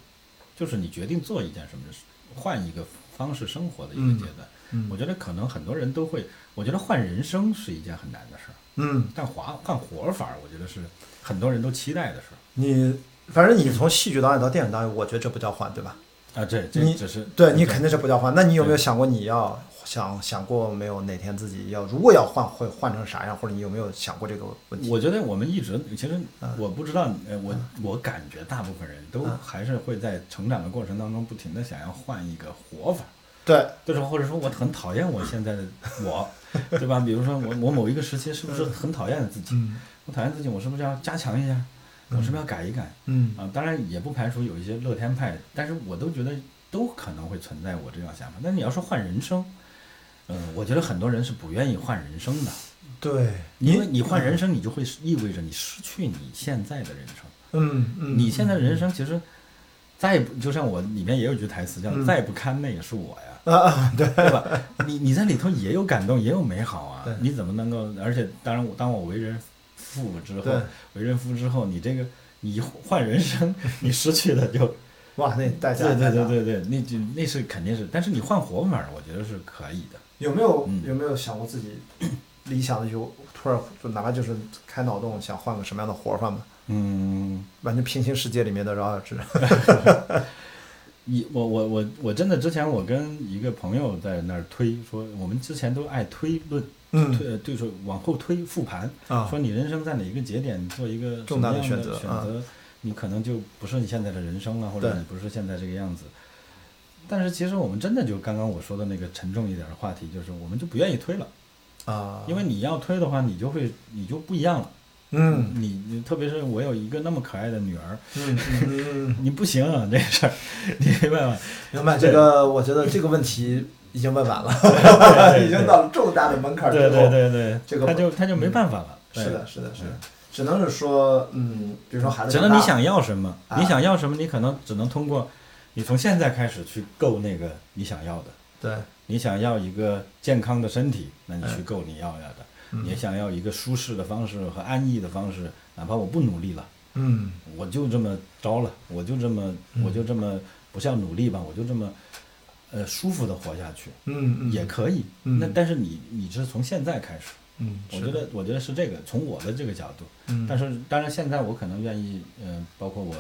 Speaker 2: 就是你决定做一件什么事，换一个方式生活的一
Speaker 3: 嗯
Speaker 2: 个阶段。
Speaker 3: 嗯，
Speaker 2: 我
Speaker 3: 觉
Speaker 2: 觉得可能很多人都会，我觉得换人生是一件很难的事儿，
Speaker 3: 嗯，
Speaker 2: 但换换活法儿，我觉得是很多人都期待的事儿
Speaker 3: 你反正你从戏剧导演到电影导演，我觉得这不叫换，对吧？
Speaker 2: 啊。这
Speaker 3: 你
Speaker 2: 这只是
Speaker 3: 对你肯定是不叫换。那你有没有
Speaker 2: 对
Speaker 3: 想过你要想想过没有？哪天自己要如果要换会换成啥样，或者你有没有想过这个问题？
Speaker 2: 我觉得我们一直其实
Speaker 3: 嗯
Speaker 2: 我不知道，呃，我我感觉大部分人都
Speaker 3: 嗯
Speaker 2: 还是会在成长的过程当中不停的想要换一个活法儿，
Speaker 3: 对，
Speaker 2: 就是或者说我很讨厌我现在的 我，对吧？比如说我我某一个时期是不是很讨厌自己？
Speaker 3: 嗯
Speaker 2: 我讨厌自己，我是不是要加强一下？我是不是要改一改？
Speaker 3: 嗯
Speaker 2: 啊，当然也不排除有一些乐天派，但是我都觉得都可能会存在我这样想法。但你要说换人生，嗯、我觉得很多人是不愿意换人生的，
Speaker 3: 对，
Speaker 2: 因为你换人生，你就会失意味着你失去你现在的人生。
Speaker 3: 嗯嗯，
Speaker 2: 你现在的人生其实再不，就像我里面也有一句台词叫“
Speaker 3: 嗯
Speaker 2: 再不堪那也是我呀”，
Speaker 3: 啊啊对，
Speaker 2: 对吧？你你在里头也有感动，也有美好啊
Speaker 3: 对。
Speaker 2: 你怎么能够？而且，当然我，当我为人父之后
Speaker 3: 对，
Speaker 2: 为人夫之后，你这个你换人生， 你失去的就
Speaker 3: 哇，那代价
Speaker 2: 对对
Speaker 3: 太
Speaker 2: 对
Speaker 3: 大
Speaker 2: 对对，那就那是肯定是，但是你换活法儿，我觉得是可以的。
Speaker 3: 有没有
Speaker 2: 嗯
Speaker 3: 有没有想过自己 理想的就突然就哪怕就是开脑洞想换个什么样的活法吗？
Speaker 2: 嗯，
Speaker 3: 完全平行世界里面的饶 小志，
Speaker 2: 一我我我我真的之前我跟一个朋友在那儿推说，我们之前都爱推论，
Speaker 3: 嗯
Speaker 2: 推呃对说往后推复盘，
Speaker 3: 啊
Speaker 2: 说你人生在哪一个节点做一个
Speaker 3: 重大的
Speaker 2: 什么样
Speaker 3: 选择
Speaker 2: 选
Speaker 3: 啊
Speaker 2: 择，你可能就不是你现在的人生了，或者
Speaker 3: 对
Speaker 2: 你不是现在这个样子。但是其实我们真的就刚刚我说的那个沉重一点的话题，就是我们就不愿意推了，
Speaker 3: 啊，
Speaker 2: 因为你要推的话，你就会你就不一样了。
Speaker 3: 嗯
Speaker 2: 你你特别是我有一个那么可爱的女儿，
Speaker 3: 嗯嗯。
Speaker 2: 你不行、啊、这事儿，你明白吗？
Speaker 3: 明白
Speaker 2: 对
Speaker 3: 这个，我觉得这个问题已经问完了，
Speaker 2: 对对
Speaker 3: 已经到了重大的门槛儿之后。
Speaker 2: 对对对对，
Speaker 3: 这个嗯
Speaker 2: 他就他就没办法了。对
Speaker 3: 是的，，是的，是的，只能是说，嗯，比如说孩子
Speaker 2: 只
Speaker 3: 长大
Speaker 2: 能你想要什么，
Speaker 3: 啊
Speaker 2: 你想要什么，你可能只能通过你从现在开始去够那个你想要的。
Speaker 3: 对，
Speaker 2: 你想要一个健康的身体，那你去
Speaker 3: 嗯
Speaker 2: 够你要要的。
Speaker 3: 嗯
Speaker 2: 你想要一个舒适的方式和安逸的方式，哪怕我不努力了，
Speaker 3: 嗯
Speaker 2: 我就这么着了，我就这么，我就这么不叫努力吧，我就这么，呃，舒服的活下去。
Speaker 3: 嗯嗯，
Speaker 2: 也可以。
Speaker 3: 嗯
Speaker 2: 那但是你你是从现在开始，
Speaker 3: 嗯，
Speaker 2: 我
Speaker 3: 是
Speaker 2: 觉
Speaker 3: 的，
Speaker 2: 得我觉得是这个，从我的这个角度。
Speaker 3: 嗯，
Speaker 2: 但是当然现在我可能愿意，嗯、包括我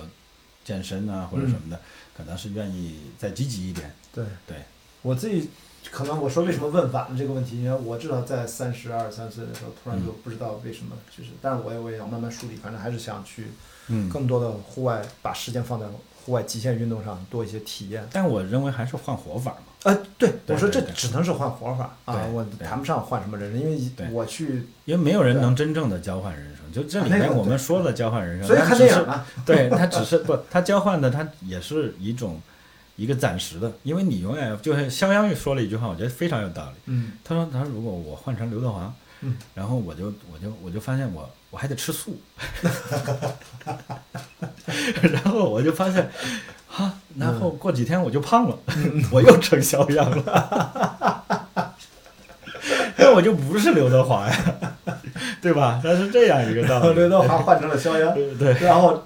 Speaker 2: 健身啊或者什么
Speaker 3: 嗯
Speaker 2: 的，可能是愿意再积极一点。
Speaker 3: 对
Speaker 2: 对，
Speaker 3: 我自己可能我说为什么问晚了这个问题，因为我至少在三十二三岁的时候，突
Speaker 2: 嗯
Speaker 3: 然就不知道为什么，就是，但是我也我也要慢慢梳理，反正还是想去
Speaker 2: 嗯。
Speaker 3: 更多的户外，把时间放在户外极限运动上，多一些体验。
Speaker 2: 但我认为还是换活法嘛。
Speaker 3: 呃，对，
Speaker 2: 对
Speaker 3: 我说这
Speaker 2: 对对
Speaker 3: 只能是换活法啊，
Speaker 2: 对
Speaker 3: 我
Speaker 2: 对
Speaker 3: 谈不上换什么人生，因为
Speaker 2: 对
Speaker 3: 我去，
Speaker 2: 因为没有人能真正的交换人生，就这里
Speaker 3: 啊那
Speaker 2: 面
Speaker 3: 个
Speaker 2: 我们说了交换人生，
Speaker 3: 所以
Speaker 2: 它
Speaker 3: 看
Speaker 2: 只
Speaker 3: 电影
Speaker 2: 是
Speaker 3: 啊，
Speaker 2: 对它 只是不，它交换的它也是一种一个暂时的，因为你永远就是肖央说了一句话，我觉得非常有道理。
Speaker 3: 嗯
Speaker 2: 他说：“他说如果我换成刘德华，
Speaker 3: 嗯
Speaker 2: 然后我就我就我就发现我我还得吃素， 然后我就发现，
Speaker 3: 嗯
Speaker 2: 啊，然后过几天我就胖了，我又成肖央了。 我就不是刘德华呀，对吧？它是这样一个 道理。
Speaker 3: 呃刘德华换成了 萧炎，
Speaker 2: 对对
Speaker 3: 然后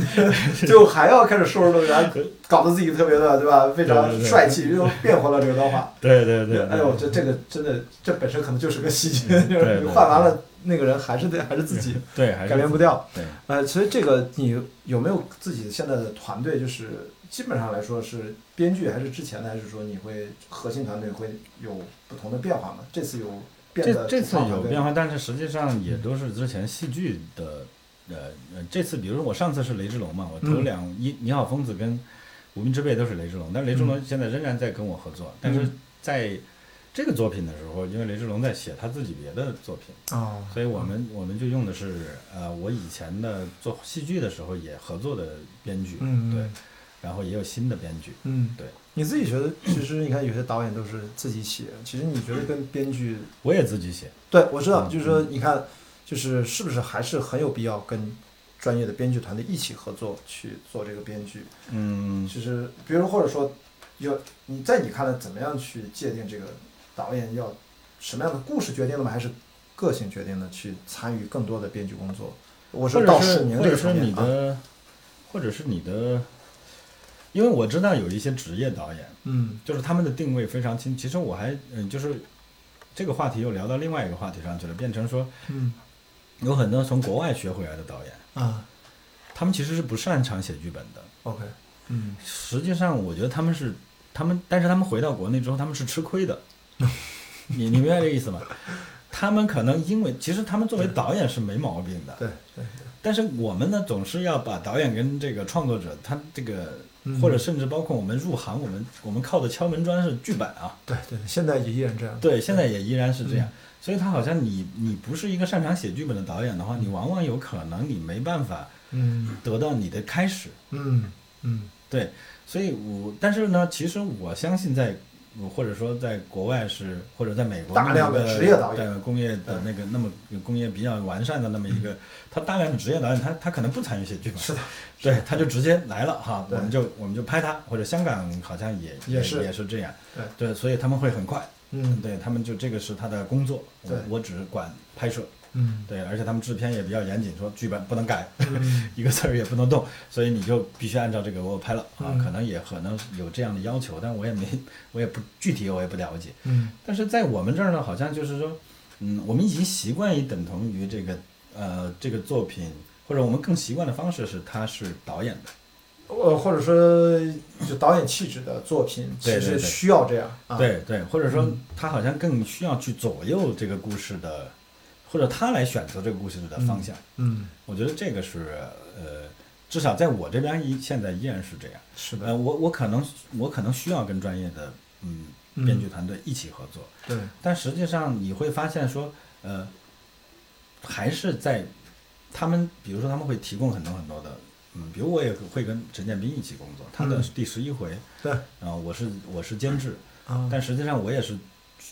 Speaker 3: 天就还要开始收拾东西，然后搞得自己特别的，对吧？非常
Speaker 2: 对对对
Speaker 3: 帅气，又变回了刘德华。
Speaker 2: 对对对，
Speaker 3: 哎呦，这这个真的，这本身可能就是个细节，
Speaker 2: 嗯
Speaker 3: 就
Speaker 2: 对
Speaker 3: 是你
Speaker 2: 对
Speaker 3: 换完了那个人还是得还是自己，
Speaker 2: 对还是
Speaker 3: 改变不掉。
Speaker 2: 对。
Speaker 3: 呃，其实这个你有没有自己现在的团队？就是基本上来说是编剧，还是之前的，还是说你会核心团队会有不同的变化吗？这次有变
Speaker 2: 这
Speaker 3: 得
Speaker 2: 这次有变
Speaker 3: 化，
Speaker 2: 化，但是实际上也都是之前戏剧的，呃呃，这次比如说我上次是雷之龙嘛，我头
Speaker 3: 嗯
Speaker 2: 两一、你好疯子跟无名之辈都是雷之龙，但雷之龙现在仍然在跟我合作，但是
Speaker 3: 嗯
Speaker 2: 在这个作品的时候，因为雷之龙在写他自己别的作品，
Speaker 3: 哦，
Speaker 2: 所以我们我们就用的是呃我以前的做戏剧的时候也合作的编剧，
Speaker 3: 嗯
Speaker 2: 对，然后也有新的编剧，
Speaker 3: 嗯，
Speaker 2: 对。
Speaker 3: 你自己觉得，其实你看有些导演都是自己写，其实你觉得跟编剧，
Speaker 2: 我也自己写，
Speaker 3: 对我知道，
Speaker 2: 嗯
Speaker 3: 就是说你看，就是是不是还是很有必要跟专业的编剧团队一起合作去做这个编剧？
Speaker 2: 嗯，
Speaker 3: 其实，比如或者说，有你在你看来怎么样去界定这个导演要什么样的故事决定的吗？还是个性决定的？去参与更多的编剧工作？我
Speaker 2: 或
Speaker 3: 说
Speaker 2: 者
Speaker 3: 到
Speaker 2: 是
Speaker 3: 署名
Speaker 2: 或
Speaker 3: 这
Speaker 2: 者
Speaker 3: 个
Speaker 2: 是
Speaker 3: 层
Speaker 2: 你
Speaker 3: 面啊，
Speaker 2: 的，或者是你的，因为我知道有一些职业导演，
Speaker 3: 嗯
Speaker 2: 就是他们的定位非常清。其实我还嗯，就是这个话题又聊到另外一个话题上去了，变成说
Speaker 3: 嗯
Speaker 2: 有很多从国外学回来的导演，
Speaker 3: 啊
Speaker 2: 他们其实是不擅长写剧本的。
Speaker 3: ，OK，嗯
Speaker 2: 实际上，我觉得他们是他们，但是他们回到国内之后，他们是吃亏的。你你明白这个意思吗？他们可能因为其实他们作为导演是没毛病的，
Speaker 3: 对对，
Speaker 2: 但是我们呢，总是要把导演跟这个创作者，他这个，
Speaker 3: 嗯
Speaker 2: 或者甚至包括我们入行，我们我们靠的敲门砖是剧本啊。
Speaker 3: 对对，现在也依然这样。
Speaker 2: 对，现在也依然是这样。所以他好像你你不是一个擅长写剧本的导演的话，你往往有可能你没办法
Speaker 3: 嗯
Speaker 2: 得到你的开始。
Speaker 3: 嗯嗯
Speaker 2: 对，所以我但是呢，其实我相信在。或者说，在国外是，或者在美国
Speaker 3: 大量的
Speaker 2: 的
Speaker 3: 职业导演
Speaker 2: 工业的那个那么工业比较完善的那么一个，他大量的职业导演，他他可能不参与写剧本，
Speaker 3: 嗯是的，
Speaker 2: 对，他就直接来了哈，
Speaker 3: 对
Speaker 2: 我们就我们就拍他，或者香港好像也
Speaker 3: 也是
Speaker 2: 也是这样，
Speaker 3: 对
Speaker 2: 对，所以他们会很快，
Speaker 3: 嗯
Speaker 2: 对他们就这个是他的工作，我
Speaker 3: 对
Speaker 2: 我只管拍摄，
Speaker 3: 嗯
Speaker 2: 对，而且他们制片也比较严谨，说剧本不能改，
Speaker 3: 嗯
Speaker 2: 一个字儿也不能动，所以你就必须按照这个给我拍了啊，
Speaker 3: 嗯
Speaker 2: 可能也可能有这样的要求，但我也没我也不具体我也不了解，
Speaker 3: 嗯
Speaker 2: 但是在我们这儿呢，好像就是说，嗯，我们已经习惯于等同于这个呃这个作品，或者我们更习惯的方式是他是导演的。
Speaker 3: 呃，或者说就导演气质的作品，
Speaker 2: 对对
Speaker 3: 其实
Speaker 2: 对
Speaker 3: 需要这样啊。
Speaker 2: 对对，或者说
Speaker 3: 嗯
Speaker 2: 他好像更需要去左右这个故事的，或者他来选择这个故事的方向。
Speaker 3: 嗯，
Speaker 2: 我觉得这个是呃，至少在我这边依现在依然是这样。
Speaker 3: 是
Speaker 2: 呃，
Speaker 3: 的，
Speaker 2: 我我可能我可能需要跟专业的嗯
Speaker 3: 嗯
Speaker 2: 编剧团队一起合作，
Speaker 3: 对，
Speaker 2: 但实际上你会发现说呃，还是在他们，比如说他们会提供很多很多的。嗯，比如我也会跟陈建斌一起工作，他的
Speaker 3: 嗯
Speaker 2: 第十一回，啊、
Speaker 3: 对，
Speaker 2: 我是我是监制，
Speaker 3: 啊，
Speaker 2: 但实际上我也是，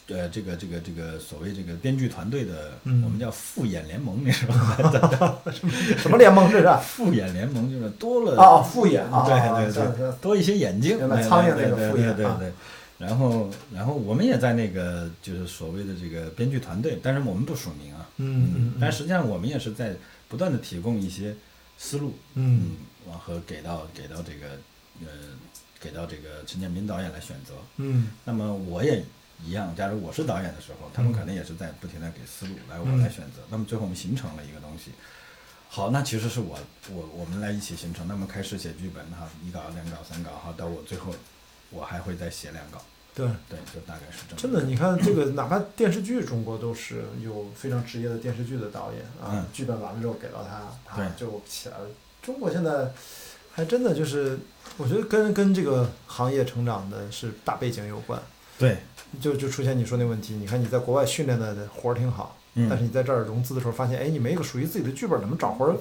Speaker 2: 呃，这个这个这个所谓这个编剧团队的，
Speaker 3: 嗯
Speaker 2: 我们叫复演联盟，你知道吗？
Speaker 3: 什么联盟这是？
Speaker 2: 复眼联盟就是多了
Speaker 3: 啊，复眼啊，
Speaker 2: 对
Speaker 3: 啊
Speaker 2: 对
Speaker 3: 这样
Speaker 2: 对
Speaker 3: 这样
Speaker 2: 多一些眼睛，
Speaker 3: 原来
Speaker 2: 对
Speaker 3: 苍蝇
Speaker 2: 对
Speaker 3: 那个
Speaker 2: 对
Speaker 3: 复
Speaker 2: 对
Speaker 3: 眼
Speaker 2: 对
Speaker 3: 啊
Speaker 2: 对。然后，然后我们也在那个就是所谓的这个编剧团队，但是我们不署名啊，
Speaker 3: 嗯嗯
Speaker 2: 但实际上我们也是在不断的提供一些思路，
Speaker 3: 嗯，
Speaker 2: 然后给到给到这个呃给到这个陈建斌导演来选择，
Speaker 3: 嗯
Speaker 2: 那么我也一样，假如我是导演的时候，他们可能也是在不停的给思路来我
Speaker 3: 嗯
Speaker 2: 来选择。那么最后我们形成了一个东西。好，那其实是我我我们来一起形成。那么开始写剧本哈，一稿、两稿、三稿哈，到我最后我还会再写两稿，
Speaker 3: 对，
Speaker 2: 对，就大概是这么。
Speaker 3: 真的，你看这个，哪怕电视剧，中国都是有非常职业的电视剧的导演啊
Speaker 2: 嗯，
Speaker 3: 剧本完了之后给到他，他
Speaker 2: 对
Speaker 3: 就起来了。中国现在还真的就是，我觉得跟跟这个行业成长的是大背景有关。
Speaker 2: 对，
Speaker 3: 就就出现你说那问题，你看你在国外训练的活儿挺好，
Speaker 2: 嗯
Speaker 3: 但是你在这儿融资的时候发现，哎，你没一个属于自己的剧本，怎么找活儿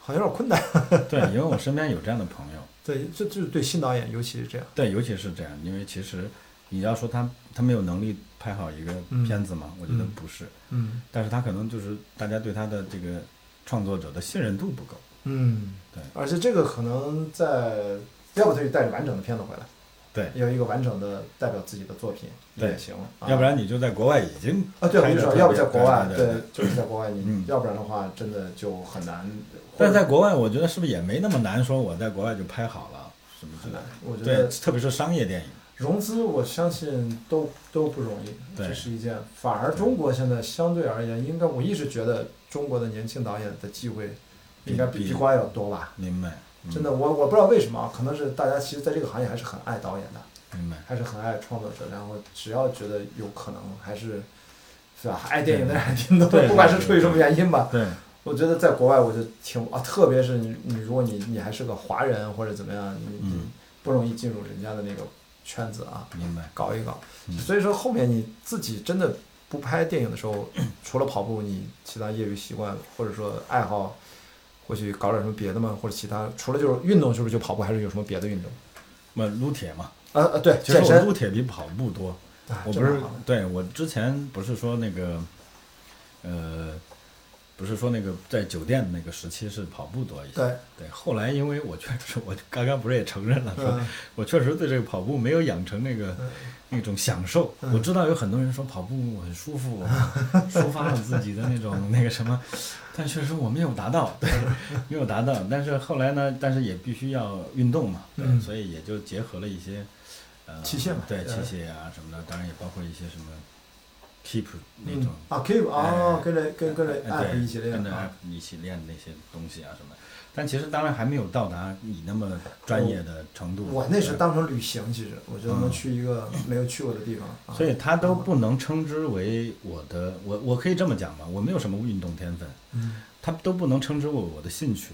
Speaker 3: 好像有点 困难。
Speaker 2: 对，因为我身边有这样的朋友，
Speaker 3: 对，这这对新导演尤其是这样。
Speaker 2: 对，尤其是这样，因为其实你要说他他没有能力拍好一个
Speaker 3: 嗯
Speaker 2: 片子吗？我觉得
Speaker 3: 嗯
Speaker 2: 不是，
Speaker 3: 嗯
Speaker 2: 但是他可能就是大家对他的这个创作者的信任度不够。
Speaker 3: 嗯，
Speaker 2: 对
Speaker 3: 而且这个可能在要不他就带着完整的片子回来，
Speaker 2: 对，
Speaker 3: 有一个完整的代表自己的作品也
Speaker 2: 对
Speaker 3: 行。啊
Speaker 2: 要不然你就在国外已经
Speaker 3: 啊，对，我
Speaker 2: 拍得
Speaker 3: 跟你说，
Speaker 2: 特
Speaker 3: 要不
Speaker 2: 别
Speaker 3: 在国外，
Speaker 2: 对
Speaker 3: 对，就是在国外，你
Speaker 2: 嗯
Speaker 3: 要不然的话，真的就很难。
Speaker 2: 但是在国外，我觉得是不是也没那么难？说我在国外就拍好了，什么之
Speaker 3: 很
Speaker 2: 类
Speaker 3: 难
Speaker 2: 的。，
Speaker 3: 我觉
Speaker 2: 对，
Speaker 3: 得
Speaker 2: 特别是商业电影，
Speaker 3: 融资，我相信都都不容易，
Speaker 2: 对
Speaker 3: 这是一件。反而中国现在相对而言，应该我一直觉得中国的年轻导演的机会，应该比
Speaker 2: 比
Speaker 3: 比国外要多吧。
Speaker 2: 明白？嗯
Speaker 3: 真的，我我不知道为什么啊，可能是大家其实在这个行业还是很爱导演的，
Speaker 2: 明白。
Speaker 3: 还是很爱创作者，然后只要觉得有可能，还是是吧？爱电影的人还挺多，
Speaker 2: 对
Speaker 3: 不管是出于什么原因吧，
Speaker 2: 对，
Speaker 3: 我觉得在国外我就挺啊，特别是你你如果你你还是个华人或者怎么样，你你
Speaker 2: 嗯
Speaker 3: 不容易进入人家的那个圈子啊，
Speaker 2: 明白。
Speaker 3: 搞一搞。
Speaker 2: 嗯
Speaker 3: 所以说后面你自己真的不拍电影的时候， 除了跑步，你其他业余习惯或者说爱好，或许搞点什么别的吗？或者其他除了就是运动，是不是就跑步，还是有什么别的运动？
Speaker 2: 那撸铁嘛，
Speaker 3: 呃呃，对，
Speaker 2: 其实
Speaker 3: 健
Speaker 2: 我
Speaker 3: 身
Speaker 2: 撸。铁比跑步多。
Speaker 3: 啊
Speaker 2: 我
Speaker 3: 这
Speaker 2: 不是
Speaker 3: 蛮好的
Speaker 2: 对我之前不是说那个，呃，不是说那个在酒店那个时期是跑步多一些。
Speaker 3: 对，
Speaker 2: 对，后来因为我确实，我刚刚不是也承认了，说
Speaker 3: 嗯
Speaker 2: 我确实对这个跑步没有养成那个那种享受。
Speaker 3: 嗯
Speaker 2: 我知道有很多人说跑步很舒 服，抒发了自己的那种那个什么，但确实我没有达到，对，
Speaker 3: 嗯
Speaker 2: 没有达到。但是后来呢，但是也必须要运动嘛，对，
Speaker 3: 嗯
Speaker 2: 所以也就结合了一些呃
Speaker 3: 器械嘛
Speaker 2: 对，
Speaker 3: 嗯
Speaker 2: 器械啊什么的，当然也包括一些什么 keep 那
Speaker 3: 嗯
Speaker 2: 种。
Speaker 3: 啊，keep 啊
Speaker 2: 哎，
Speaker 3: 跟着跟跟着
Speaker 2: 哎
Speaker 3: app
Speaker 2: 对
Speaker 3: 一起练
Speaker 2: 跟着
Speaker 3: 啊，
Speaker 2: app 一起练那些东西啊什么的。但其实当然还没有到达你那么专业的程度。
Speaker 3: 我那是
Speaker 2: 对
Speaker 3: 当成旅行，其实我觉得能
Speaker 2: 嗯
Speaker 3: 去一个没有去过的地方，啊
Speaker 2: 所以它都不能称之为我的，我我可以这么讲吧，我没有什么运动天分，
Speaker 3: 嗯
Speaker 2: 它都不能称之为我的兴 趣，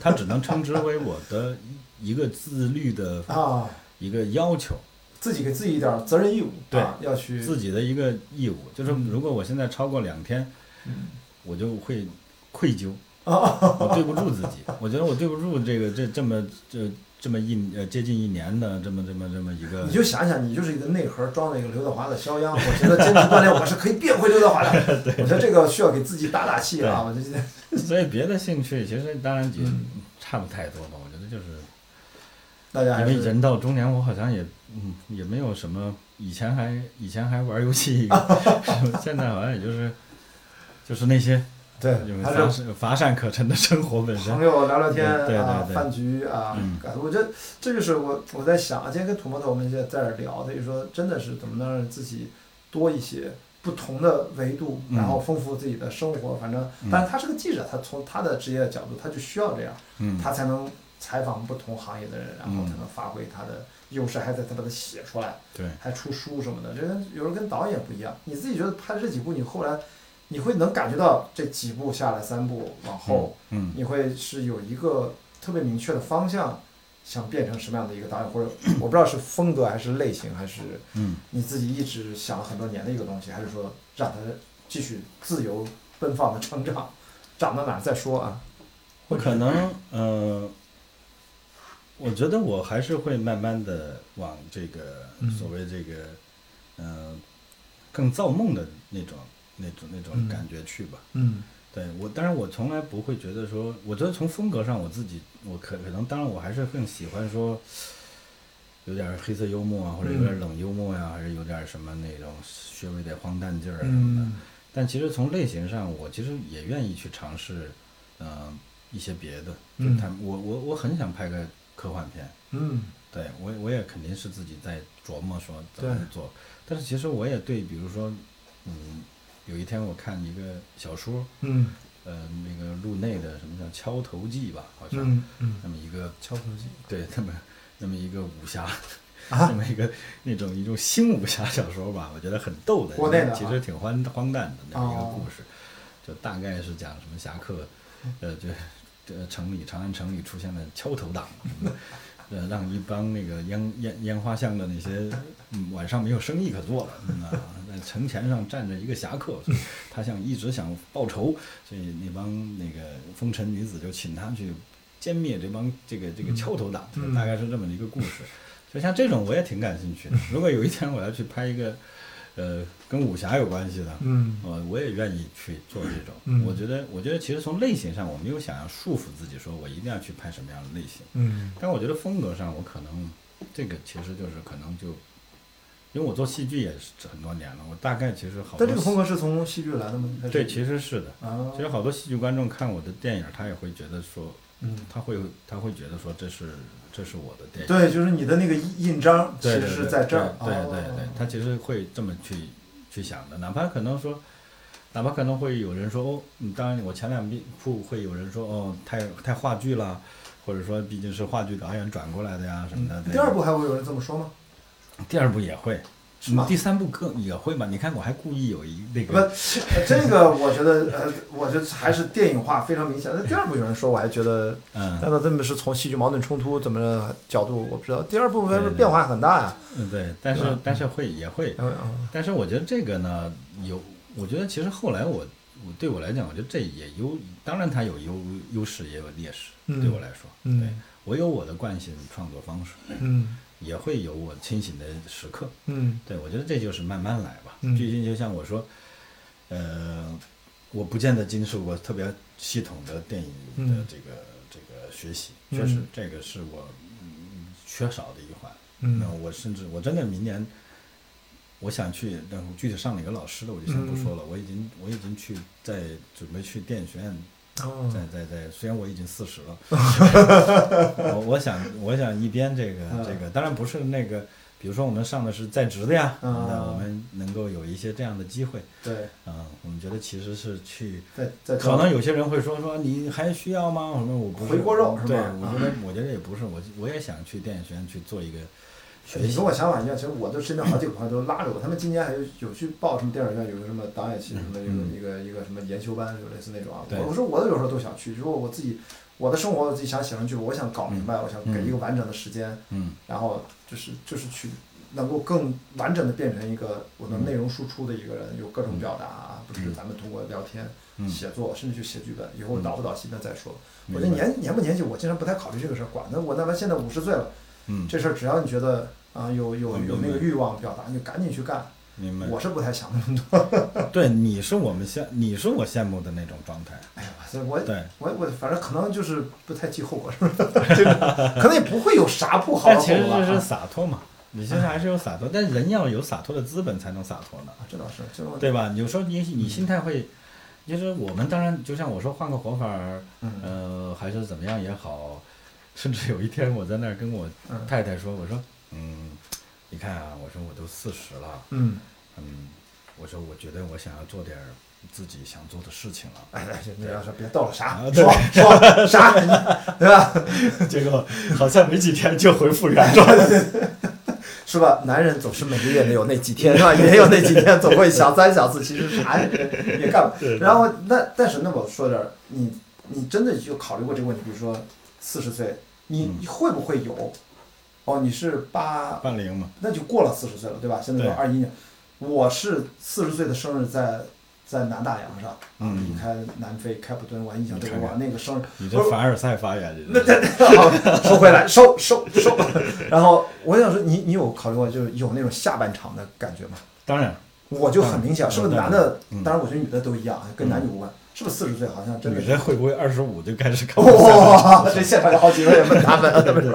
Speaker 2: 它只能称之为我的一个自律 的
Speaker 3: 啊，
Speaker 2: 一个要求，
Speaker 3: 自己给自己一点儿责任义务，
Speaker 2: 对
Speaker 3: 啊，要去
Speaker 2: 自己的一个义务。就是
Speaker 3: 嗯
Speaker 2: 如果我现在超过两天，
Speaker 3: 嗯哦
Speaker 2: 我就会愧 疚，我对不住自己，我觉得我对不住这个这这么这这么一呃接近一年的这么这么这么一个
Speaker 3: 你就想想，你就是一个内核装了一个刘德华的肖央，我觉得坚持锻炼，我是可以变回刘德华的。我觉得这个需要给自己打打气啊！我就觉得，
Speaker 2: 所以别的兴趣其实当然也
Speaker 3: 嗯
Speaker 2: 差不太多吧，我觉得就是
Speaker 3: 大家还
Speaker 2: 因为
Speaker 3: 是
Speaker 2: 人到中年，我好像也嗯也没有什么，以前还以前还玩游戏， 现在好像也就是就是那些
Speaker 3: 对
Speaker 2: 就是
Speaker 3: 还
Speaker 2: 乏
Speaker 3: 是
Speaker 2: 善乏善可陈的生活本身
Speaker 3: 朋，友聊聊天
Speaker 2: 对对
Speaker 3: 啊，
Speaker 2: 对
Speaker 3: 饭局啊
Speaker 2: 嗯，
Speaker 3: 感我觉得这就是我我在想，啊今天跟土摩头我们也在这儿聊，所以说真的是怎么能让自己多一些。不同的维度，
Speaker 2: 嗯
Speaker 3: 然后丰富自己的生活。反正，但是他是个记者，他从他的职业角度，他就需要这样。
Speaker 2: 嗯
Speaker 3: 他才能采访不同行业的人，然后
Speaker 2: 嗯
Speaker 3: 才能发挥他的优势，还得他把它写出来，
Speaker 2: 对，
Speaker 3: 还出书什么的。这跟有时候跟导演不一样，你自己觉得拍了这几部，你后来你会能感觉到这几部下来三部往后，
Speaker 2: 嗯
Speaker 3: 你会是有一个特别明确的方向，想变成什么样的一个导演，或者我不知道是风格还是类型，还是
Speaker 2: 嗯
Speaker 3: 你自己一直想了很多年的一个东西，还是说让它继续自由奔放的成长，长到哪儿再说啊？
Speaker 2: 我可能呃，我觉得我还是会慢慢的往这个
Speaker 3: 嗯
Speaker 2: 所谓这个呃更造梦的那种那种那种
Speaker 3: 嗯
Speaker 2: 感觉去吧。
Speaker 3: 嗯
Speaker 2: 对我，当然我从来不会觉得说，我觉得从风格上我自己，我可可能，当然我还是更喜欢说，有点儿黑色幽默啊，或者有点儿
Speaker 3: 嗯
Speaker 2: 冷幽默呀、还是有点儿什么那种稍微得荒诞劲儿啊什么的。
Speaker 3: 嗯。
Speaker 2: 但其实从类型上，我其实也愿意去尝试，呃，一些别的。就
Speaker 3: 嗯
Speaker 2: 他我我我很想拍个科幻片，
Speaker 3: 嗯
Speaker 2: 对我我也肯定是自己在琢磨说怎
Speaker 3: 对
Speaker 2: 么做。但是其实我也对，比如说，嗯，有一天我看一个小说。
Speaker 3: 嗯
Speaker 2: 呃，那个路内的什么叫敲头记吧，好像、
Speaker 3: 嗯嗯，
Speaker 2: 那么一个
Speaker 3: 敲头机
Speaker 2: 对那么那么一个武侠， 那
Speaker 3: 啊，
Speaker 2: 么一个那种一种新武侠小说吧，我觉得很逗的，
Speaker 3: 国内的啊
Speaker 2: 其实挺荒荒诞的那么一个
Speaker 3: 哦
Speaker 2: 故事，就大概是讲什么侠客，呃，就这城里长安城里出现了敲头党什么的。呃，让一帮那个烟烟烟花巷的那些，嗯，晚上没有生意可做了，嗯啊，在城墙上站着一个侠客，所以他想一直想报仇，所以那帮那个风尘女子就请他去歼灭这帮这个这个敲头党，
Speaker 3: 嗯
Speaker 2: 大概是这么一个故事。 就像这种我也挺感兴趣的。如果有一天我要去拍一个，呃，跟武侠有关系的，
Speaker 3: 嗯
Speaker 2: 我我也愿意去做这种。
Speaker 3: 嗯
Speaker 2: 我觉得，我觉得其实从类型上，我没有想要束缚自己，说我一定要去拍什么样的类型。
Speaker 3: 嗯
Speaker 2: 但我觉得风格上，我可能这个其实就是可能就，因为我做戏剧也是很多年了，我大概其实好多
Speaker 3: 但这个风格是从戏剧来的吗？还是
Speaker 2: 对，其实是的。
Speaker 3: 啊，
Speaker 2: 其实好多戏剧观众看我的电影，他也会觉得说，
Speaker 3: 嗯，
Speaker 2: 他会他会觉得说这是这是我的电影。
Speaker 3: 对，就是你的那个印印章其
Speaker 2: 对
Speaker 3: 实是在这儿，
Speaker 2: 对对对
Speaker 3: 哦
Speaker 2: 对，他其实会这么去去想的，哪怕可能说，哪怕可能会有人说哦，你当然我前两部会有人说哦，太太话剧了，或者说毕竟是话剧导演转过来的呀什么的。
Speaker 3: 嗯第二部还会有人这么说吗？
Speaker 2: 第二部也会，嗯
Speaker 3: 是吗
Speaker 2: 第三部更也会吧？你看我还故意有一那
Speaker 3: 不，
Speaker 2: 个，
Speaker 3: 呃这个我觉得，呃，我觉得还是电影化非常明显。那第二部有人说，我还觉得，
Speaker 2: 嗯，
Speaker 3: 那他这么是从戏剧矛盾冲突怎么角度，我不知道。第二部还是
Speaker 2: 对对
Speaker 3: 变化很大呀、
Speaker 2: 嗯对，但是但是会也会，
Speaker 3: 嗯嗯
Speaker 2: 但是我觉得这个呢，有，我觉得其实后来我，我对我来讲，我觉得这也优，当然它有优优势，也有劣势。
Speaker 3: 嗯
Speaker 2: 对我来说，
Speaker 3: 嗯
Speaker 2: 对我有我的惯性创作方式，
Speaker 3: 嗯
Speaker 2: 也会有我清醒的时刻。
Speaker 3: 嗯
Speaker 2: 对我觉得这就是慢慢来吧。
Speaker 3: 嗯
Speaker 2: 最近就像我说，呃，我不见得经受过特别系统的电影的
Speaker 3: 嗯
Speaker 2: 这个、这个学习，
Speaker 3: 嗯
Speaker 2: 确实这个是我嗯缺少的一环。那
Speaker 3: 嗯
Speaker 2: 我甚至我真的明年，我想去，但是具体上哪个老师的我就先不
Speaker 3: 嗯
Speaker 2: 说了。我已经我已经去在准备去电影学院，
Speaker 3: 哦
Speaker 2: 在在在，虽然我已经四 十了，我我想我想一边这个
Speaker 3: 嗯
Speaker 2: 这个，当然不是那个，比如说我们上的是在职的呀，
Speaker 3: 嗯
Speaker 2: 那我们能够有一些这样的机会，
Speaker 3: 对，
Speaker 2: 嗯，我们觉得其实是去。
Speaker 3: 在在
Speaker 2: 可能有些人会说说你还需要吗？什么我不是
Speaker 3: 回锅肉是吧
Speaker 2: 对，
Speaker 3: 啊
Speaker 2: 我觉得我觉得也不是，我我也想去电影学院去做一个学
Speaker 3: 你
Speaker 2: 习
Speaker 3: 跟。我想法一样，其实我就身边好几个朋友都拉着我，他们今年还有有去报什么电影院，有个什么导演系什么的，有个
Speaker 2: 嗯
Speaker 3: 一个一个什么研修班，有类似那种啊。
Speaker 2: 对
Speaker 3: 我我说我有时候都想去，就是我自己我的生活我自己想写上去，我想搞明白，我想给一个完整的时间，
Speaker 2: 嗯
Speaker 3: 然后就是就是去能够更完整的变成一个我
Speaker 2: 嗯
Speaker 3: 的内容输出的一个人，有各种表达啊，不只是咱们通过聊天、
Speaker 2: 嗯，
Speaker 3: 写作，甚至去写剧本。以后导不导戏那再说。我
Speaker 2: 明
Speaker 3: 觉
Speaker 2: 白
Speaker 3: 得年年不年纪，我经常不太考虑这个事儿，管他我他妈现在五十岁了。
Speaker 2: 嗯，
Speaker 3: 这事儿只要你觉得啊、有有
Speaker 2: 嗯
Speaker 3: 有那
Speaker 2: 明
Speaker 3: 个
Speaker 2: 白
Speaker 3: 欲望表达，你就赶紧去干。
Speaker 2: 明白。
Speaker 3: 我是不太想那么多。
Speaker 2: 对你是我们羡，你是我羡慕的那种状态。
Speaker 3: 哎呀，我我
Speaker 2: 对，
Speaker 3: 我我反正可能就是不太计后果，是不是？ 这个可能也不会有啥不好的
Speaker 2: 但
Speaker 3: 后
Speaker 2: 其实
Speaker 3: 果吧。
Speaker 2: 这是
Speaker 3: 啊
Speaker 2: 洒脱 嘛，你现在还是有洒脱，但人要有洒脱的资本才能洒脱呢，
Speaker 3: 啊这倒是，这倒是
Speaker 2: 对吧？有时候你你心态会，就是我们当然就像我说换个活法儿，
Speaker 3: 嗯
Speaker 2: 呃，还是怎么样也好，甚至有一天我在那儿跟我
Speaker 3: 嗯
Speaker 2: 太太说，我说，嗯，你看啊，我说我都四十了，
Speaker 3: 嗯，
Speaker 2: 嗯，我说我觉得我想要做点儿自己想做的事情了。
Speaker 3: 哎哎，你要说别逗了，啥
Speaker 2: 啊对
Speaker 3: 说说啥，对吧？
Speaker 2: 结果好像没几天就恢复原状。
Speaker 3: 是吧？男人总是每个月得有那几天，是吧？也有那几天总会想三想四，其实啥也也 干不。然后那但是那我说点儿，你你真的就考虑过这个问题？比如说四十岁，你你会不会有？哦，你是八，
Speaker 2: 半龄嘛，
Speaker 3: 那就过了四十岁了，对吧？现在
Speaker 2: 对
Speaker 3: 二一年，我是四十岁的生日在在南大洋上，啊，
Speaker 2: 嗯
Speaker 3: 离开南非开普敦，我还印象特别
Speaker 2: 你看看
Speaker 3: 哇，那个生日，
Speaker 2: 你
Speaker 3: 不
Speaker 2: 这
Speaker 3: 是
Speaker 2: 凡尔赛发言，你
Speaker 3: 那
Speaker 2: 这
Speaker 3: 那那好，收回来，收收收。然后我想说，你你有考虑过就是有那种下半场的感觉吗？
Speaker 2: 当然，
Speaker 3: 我就很明显，
Speaker 2: 嗯
Speaker 3: 是不是男的？
Speaker 2: 嗯
Speaker 3: 当然，我觉得女的都一样，跟男女无关。是不是四十岁好像真的
Speaker 2: 女
Speaker 3: 是
Speaker 2: 的？会不会二十五就开始考虑赛？
Speaker 3: 哇，这现场有好几个人问他们， 他们说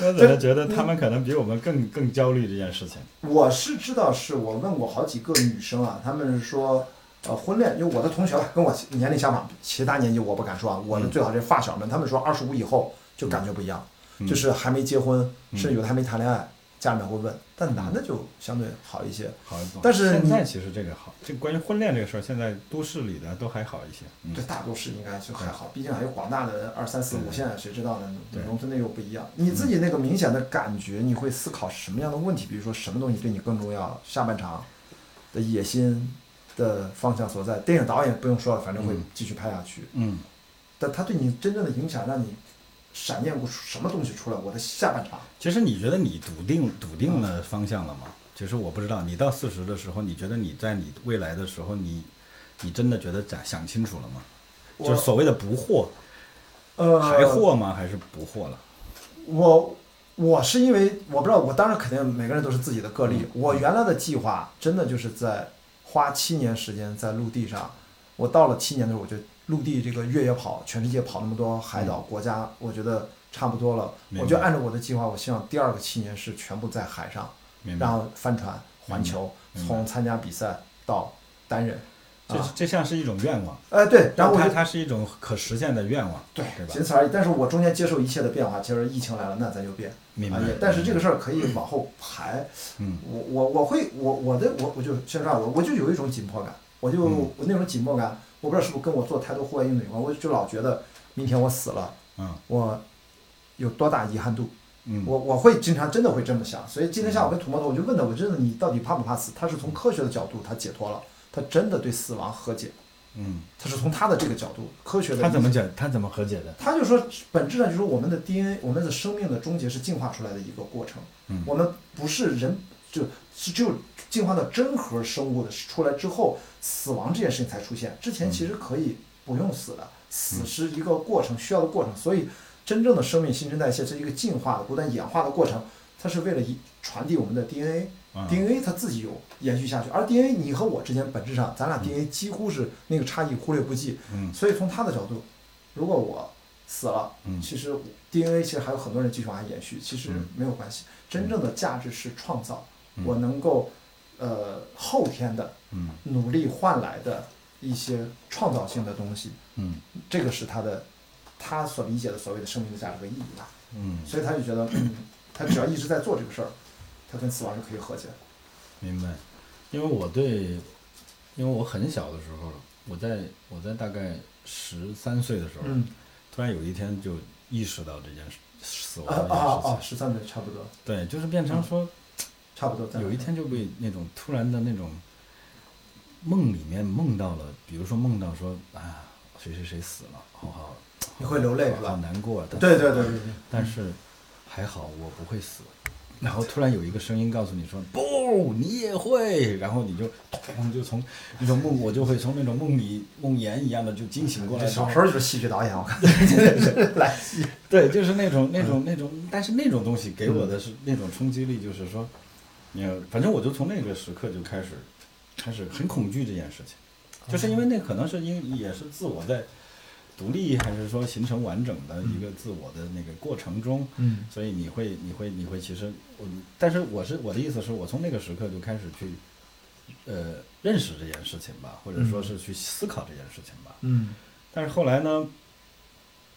Speaker 2: 我怎么觉得他们可能比我们更更焦虑这件事情？
Speaker 3: 我是知道，是我问过好几个女生啊，她们说，呃，婚恋，就我的同学跟我年龄相仿，其他年纪我不敢说啊，我的最好这发小们，她们说二十五以后就感觉不一样，就是还没结婚，甚至有的还没谈恋爱，家里面会问，但男的就相对好一些。
Speaker 2: 好一点
Speaker 3: 但是你
Speaker 2: 现在其实这个好，这关于婚恋这个事儿，现在都市里的都还好一些。嗯
Speaker 3: 对，大都市应该就还好，毕竟还有广大的二三四五线，谁知道呢？
Speaker 2: 对
Speaker 3: 农村的又不一样。你自己那个明显的感觉，你会思考什么样的问题？比如说什么东西对你更重要？下半场的野心的方向所在，电影导演不用说了，反正会继续拍下去。
Speaker 2: 嗯，
Speaker 3: 但他对你真正的影响，让你闪念过什么东西出来？我的下半场，
Speaker 2: 其实你觉得你笃定
Speaker 3: 嗯
Speaker 2: 笃定了方向了吗？其实我不知道，你到四十的时候，你觉得你在你未来的时候，你你真的觉得想想清楚了吗？
Speaker 3: 我
Speaker 2: 就是所谓的不惑，
Speaker 3: 呃，
Speaker 2: 还惑吗？还是不惑了？
Speaker 3: 我我是因为我不知道，我当然肯定每个人都是自己的个例。
Speaker 2: 嗯
Speaker 3: 我原来的计划真的就是在花七年时间在陆地上，我到了七年的时候，我就陆地这个越野跑，全世界跑那么多海岛国家，我觉得差不多了。
Speaker 2: 嗯明白
Speaker 3: 我觉得按照我的计划，我希望第二个七年是全部在海上，
Speaker 2: 明
Speaker 3: 然
Speaker 2: 白。
Speaker 3: 后帆船环球，
Speaker 2: 嗯明白
Speaker 3: 从参加比赛到单人。
Speaker 2: 这
Speaker 3: 啊
Speaker 2: 这像是一种愿望，
Speaker 3: 哎，对，然后我
Speaker 2: 它
Speaker 3: 就
Speaker 2: 它是一种可实现的愿望，
Speaker 3: 对，
Speaker 2: 对吧
Speaker 3: 仅？此而已。但是我中间接受一切的变化，其实疫情来了，那咱就变。
Speaker 2: 明白
Speaker 3: 啊，也。但是这个事儿可以往后排。
Speaker 2: 嗯，
Speaker 3: 我我我会我我的我我就现在我我就有一种紧迫感，我就、
Speaker 2: 嗯
Speaker 3: 我那种紧迫感，我不知道是不是跟我做太多户外运动有关，我就老觉得明天我死了，
Speaker 2: 嗯
Speaker 3: 我有多大遗憾度？
Speaker 2: 嗯，
Speaker 3: 我我会经常真的会这么想。所以今天下午跟土摩头我就问他，我真的你到底怕不怕死？他是从科学的角度他解脱了，他真的对死亡和解，
Speaker 2: 嗯，
Speaker 3: 他是从他的这个角度科学的
Speaker 2: 他怎么
Speaker 3: 理解
Speaker 2: 解？他怎么和解的？
Speaker 3: 他就说，本质上就是我们的 DNA，我们的生命的终结是进化出来的一个过程。
Speaker 2: 嗯
Speaker 3: 我们不是人，就是只有进化到真核生物的出来之后，死亡这件事情才出现。之前其实可以不用死
Speaker 2: 嗯
Speaker 3: 的，死是一个过程，需要的过程。所以，真正的生命新陈代谢是一个进化的、不断演化的过程，它是为了一传递我们的 DNA。
Speaker 2: 啊
Speaker 3: DNA 它自己有延续下去，而 DNA 你和我之间本质上，咱俩 DNA 几乎是那个差异忽略不计。
Speaker 2: 嗯
Speaker 3: 所以从他的角度，如果我死了，
Speaker 2: 嗯
Speaker 3: 其实 DNA 其实还有很多人继续往下延续，其实没有关系。真正的价值是创造，我能够呃后天的
Speaker 2: 嗯
Speaker 3: 努力换来的一些创造性的东西，
Speaker 2: 嗯
Speaker 3: 这个是他的他所理解的所谓的生命的价值和意义吧。
Speaker 2: 嗯，
Speaker 3: 所以他就觉得，嗯他只要一直在做这个事儿，他跟死亡是可以和解的。
Speaker 2: 明白。因为我对，因为我很小的时候，我在我在大概十三岁的时候，
Speaker 3: 嗯
Speaker 2: 突然有一天就意识到这件事，死
Speaker 3: 啊
Speaker 2: 亡这
Speaker 3: 啊
Speaker 2: 件事情。
Speaker 3: 啊！十三岁差不多，
Speaker 2: 对，就是变
Speaker 3: 嗯
Speaker 2: 成说，
Speaker 3: 差不多在
Speaker 2: 有一天就被那种突然的那种梦里面梦到了，比如说梦到说啊谁谁谁死了，好好
Speaker 3: 你会流泪是
Speaker 2: 好
Speaker 3: 吧？
Speaker 2: 难过，啊但
Speaker 3: 对对对对对，
Speaker 2: 但是还好我不会死。然后突然有一个声音告诉你说：“不，你也会。”然后你就咚就从那种梦，我就会从那种梦里梦魇一样的就惊醒过来。
Speaker 3: 这小
Speaker 2: 然
Speaker 3: 时
Speaker 2: 后
Speaker 3: 候就是戏剧导演，我看真是 来戏。
Speaker 2: 对，就是那种那种那种，但是那种东西给我的是那种冲击力，就是说，你反正我就从那个时刻就开始开始很恐惧这件事情，就是因为那可能是因为也是自我在独立还是说形成完整的一个自我的那个过程中，
Speaker 3: 嗯
Speaker 2: 所以你会，你会，你会，其实我，但是我是我的意思是我从那个时刻就开始去，呃，认识这件事情吧，或者说是去思考这件事情吧。
Speaker 3: 嗯
Speaker 2: 但是后来呢，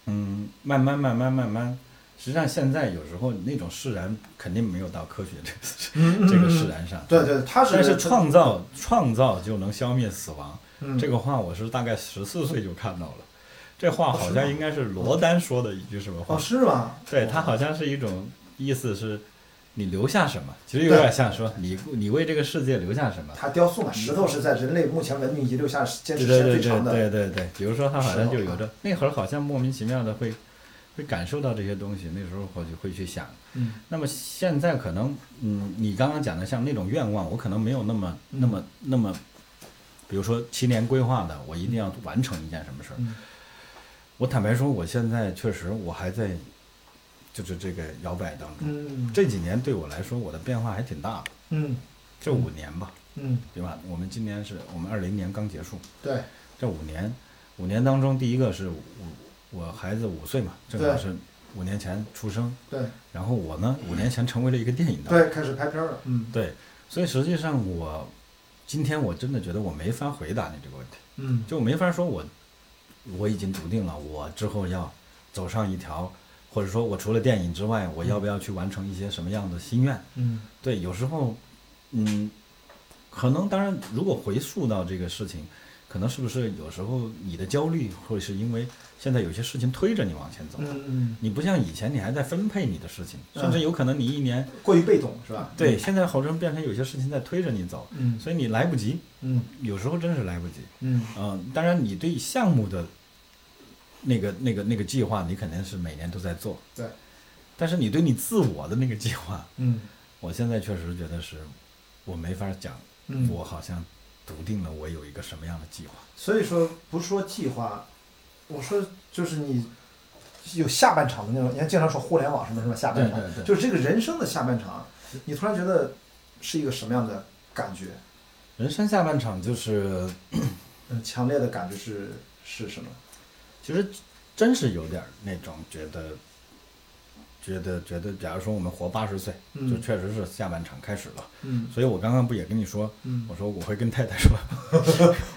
Speaker 2: 嗯，慢慢慢慢慢慢，实际上现在有时候那种释然肯定没有到科学这
Speaker 3: 嗯
Speaker 2: 个这个释然上。
Speaker 3: 对。对，他
Speaker 2: 但是
Speaker 3: 是
Speaker 2: 创造创造就能消灭死亡，
Speaker 3: 嗯
Speaker 2: 这个话我是大概十四岁就看到了，这话
Speaker 3: 哦
Speaker 2: 好
Speaker 3: 是
Speaker 2: 像
Speaker 3: 吗
Speaker 2: 应该是罗丹说的一句什么话
Speaker 3: 哦？是吗？
Speaker 2: 对，它好像是一种意思是，你留下什么，其实有点像说你你为这个世界留下什么。
Speaker 3: 他雕塑嘛，石头是在人类目前文明遗留下坚
Speaker 2: 对
Speaker 3: 持
Speaker 2: 对
Speaker 3: 时间
Speaker 2: 对
Speaker 3: 最
Speaker 2: 对
Speaker 3: 长的。
Speaker 2: 对对对，比如说他好像就有
Speaker 3: 是
Speaker 2: 着那会儿好像莫名其妙的会会感受到这些东西，那时候我就会去想。
Speaker 3: 嗯
Speaker 2: 那么现在可能，嗯，你刚刚讲的像那种愿望，我可能没有那么那么那么，比如说七年规划的，我一定要完成一件什么事儿。
Speaker 3: 嗯
Speaker 2: 我坦白说，我现在确实我还在就是这个摇摆当中。
Speaker 3: 嗯
Speaker 2: 这几年对我来说，我的变化还挺大的，
Speaker 3: 嗯
Speaker 2: 这五年吧，
Speaker 3: 嗯，
Speaker 2: 对吧？我们今年是我们二零年刚结束，
Speaker 3: 对，
Speaker 2: 这五年，五年当中，第一个是我我孩子五岁嘛，正好
Speaker 3: 对
Speaker 2: 是五年前出生，
Speaker 3: 对
Speaker 2: 然后我呢，五年前成为了一个电影导演，
Speaker 3: 对，开始拍片儿了。嗯
Speaker 2: 对，所以实际上我今天我真的觉得我没法回答你这个问题，
Speaker 3: 嗯
Speaker 2: 就没法说我我已经笃定了，我之后要走上一条，或者说我除了电影之外，我要不要去完成一些什么样的心愿？
Speaker 3: 嗯
Speaker 2: 对，有时候，嗯，可能当然，如果回溯到这个事情，可能是不是有时候你的焦虑会是因为现在有些事情推着你往前走，
Speaker 3: 嗯
Speaker 2: 你不像以前你还在分配你的事情，甚至
Speaker 3: 嗯
Speaker 2: 有可能你一年、
Speaker 3: 嗯，过于被动是吧？
Speaker 2: 对，现在好像变成有些事情在推着你走，
Speaker 3: 嗯
Speaker 2: 所以你来不及，
Speaker 3: 嗯
Speaker 2: 有时候真是来不及。
Speaker 3: 嗯
Speaker 2: 嗯、当然你对项目的那个那个那个计划，你肯定是每年都在做，
Speaker 3: 对，
Speaker 2: 但是你对你自我的那个计划，
Speaker 3: 嗯
Speaker 2: 我现在确实觉得是，我没法讲，
Speaker 3: 嗯，
Speaker 2: 我好像笃定了我有一个什么样的计划。
Speaker 3: 所以说不说计划，我说就是你有下半场的那种，你看经常说互联网什么什么下半场，
Speaker 2: 对对对
Speaker 3: 就是这个人生的下半场，你突然觉得是一个什么样的感觉？
Speaker 2: 人生下半场就是，
Speaker 3: 嗯，强烈的感觉是是什么？
Speaker 2: 其实真是有点儿那种觉得，觉得觉得，假如说我们活八十岁，就确实是下半场开始了。
Speaker 3: 嗯
Speaker 2: 所以我刚刚不也跟你说，
Speaker 3: 嗯
Speaker 2: 我说我会跟太太说，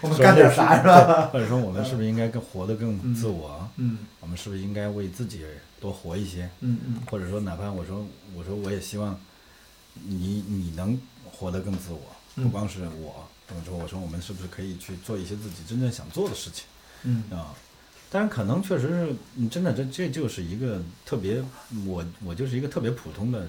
Speaker 3: 我们干点啥是吧？
Speaker 2: 或者说我们是不是应该更活得更自我？
Speaker 3: 嗯
Speaker 2: 我们是不是应该为自己多活一些？
Speaker 3: 嗯嗯
Speaker 2: 或者说，哪怕我说我说我也希望你你能活得更自我，不光是我。我说我说我们是不是可以去做一些自己真正想做的事情？
Speaker 3: 嗯
Speaker 2: 啊，但是可能确实是，嗯真的这这就是一个特别，我我就是一个特别普通的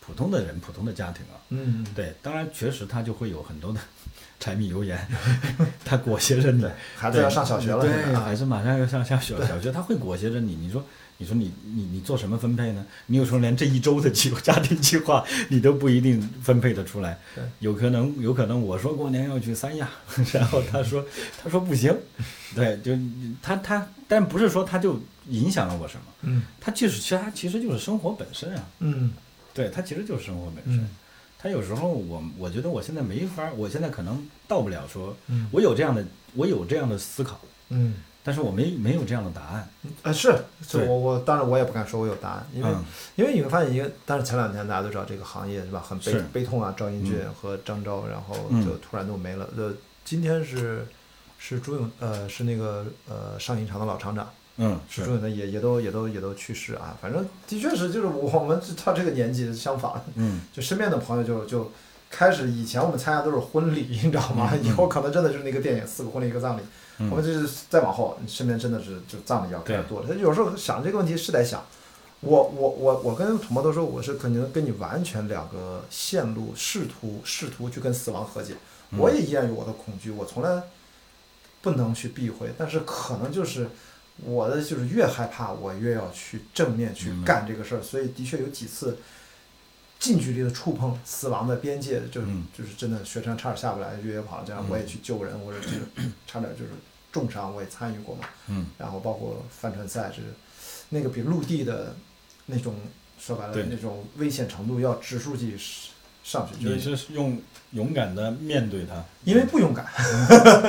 Speaker 2: 普通的人，普通的家庭啊。
Speaker 3: 嗯
Speaker 2: 对，当然确实他就会有很多的 柴米油盐， 他裹挟着你。
Speaker 3: 孩子要上小学了，现
Speaker 2: 对，
Speaker 3: 在啊
Speaker 2: 孩子马上要上上 小小学，他会裹挟着你。你说，你说你你你做什么分配呢？你有时候连这一周的计划 家庭计划你都不一定分配得出来
Speaker 3: 对。
Speaker 2: 有可能，有可能我说过年要去三亚， 然后他说他说不 行，对，就他他，但不是说他就影响了我什么，
Speaker 3: 嗯
Speaker 2: 他就是其实他其实就是生活本身啊，
Speaker 3: 嗯
Speaker 2: 对，他其实就是生活本身。
Speaker 3: 嗯
Speaker 2: 他有时候我我觉得我现在没法儿，我现在可能到不了说，
Speaker 3: 嗯
Speaker 2: 我有这样的我有这样的思考，
Speaker 3: 嗯，
Speaker 2: 但是我没没有这样的答案，
Speaker 3: 啊是，是
Speaker 2: 对
Speaker 3: 我我当然我也不敢说我有答案，因为
Speaker 2: 嗯
Speaker 3: 因为你会发现一个，但是前两天大家都知道这个行业是吧，很悲
Speaker 2: 是
Speaker 3: 悲痛啊，赵英俊
Speaker 2: 嗯
Speaker 3: 和张昭，然后
Speaker 2: 嗯
Speaker 3: 就突然都没了。呃，今天是是朱永呃是那个呃上影厂的老厂长，
Speaker 2: 嗯，
Speaker 3: 朱永的也也都也都也都去世啊，反正的确是就是我们到这个年纪相反，
Speaker 2: 嗯
Speaker 3: 就身边的朋友就就开始以前我们参加都是婚礼，你知道吗？以后可能真的就是那个电影，四个婚礼一个葬礼。
Speaker 2: 嗯
Speaker 3: 我们就是再往后，身边真的是就葬礼要开始
Speaker 2: 对
Speaker 3: 多了。他有时候想这个问题是在想，我我我我跟土猫都说我是可能跟你完全两个线路，试图试图去跟死亡和解。
Speaker 2: 嗯
Speaker 3: 我也依然有我的恐惧，我从来不能去避讳，但是可能就是我的就是越害怕，我越要去正面去
Speaker 2: 明白
Speaker 3: 干这个事儿，所以的确有几次近距离的触碰死亡的边界，就是、
Speaker 2: 嗯
Speaker 3: 就是真的学生差点下不来越野跑，这样
Speaker 2: 嗯
Speaker 3: 我也去救人，或者就是差点就是重伤，我也参与过嘛。
Speaker 2: 嗯，
Speaker 3: 然后包括帆船赛，就是那个比陆地的那种说白了
Speaker 2: 对
Speaker 3: 那种危险程度要指数级上去，就
Speaker 2: 你
Speaker 3: 是
Speaker 2: 是用勇敢的面对 它，
Speaker 3: 因为不勇敢，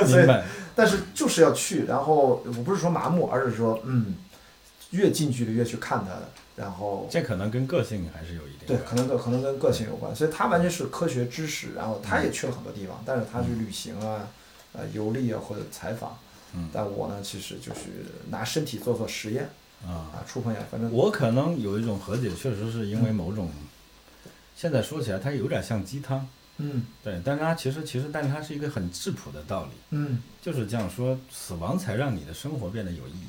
Speaker 3: 所以
Speaker 2: 明白，
Speaker 3: 但是就是要去，然后我不是说麻木，而是说嗯，越近距离越去看它的，然后
Speaker 2: 这可能跟个性还是有一定
Speaker 3: 对，
Speaker 2: 的
Speaker 3: 可能跟可能跟个性有关，所以他完全是科学知识，然后他
Speaker 2: 嗯
Speaker 3: 也去了很多地方，但是他去旅行啊、呃游历啊或者采访，
Speaker 2: 嗯
Speaker 3: 但我呢其实就是拿身体做做实验
Speaker 2: 啊。
Speaker 3: 啊，触碰一下，反正
Speaker 2: 我可能有一种和解，确实是因
Speaker 3: 嗯
Speaker 2: 为某种，现在说起来它有点像鸡汤，
Speaker 3: 嗯
Speaker 2: 对，但是它其实其实，但是它是一个很质朴的道理，
Speaker 3: 嗯
Speaker 2: 就是这样说，死亡才让你的生活变得有意义，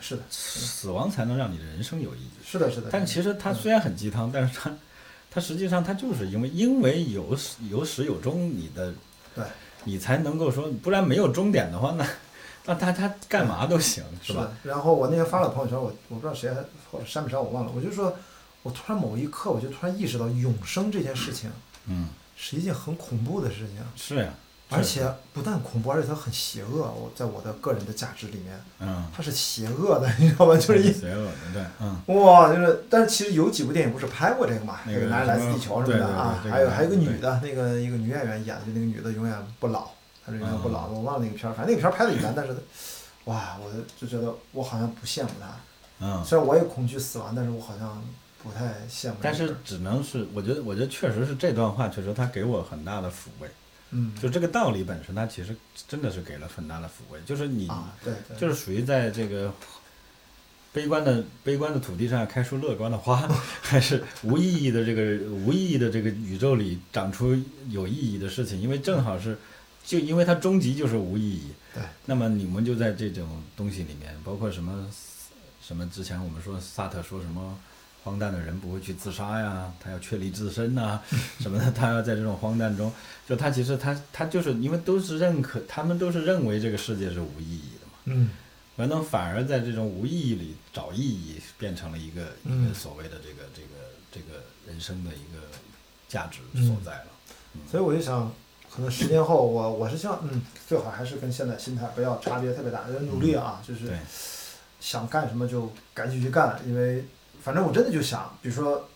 Speaker 3: 是的
Speaker 2: 死亡才能让你的人生有意义。
Speaker 3: 是的是的，
Speaker 2: 但其实它虽然很鸡汤，但是它， 它实际上它就是因为因为有始有始有终，你的
Speaker 3: 对
Speaker 2: 你才能够说，不然没有终点的话，那 那他他干嘛都行，是
Speaker 3: 是
Speaker 2: 吧？
Speaker 3: 的？然后我那天发了朋友圈，我我不知道谁还或者删没删，我忘了，我就说，我突然某一刻我就突然意识到永生这件事情。
Speaker 2: 嗯，
Speaker 3: 是一件很恐怖的事情，
Speaker 2: 是呀、是
Speaker 3: 而且不但恐怖，而且它很邪恶。我在我的个人的价值里面，
Speaker 2: 嗯，
Speaker 3: 它是邪恶的，你知道吗？ 就是一
Speaker 2: 邪恶的，对，嗯，
Speaker 3: 哇，就是，但是其实有几部电影不是拍过这个嘛？
Speaker 2: 那个
Speaker 3: 男人来自地球什么
Speaker 2: 对
Speaker 3: 的
Speaker 2: 对对
Speaker 3: 啊，
Speaker 2: 这个
Speaker 3: 还有还有个
Speaker 2: 对
Speaker 3: 女的，那个一个女演员演的，就那个女的永远不老，她是永远
Speaker 2: 嗯
Speaker 3: 不老的。我忘了那个片儿，反正那个片儿拍的也难，但是，哇，我就觉得我好像不羡慕她。
Speaker 2: 嗯，
Speaker 3: 虽然我也恐惧死亡，但是我好像不太羡慕这个事儿。
Speaker 2: 但是只能是，我觉得，我觉得确实是这段话，确实它给我很大的抚慰。
Speaker 3: 嗯，
Speaker 2: 就这个道理本身，它其实真的是给了很大的抚慰，就是你，
Speaker 3: 啊，对对，
Speaker 2: 就是属于在这个悲观的悲观的土地上开出乐观的花，还是无意义的这个无意义的这个宇宙里长出有意义的事情，因为正好是，就因为它终极就是无意义。
Speaker 3: 对。
Speaker 2: 那么你们就在这种东西里面，包括什么什么之前我们说萨特说什么。荒诞的人不会去自杀呀，他要确立自身呐、什么的，他要在这种荒诞中，就他其实他他就是因为都是认可，他们都是认为这个世界是无意义的嘛，
Speaker 3: 嗯
Speaker 2: 可能反而在这种无意义里找意义，变成了一个一
Speaker 3: 嗯
Speaker 2: 个所谓的这个这个这个人生的一个价值
Speaker 3: 嗯
Speaker 2: 所在了。
Speaker 3: 所以我就想，可能十年后我我是希望，嗯，最好还是跟现在心态不要差别特别大，要努力啊，就是
Speaker 2: 对，
Speaker 3: 想干什么就赶紧去干，因为反正我真的就想，比如说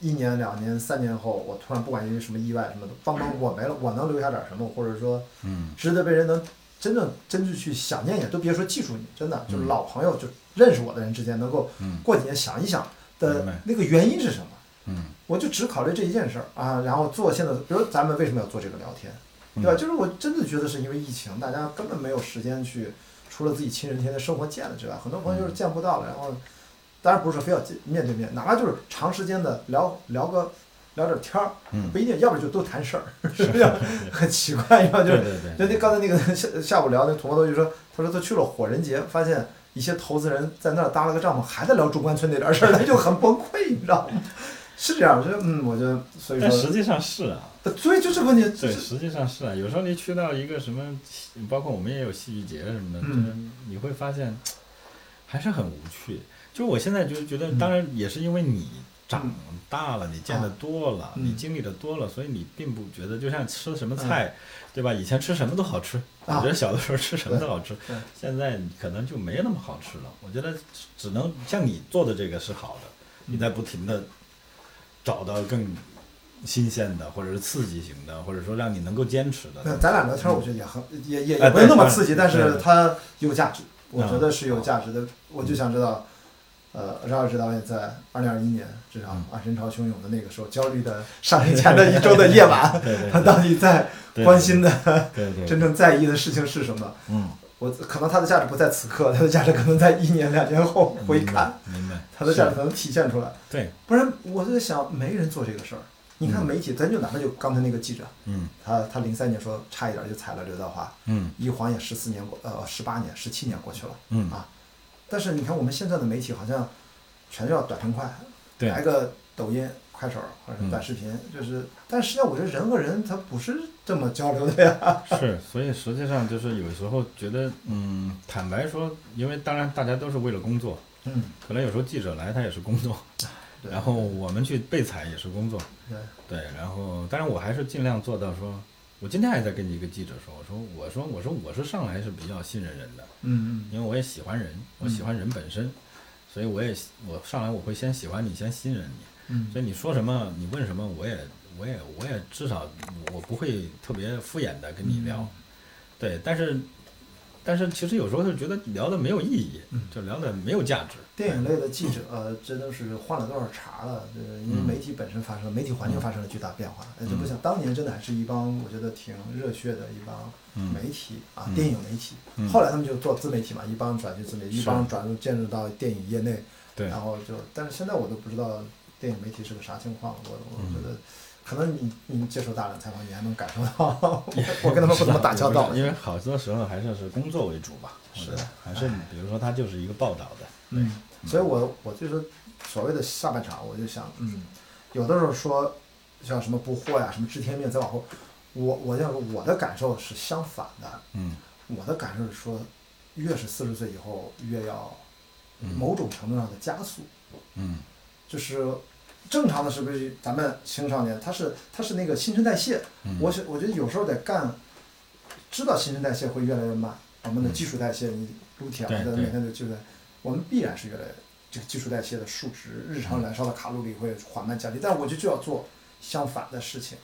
Speaker 3: 一年、两年、三年后，我突然不管因为什么意外什么的，帮帮我没了，我能留下点什么，或者说
Speaker 2: 嗯，
Speaker 3: 值得被人能真正真正去想念也，都别说记住你，真的就是老朋友，就认识我的人之间能够
Speaker 2: 嗯
Speaker 3: 过几年想一想。的
Speaker 2: 明白
Speaker 3: 那个原因是什么？
Speaker 2: 嗯，
Speaker 3: 我就只考虑这一件事儿啊，然后做现在，比如咱们为什么要做这个聊天，
Speaker 2: 嗯
Speaker 3: 对吧？就是我真的觉得是因为疫情，大家根本没有时间去，除了自己亲人天天生活见了之外，很多朋
Speaker 2: 嗯
Speaker 3: 友就是见不到了，然后当然不是说非要见面对面，哪怕就是长时间的聊聊个聊点天儿，
Speaker 2: 嗯
Speaker 3: 不一定，要不就都谈事 儿，是不是？很奇怪，要不就
Speaker 2: 对
Speaker 3: 是
Speaker 2: 对
Speaker 3: 就
Speaker 2: 对，
Speaker 3: 那刚才那个下下午聊那土豆就说，他说他去了火人节，发现一些投资人在那儿搭了个帐篷，还在聊中关村那点事儿，他就很崩溃，你知道吗？是这样，我觉得嗯，我觉得所以
Speaker 2: 但
Speaker 3: 说，
Speaker 2: 实际上是啊，
Speaker 3: 所以就这个问题，就
Speaker 2: 对，
Speaker 3: 是
Speaker 2: 实际上是啊。有时候你去到一个什么戏，包括我们也有戏剧节什么的，
Speaker 3: 嗯
Speaker 2: 就是你会发现还是很无趣。就我现在就觉
Speaker 3: 嗯
Speaker 2: 得，当然也是因为你长大了，你见得多了，
Speaker 3: 嗯
Speaker 2: 你经历的多了，所以你并不觉得就像吃什么菜，对吧？以前吃什么都好吃，我
Speaker 3: 啊
Speaker 2: 觉得小的时候吃什么都好吃
Speaker 3: 对对，
Speaker 2: 现在可能就没那么好吃了。我觉得只能像你做的这个是好的，你在不停的找到更新鲜的，或者是刺激型的，或者说让你能够坚持的。
Speaker 3: 那咱俩聊天，我觉得也很也也也
Speaker 2: 哎
Speaker 3: 不是那么
Speaker 2: 对
Speaker 3: 刺激，但
Speaker 2: 对
Speaker 3: 是
Speaker 2: 对
Speaker 3: 它有价值，我
Speaker 2: 嗯
Speaker 3: 觉得是有价值的。我就想知道，呃，饶老师导演在二零二一年至少
Speaker 2: 嗯
Speaker 3: 啊人潮汹涌的那个时候，焦虑的上映前的一周的夜晚，
Speaker 2: 对对
Speaker 3: 他到底在
Speaker 2: 对，
Speaker 3: 关心的、
Speaker 2: 对对，
Speaker 3: 真
Speaker 2: 的，
Speaker 3: 正在意的事情是什么？
Speaker 2: 嗯，
Speaker 3: 我可能它的价值不在此刻，它的价值可能在一年两年后
Speaker 2: 嗯
Speaker 3: 回看，
Speaker 2: 明白，明白，
Speaker 3: 它的价值
Speaker 2: 是
Speaker 3: 才能体现出来。
Speaker 2: 对，
Speaker 3: 不然我就在想，没人做这个事儿。你看媒体，咱就哪怕就刚才那个记者，
Speaker 2: 嗯
Speaker 3: 他他零三年说差一点就踩了刘德华，
Speaker 2: 嗯
Speaker 3: 一晃眼十四年过，呃，十八年、十七年过去了。啊
Speaker 2: 嗯，
Speaker 3: 但是你看我们现在的媒体好像全要短平快，
Speaker 2: 对嗯
Speaker 3: 来个抖音、快手或者是短视频，就是，但实际上我觉得人和人他不是这么交流的呀。
Speaker 2: 是，所以实际上就是有时候觉得，嗯，坦白说，因为当然大家都是为了工作，
Speaker 3: 嗯，
Speaker 2: 可能有时候记者来他也是工作，
Speaker 3: 对
Speaker 2: 然后我们去被采也是工作，
Speaker 3: 对，
Speaker 2: 对，然后当然我还是尽量做到说，我今天还在跟一个记者说，我说我说我说我是上来是比较信任人的，
Speaker 3: 嗯嗯
Speaker 2: 因为我也喜欢人，我喜欢人本身，所以我也我上来我会先喜欢你，先信任你，
Speaker 3: 嗯，
Speaker 2: 所以你说什么你问什么我也我也我也至少我不会特别敷衍的跟你聊，对，但是但是其实有时候就觉得聊的没有意义，就聊的没有价值，
Speaker 3: 电影类的记者，呃，这都是换了多少茬了？呃，因为
Speaker 2: 嗯
Speaker 3: 媒体本身发生了，媒体环境发生了巨大变化。呃，就不
Speaker 2: 嗯
Speaker 3: 像当年，真的还是一帮我觉得挺热血的一帮
Speaker 2: 嗯
Speaker 3: 媒体啊，
Speaker 2: 嗯
Speaker 3: 电影媒体。
Speaker 2: 嗯
Speaker 3: 后来他们就做自媒体嘛，一帮转去自媒体，一
Speaker 2: 是
Speaker 3: 帮转入进入到电影业内，
Speaker 2: 对，
Speaker 3: 然后就，但是现在我都不知道电影媒体是个啥情况。我
Speaker 2: 嗯
Speaker 3: 我觉得，可能你你接受大量采访，你还能感受 到， 我跟他们不怎么打交道
Speaker 2: 不。是因为好多时候还是是工作为主吧，我觉得
Speaker 3: 是
Speaker 2: 还是比如说他就是一个报道的，
Speaker 3: 嗯，所以我我就说，所谓的下半场，我就想，嗯，有的时候说像什么不惑呀、什么知天命，再往后，我我要说我的感受是相反的，
Speaker 2: 嗯
Speaker 3: 我的感受是说，越是四十岁以后，越要某种程度上的加速，
Speaker 2: 嗯
Speaker 3: 就是正常的是不是咱们青少年他是他是那个新陈代谢，
Speaker 2: 嗯
Speaker 3: 我是我觉得有时候得干，知道新陈代谢会越来越慢，我们的基础代谢，你撸铁啊，
Speaker 2: 嗯对
Speaker 3: 咱
Speaker 2: 对
Speaker 3: 每天就就在，我们必然是越来越这个基础代谢的数值，日
Speaker 2: 嗯
Speaker 3: 常燃烧的卡路里会缓慢降低，但我就就要做相反的事情，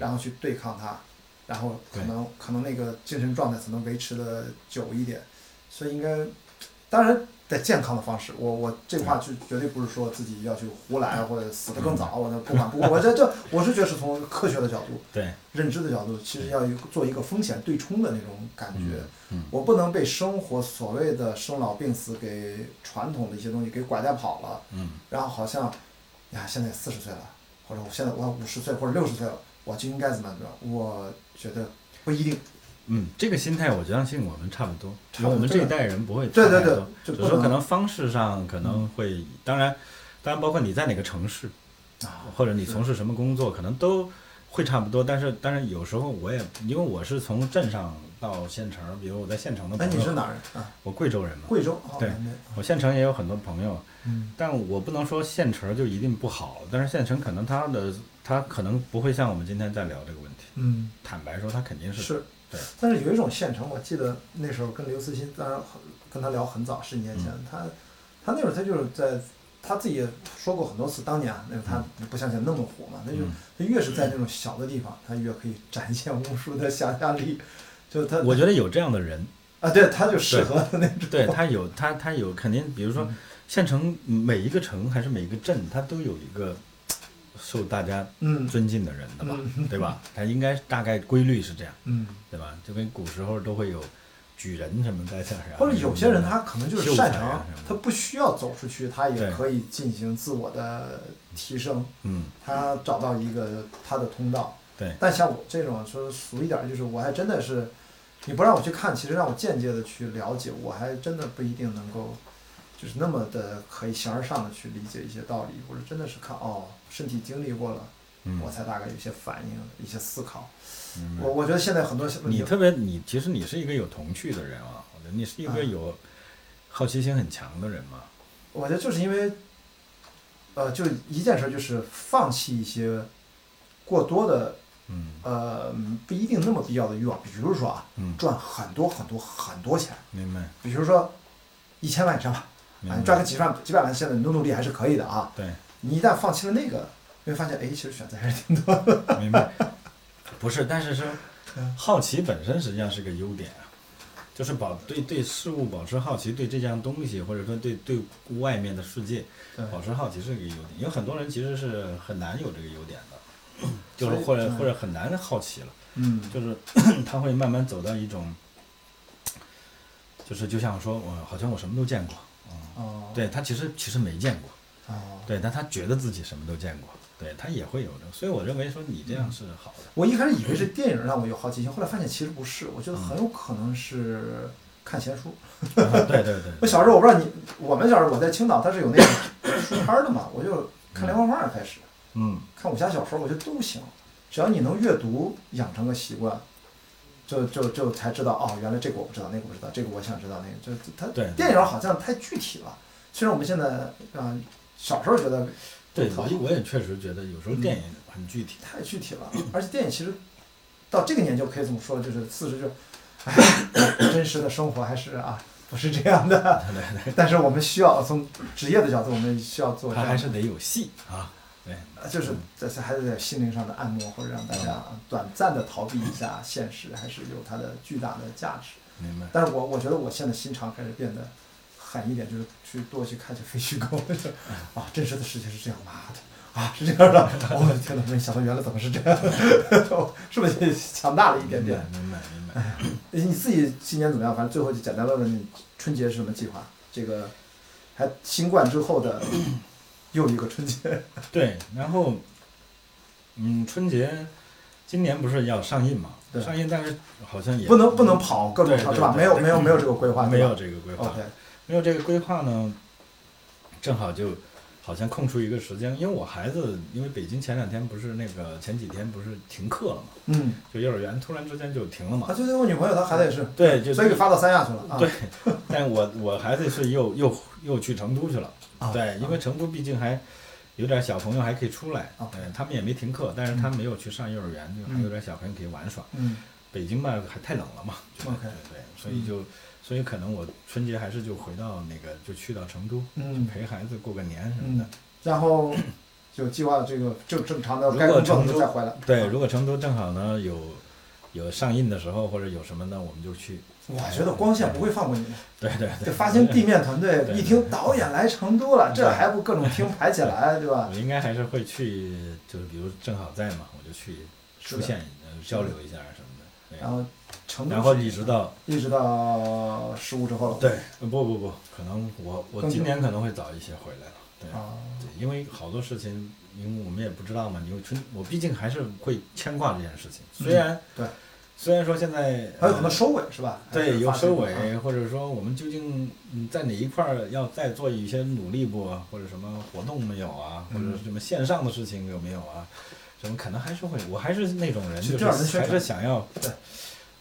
Speaker 3: 然后去对抗它，然后可
Speaker 2: 嗯对
Speaker 3: 能可能那个精神状态才能维持的久一点，所以应该，当然。在健康的方式，我我这话就绝对不是说自己要去胡来
Speaker 2: 嗯
Speaker 3: 或者死得更早，我就不管不顾。我这这我是觉得是从科学的角度，
Speaker 2: 对，
Speaker 3: 认知的角度，其实要有做一个风险对冲的那种感觉。
Speaker 2: 嗯
Speaker 3: 我不能被生活所谓的生老病死给传统的一些东西给拐带跑了，
Speaker 2: 嗯
Speaker 3: 然后好像，呀，现在四十岁了，或者我现在我五十岁或者六十岁了，我就应该怎么怎么样？我觉得不一定。
Speaker 2: 嗯，这个心态我相信我们差不多，因
Speaker 3: 差
Speaker 2: 为
Speaker 3: 不多
Speaker 2: 我们这一代人不会差
Speaker 3: 对
Speaker 2: 太
Speaker 3: 对对
Speaker 2: 多，，
Speaker 3: 就
Speaker 2: 只
Speaker 3: 不
Speaker 2: 是说可
Speaker 3: 能
Speaker 2: 能
Speaker 3: 嗯
Speaker 2: 方式上可能会，当然当然包括你在哪个城市，
Speaker 3: 啊，
Speaker 2: 或者你从事什么工作，可能都会差不多。但是但是有时候我也因为我是从镇上到县城，比如我在县城的
Speaker 3: 哎，
Speaker 2: 朋
Speaker 3: 你是
Speaker 2: 友，
Speaker 3: 哪儿人啊？
Speaker 2: 我贵州人嘛，
Speaker 3: 贵州哦，
Speaker 2: 对嗯
Speaker 3: 南边
Speaker 2: 我县城也有很多朋友，
Speaker 3: 嗯
Speaker 2: 但我不能说县城就一定不好，但是县城可能它的它可能不会像我们今天在聊这个问题。
Speaker 3: 嗯。
Speaker 2: 坦白说，它肯定是
Speaker 3: 是
Speaker 2: 对，
Speaker 3: 但是有一种县城，我记得那时候跟刘慈欣，当然很跟他聊很早，十几年
Speaker 2: 嗯
Speaker 3: 前，他他那会儿他就是在他自己也说过很多次，当年啊那时候他不像现在那么火嘛，他
Speaker 2: 嗯
Speaker 3: 就他越是在那种小的地方，他越可以展现无数的想象 力，就是他
Speaker 2: 我觉得有这样的人，
Speaker 3: 啊，对，他就适合那种嗯
Speaker 2: 对他有他他有肯定，比如说县城每一个城还是每一个镇，它都有一个受大家
Speaker 3: 嗯
Speaker 2: 尊敬的人的吧，对吧？它应该大概规律是这样，
Speaker 3: 嗯，
Speaker 2: 对吧？就跟古时候都会有举人什么在这儿啊，
Speaker 3: 或者有些人他可能就是
Speaker 2: 秀才啊
Speaker 3: 擅长
Speaker 2: 什么，的
Speaker 3: 他不需要走出去，他也
Speaker 2: 对
Speaker 3: 可以进行自我的提升，
Speaker 2: 嗯，
Speaker 3: 他找到一个他的通道。
Speaker 2: 对，
Speaker 3: 但像我这种说俗一点儿，就是我还真的是，你不让我去看，其实让我间接的去了解，我还真的不一定能够，就是那么的可以形而上的去理解一些道理，或者真的是看哦，身体经历过了，
Speaker 2: 嗯
Speaker 3: 我，才大概有一些反应、一些思考。
Speaker 2: 明白
Speaker 3: 我我觉得现在很多问
Speaker 2: 你
Speaker 3: 题，
Speaker 2: 特别，你其实你是一个有童趣的人啊，我觉得你是一个
Speaker 3: 嗯
Speaker 2: 有好奇心很强的人嘛。
Speaker 3: 我觉得就是因为，呃，就一件事儿就是放弃一些过多的
Speaker 2: 嗯
Speaker 3: 呃不一定那么必要的欲望，比如说啊，
Speaker 2: 嗯，
Speaker 3: 赚很多很多很多钱，
Speaker 2: 明白，
Speaker 3: 比如说一千万以上吧，
Speaker 2: 明
Speaker 3: 啊，
Speaker 2: 白。
Speaker 3: 你赚个几万、几百万，现在你努努力还是可以的啊。
Speaker 2: 对，
Speaker 3: 你一旦放弃了那个，你会发现，哎，其实选择还是挺多的。
Speaker 2: 明白。 不是，但是说
Speaker 3: 嗯
Speaker 2: 好奇本身实际上是个优点啊，就是保对对事物保持好奇，对这样东西或者说对对外面的世界
Speaker 3: 对
Speaker 2: 保持好奇是个优点。有很多人其实是很难有这个优点的，就是
Speaker 3: 所以
Speaker 2: 或者
Speaker 3: 嗯
Speaker 2: 或者很难好奇了。
Speaker 3: 嗯
Speaker 2: 就是 他会慢慢走到一种，就是就像我说我好像我什么都见过，嗯，
Speaker 3: 哦，，
Speaker 2: 对他其实其实没见过，
Speaker 3: 哦，
Speaker 2: 对，但他觉得自己什么都见过，对他也会有这，所以我认为说你这样是好的，
Speaker 3: 我一开始以为是电影让我有好奇心，后来发现其实不是，我觉得很有可能是看闲书。
Speaker 2: 啊对对对，
Speaker 3: 我小时候我不知道你，我们小时候我在青岛，它是有那种书摊儿的嘛，我就看连环画开始，
Speaker 2: 嗯，
Speaker 3: 看武侠小说，我觉得都行，只要你能阅读，养成个习惯。就就就才知道哦，原来这个我不知道，那个我不知道，这个我想知道，那个就就它
Speaker 2: 对对
Speaker 3: 电影好像太具体了。虽然我们现在啊、呃小时候觉得
Speaker 2: 对，
Speaker 3: 好
Speaker 2: 我我也确实觉得有时候电影很具体，
Speaker 3: 太具体 了，而且电影其实到这个年纪，我可以这么说，就是四十就，哎， 真实的生活还是啊不是这样的。
Speaker 2: 对对对，
Speaker 3: 但是我们需要从职业的角度，我们需要做这
Speaker 2: 他
Speaker 3: 样
Speaker 2: 还
Speaker 3: 的，
Speaker 2: 是得有戏啊，对，
Speaker 3: 就是这是还是在心灵上的按摩，或者让大家短暂的逃避一下现实，还是有它的巨大的价值。
Speaker 2: 明白。
Speaker 3: 但是我我觉得我现在心肠开始变得狠一点，就是去多去看一些非虚构的，啊，真实的世界是这样，妈的，啊，是这样的，我的天哪，没想到原来怎么是这样， 是不是强大了一点
Speaker 2: 明
Speaker 3: 点
Speaker 2: 白？明白明 白，
Speaker 3: 你自己今年怎么样？反正最后就简单问问你，春节是什么计划？这个还新冠之后的又一个春节，
Speaker 2: 对，然后，嗯，春节今年不是要上映嘛？
Speaker 3: 对
Speaker 2: 上映，但是好像也
Speaker 3: 不能不能跑各种
Speaker 2: 对
Speaker 3: 场
Speaker 2: 对
Speaker 3: 是吧？
Speaker 2: 对
Speaker 3: 没有
Speaker 2: 对
Speaker 3: 没有没有这个规划，
Speaker 2: 没有这个规划
Speaker 3: OK，
Speaker 2: 没有这个规划呢，正好就好像空出一个时间，因为我孩子，因为北京前两天不是那个前几天不是停课了嘛，
Speaker 3: 嗯，
Speaker 2: 就幼儿园突然之间就停了
Speaker 3: 啊，
Speaker 2: 嘛，
Speaker 3: 对对，我女朋友她孩子也是，
Speaker 2: 对，就
Speaker 3: 所以给发到三亚去了啊，
Speaker 2: 对， 但我我孩子是又又又去成都去了，
Speaker 3: 啊
Speaker 2: 对，因为成都毕竟还有点小朋友还可以出来，
Speaker 3: OK
Speaker 2: 对，他们也没停课，但是他没有去上幼儿园，就还
Speaker 3: 嗯
Speaker 2: 有点小朋友可以玩耍。
Speaker 3: 嗯
Speaker 2: 北京嘛，还太冷了嘛，对对
Speaker 3: OK
Speaker 2: 对，所以就所以可能我春节还是就回到那个就去到成都，
Speaker 3: 嗯。
Speaker 2: 陪孩子过个年什么
Speaker 3: 嗯
Speaker 2: 的。，
Speaker 3: 然后就计划这个正正常的
Speaker 2: 如
Speaker 3: 该
Speaker 2: 果
Speaker 3: 工作
Speaker 2: 成
Speaker 3: 的时候
Speaker 2: 都
Speaker 3: 再回来。
Speaker 2: 对，如果成都正好呢有有上映的时候或者有什么呢，我们就去。
Speaker 3: 我觉得光线不会放过你们，
Speaker 2: 对哎对
Speaker 3: 这
Speaker 2: 对，
Speaker 3: 发行地面团队
Speaker 2: 对
Speaker 3: 一听导演来成都了，这
Speaker 2: 对
Speaker 3: 还不各种听排起来，对吧
Speaker 2: 我？应该还是会去，就是比如正好在嘛，我就去
Speaker 3: 是
Speaker 2: 出
Speaker 3: 的
Speaker 2: 现呃交流一下什么的。对
Speaker 3: 然后成都，
Speaker 2: 然后一直到
Speaker 3: 一直到十五之后了。
Speaker 2: 对，呃不不不，可能我我
Speaker 3: 更
Speaker 2: 今
Speaker 3: 久
Speaker 2: 年可能会早一些回来了。对，
Speaker 3: 啊，
Speaker 2: 对，因为好多事情，因为我们也不知道嘛，你有春，我毕竟还是会牵挂这件事情。虽然、
Speaker 3: 嗯对，
Speaker 2: 虽然说现在
Speaker 3: 还有可能
Speaker 2: 呃
Speaker 3: 收尾是吧？还
Speaker 2: 对
Speaker 3: 是
Speaker 2: 有
Speaker 3: 发行
Speaker 2: 收
Speaker 3: 啊
Speaker 2: 尾，或者说我们究竟嗯在哪一块儿要再做一些努力不，啊或者什么活动没有啊，或者
Speaker 3: 嗯
Speaker 2: 是什么线上的事情有没有啊？什么可能还是会，我还是那种人，
Speaker 3: 去
Speaker 2: 就
Speaker 3: 第二轮
Speaker 2: 是
Speaker 3: 宣
Speaker 2: 还是
Speaker 3: 传
Speaker 2: 想要
Speaker 3: 对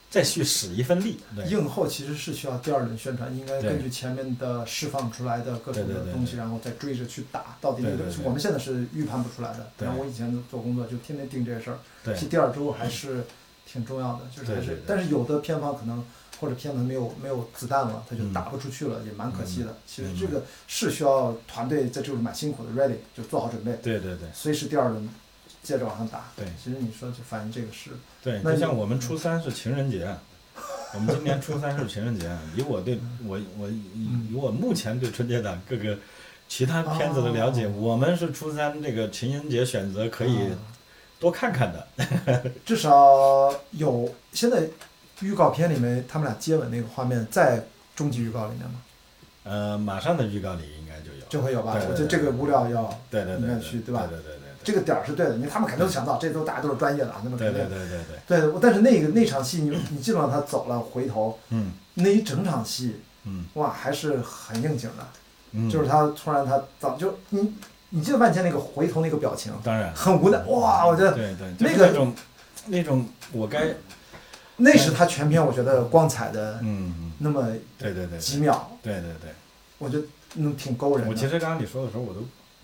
Speaker 2: 再去使一份力。对，
Speaker 3: 映后其实是需要第二轮宣传，应该
Speaker 2: 对
Speaker 3: 根据前面的释放出来的各
Speaker 2: 对
Speaker 3: 种
Speaker 2: 对
Speaker 3: 的
Speaker 2: 对
Speaker 3: 东
Speaker 2: 对
Speaker 3: 西，然后再追着去打，到底那
Speaker 2: 对
Speaker 3: 个
Speaker 2: 对对
Speaker 3: 我们现在是预判不出来的。
Speaker 2: 对
Speaker 3: 然后我以前做工作就天天盯这些事儿，
Speaker 2: 对
Speaker 3: 其实第二周还是挺重要的，就是
Speaker 2: 对
Speaker 3: 还
Speaker 2: 对
Speaker 3: 是
Speaker 2: 对，
Speaker 3: 但是有的偏方可能或者片子没有没有子弹了，他就打不出去了，也
Speaker 2: 嗯
Speaker 3: 蛮可惜的。其实这个是需要团队在这里蛮辛苦的，ready 就做好准备，
Speaker 2: 对对对
Speaker 3: 随时第二轮接着往上打。
Speaker 2: 对
Speaker 3: 其实你说就反映这个是，
Speaker 2: 对，
Speaker 3: 那
Speaker 2: 就像
Speaker 3: 你
Speaker 2: 我们初三是情人节，我
Speaker 3: 嗯
Speaker 2: 们今年初三是情人节。以我对我我以以我目前对春节档各个其他片子的了
Speaker 3: 哦
Speaker 2: 解，我们是初三这个情人节选择可以
Speaker 3: 嗯
Speaker 2: 多看看的。
Speaker 3: 至少有现在预告片里面他们俩接吻那个画面，在终极预告里面嘛，
Speaker 2: 呃，马上的预告里应该就有，
Speaker 3: 就会有吧？
Speaker 2: 对对
Speaker 3: 我觉得这个无料要
Speaker 2: 对对对
Speaker 3: 应
Speaker 2: 对
Speaker 3: 该
Speaker 2: 对
Speaker 3: 去对吧
Speaker 2: 对对对
Speaker 3: 这个点儿是对的，因为他们肯定都想到，这都大家都是专业的啊，那么
Speaker 2: 对
Speaker 3: 肯
Speaker 2: 对
Speaker 3: 定
Speaker 2: 对对对对，
Speaker 3: 对。我但是那个那场戏，你你记不记得他走了回头
Speaker 2: 嗯
Speaker 3: 那一整场戏，
Speaker 2: 嗯
Speaker 3: 哇，还是很应景的，
Speaker 2: 嗯，
Speaker 3: 就是他突然他早就你你记得万茜那个回头那个表情，
Speaker 2: 当然
Speaker 3: 很无奈哇，我觉得
Speaker 2: 对对，就是
Speaker 3: 那个
Speaker 2: 那种那种我该
Speaker 3: 那是他全片我觉得光彩的
Speaker 2: 嗯嗯，
Speaker 3: 那么
Speaker 2: 对对对
Speaker 3: 几
Speaker 2: 对
Speaker 3: 秒，
Speaker 2: 对对对，
Speaker 3: 我觉得嗯挺勾人
Speaker 2: 我
Speaker 3: 的
Speaker 2: 其。实刚刚你说的时候，我都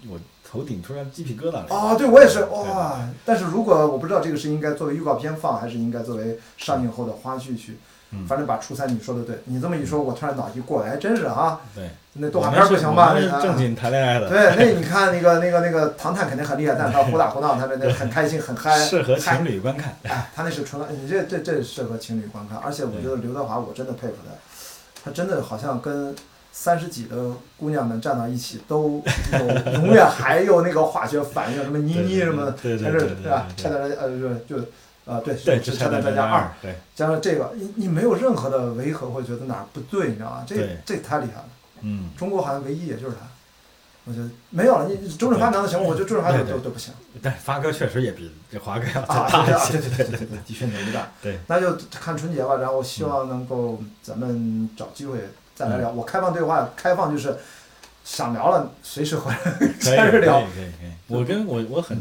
Speaker 2: 我头顶突然鸡皮疙瘩了。
Speaker 3: 啊，对我也是
Speaker 2: 对对
Speaker 3: 哇！但是如果我不知道这个是应该作为预告片放，还是应该作为上映后的花絮去，
Speaker 2: 嗯
Speaker 3: 反正把初三你说的对，你这么一说，我突然脑一过来，还真是啊，
Speaker 2: 对，
Speaker 3: 那动
Speaker 2: 我
Speaker 3: 画
Speaker 2: 们
Speaker 3: 片
Speaker 2: 是
Speaker 3: 不行
Speaker 2: 嗯
Speaker 3: 吧？
Speaker 2: 我们
Speaker 3: 那
Speaker 2: 是正
Speaker 3: 个
Speaker 2: 经谈恋爱的，
Speaker 3: 对，那你看那个那个那个唐探肯定很厉害，但是他胡打胡闹，他那那很开心很嗨，
Speaker 2: 适合
Speaker 3: 嗨
Speaker 2: 情侣观看。
Speaker 3: 哎，他那是纯，你这这这适合情侣观看，而且我觉得刘德华我真的佩服他，他真的好像跟三十几的姑娘们站到一起都有永远还有那个化学反应，什 么倪妮什么的，
Speaker 2: 对对
Speaker 3: 还
Speaker 2: 对
Speaker 3: 是
Speaker 2: 对对
Speaker 3: 吧？
Speaker 2: 对
Speaker 3: 拆弹专家呃就就呃对
Speaker 2: 对，
Speaker 3: 是
Speaker 2: 这
Speaker 3: 拆弹专家二，，
Speaker 2: 对，
Speaker 3: 加上这个你你没有任何的违和或者觉得哪儿不对，你知道吗？这
Speaker 2: 对
Speaker 3: 这太厉害了，
Speaker 2: 嗯，
Speaker 3: 中国好像唯一也就是他，我觉得没有了，你周润发能行，我觉得周润发都
Speaker 2: 对对
Speaker 3: 都都不行。
Speaker 2: 但是发哥确实也比这华哥要
Speaker 3: 啊，
Speaker 2: 再大一些，
Speaker 3: 对对对对对，的确牛逼大。
Speaker 2: 对，嗯
Speaker 3: 那就看春节吧，然后希望能够咱们找机会再来聊。我开放对话，开放就是想聊了随时回来
Speaker 2: 可以
Speaker 3: 接着聊。
Speaker 2: 可以可以可以。我跟我我很，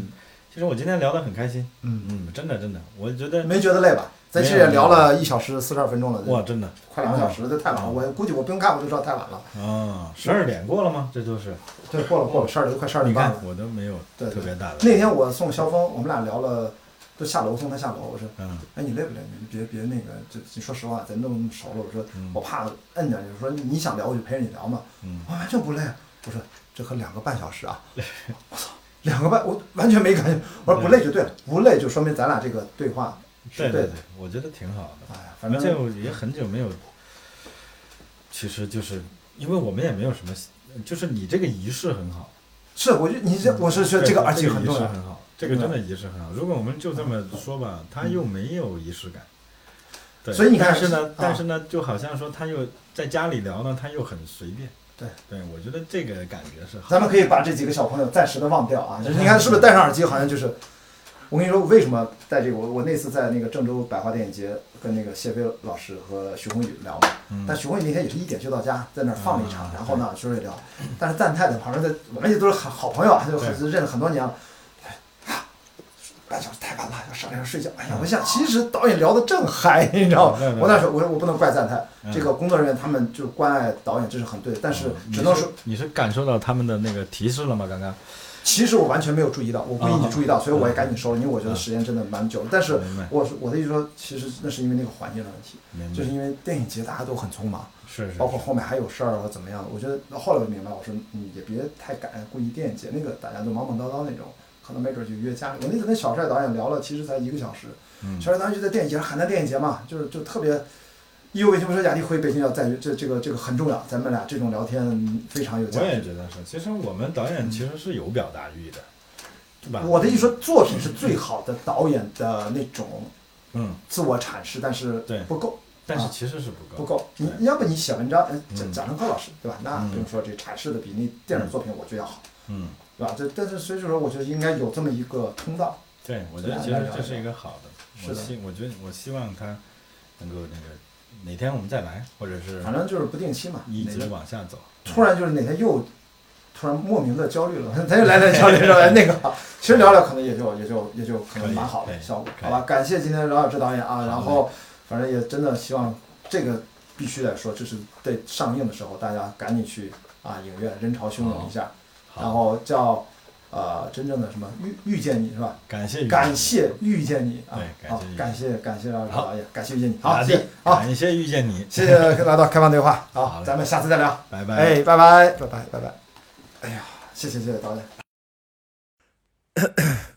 Speaker 2: 其实我今天聊得很开心，
Speaker 3: 嗯，
Speaker 2: 嗯，真的真的，我觉得
Speaker 3: 没觉得累吧？咱其实也聊了一小时四十二分钟了，
Speaker 2: 哇，真的
Speaker 3: 快两个小时，这太晚了。我估计我不用看我就知道太晚了。
Speaker 2: 啊，十二点过了吗？这就是，
Speaker 3: 对，过了过了，十二点都快十二
Speaker 2: 你
Speaker 3: 点半了
Speaker 2: 看。我都没有
Speaker 3: 对
Speaker 2: 特别大的
Speaker 3: 那天我送肖峰，我们俩聊了，都下楼送他下楼，我说。
Speaker 2: 嗯，
Speaker 3: 哎，你累不累？你别别那个，就你说实话，咱都那么熟了。我说
Speaker 2: 嗯
Speaker 3: 我怕摁着你，我说你想聊我就陪着你聊嘛。
Speaker 2: 嗯
Speaker 3: 我完全不累。我说这可两个半小时啊！ 我操，两个半，我完全没感觉。我说不累就对了，不累就说明咱俩这个对话是
Speaker 2: 对
Speaker 3: 嗯对
Speaker 2: 对
Speaker 3: 的。，
Speaker 2: 我觉得挺好的
Speaker 3: 哎，呀，反
Speaker 2: 而且
Speaker 3: 正
Speaker 2: 我也很久没有，其实就是因为我们也没有什么，就是你这个仪式很好。
Speaker 3: 是我就你这，我是觉得
Speaker 2: 对这
Speaker 3: 嗯这个而且很
Speaker 2: 仪
Speaker 3: 重
Speaker 2: 式
Speaker 3: 要。
Speaker 2: 很好，嗯这个真的仪式很好。如果我们就这么说吧，他又没有仪式感。对，
Speaker 3: 所以你看
Speaker 2: 但是
Speaker 3: 啊
Speaker 2: 呢，但是呢，就好像说他又在家里聊呢，他又很随便。
Speaker 3: 对，
Speaker 2: 对我觉得这个感觉是好。
Speaker 3: 咱们可以把这几个小朋友暂时的忘掉啊！就是你看是不是戴上耳机，好像就是，我跟你说为什么戴这个？我我那次在那个郑州百花电影节跟那个谢飞老师和徐宏宇聊嘛，
Speaker 2: 嗯
Speaker 3: 但徐宏宇那天也是一点就到家，在那儿放了一场，然后呢徐瑞聊，但是赞太太旁边在，我们也都是好好朋友啊，就很认了很多年了。哎半小时太晚了，要上来要睡觉。哎呀，我想，其实导演聊得正嗨，你知道吗
Speaker 2: 嗯对？对
Speaker 3: 我那时候，我我不能怪赞太，
Speaker 2: 嗯
Speaker 3: 这个工作人员他们就是关爱导演，这是很对的，但是
Speaker 2: 嗯
Speaker 3: 只能说
Speaker 2: 你是感受到他们的那个提示了吗？刚刚
Speaker 3: 其实我完全没有注意到，我故意你注意到，所以我也赶紧收了，因为我觉得
Speaker 2: 嗯
Speaker 3: 时间真的蛮久了。但是
Speaker 2: 啊明白
Speaker 3: 我是我的意思说，其实那是因为那个环境的问题，
Speaker 2: 明白
Speaker 3: 就是因为电影节大家都很匆忙，
Speaker 2: 是是
Speaker 3: 包括后面还有事儿或怎么样的。我觉得后来我明白，我说你也别太赶，故意电影节那个大家都忙忙叨叨那种，可能没准就约家里。我那次跟小帅导演聊了，其实才一个小时，
Speaker 2: 嗯
Speaker 3: 小帅导演就在电影节上，海南电影节嘛，就是就特别。意犹未尽，不说雅迪回北京要在于这这个这个很重要，咱们俩这种聊天非常有价
Speaker 2: 我也
Speaker 3: 值。
Speaker 2: 觉得是。其实我们导演其实是有表达欲的，对吧？
Speaker 3: 我的意思说，作品是最好的导演的那种
Speaker 2: 嗯，
Speaker 3: 自我阐释，但是
Speaker 2: 对
Speaker 3: 不够，
Speaker 2: 但
Speaker 3: 啊
Speaker 2: 是其实是不够，
Speaker 3: 不够。
Speaker 2: 对
Speaker 3: 你要不你写文章，呃贾
Speaker 2: 嗯
Speaker 3: 贾樟柯老师对吧？那
Speaker 2: 嗯
Speaker 3: 不用说，这阐释的比那电影作品我觉得要好，
Speaker 2: 嗯。
Speaker 3: 对吧？这但是所以说，我觉得应该有这么一个通道。
Speaker 2: 对，我觉得
Speaker 3: 来
Speaker 2: 其
Speaker 3: 来
Speaker 2: 实
Speaker 3: 聊
Speaker 2: 这
Speaker 3: 一
Speaker 2: 是一
Speaker 3: 聊
Speaker 2: 个好的。
Speaker 3: 是
Speaker 2: 我
Speaker 3: 的
Speaker 2: 希，我觉得我希望他能够那个哪天我们再来，或者是
Speaker 3: 反正就是不定期嘛，
Speaker 2: 一直
Speaker 3: 哪
Speaker 2: 往下走。
Speaker 3: 突然就是哪天又突然莫名的焦虑了， 咱又来点焦虑是吧？哎那个，其实聊聊可能也就也就也就可能蛮好
Speaker 2: 可
Speaker 3: 的
Speaker 2: 以
Speaker 3: 效果，
Speaker 2: 可以
Speaker 3: 好吧？感谢今天饶晓志导演啊，
Speaker 2: 嘞
Speaker 3: 然后反正也真的希望这个必须得说，就是在上映的时候大家赶紧去啊影院人潮汹涌一下，
Speaker 2: 嗯好
Speaker 3: 然后叫呃真正的什么遇遇见你是吧？
Speaker 2: 感谢雨
Speaker 3: 感
Speaker 2: 姐
Speaker 3: 谢遇见你啊
Speaker 2: 对，
Speaker 3: 好，感
Speaker 2: 感
Speaker 3: 谢感谢饶晓志
Speaker 2: 好
Speaker 3: 导演，感谢遇见你，好，
Speaker 2: 感
Speaker 3: 谢谢
Speaker 2: 谢，
Speaker 3: 好，
Speaker 2: 感谢遇见你，
Speaker 3: 谢谢来到开放对话，
Speaker 2: 好
Speaker 3: 好，
Speaker 2: 嘞
Speaker 3: 咱们下次再聊。
Speaker 2: 拜拜。
Speaker 3: 哎，拜拜，拜拜，拜拜。哎呀，谢谢谢谢导演。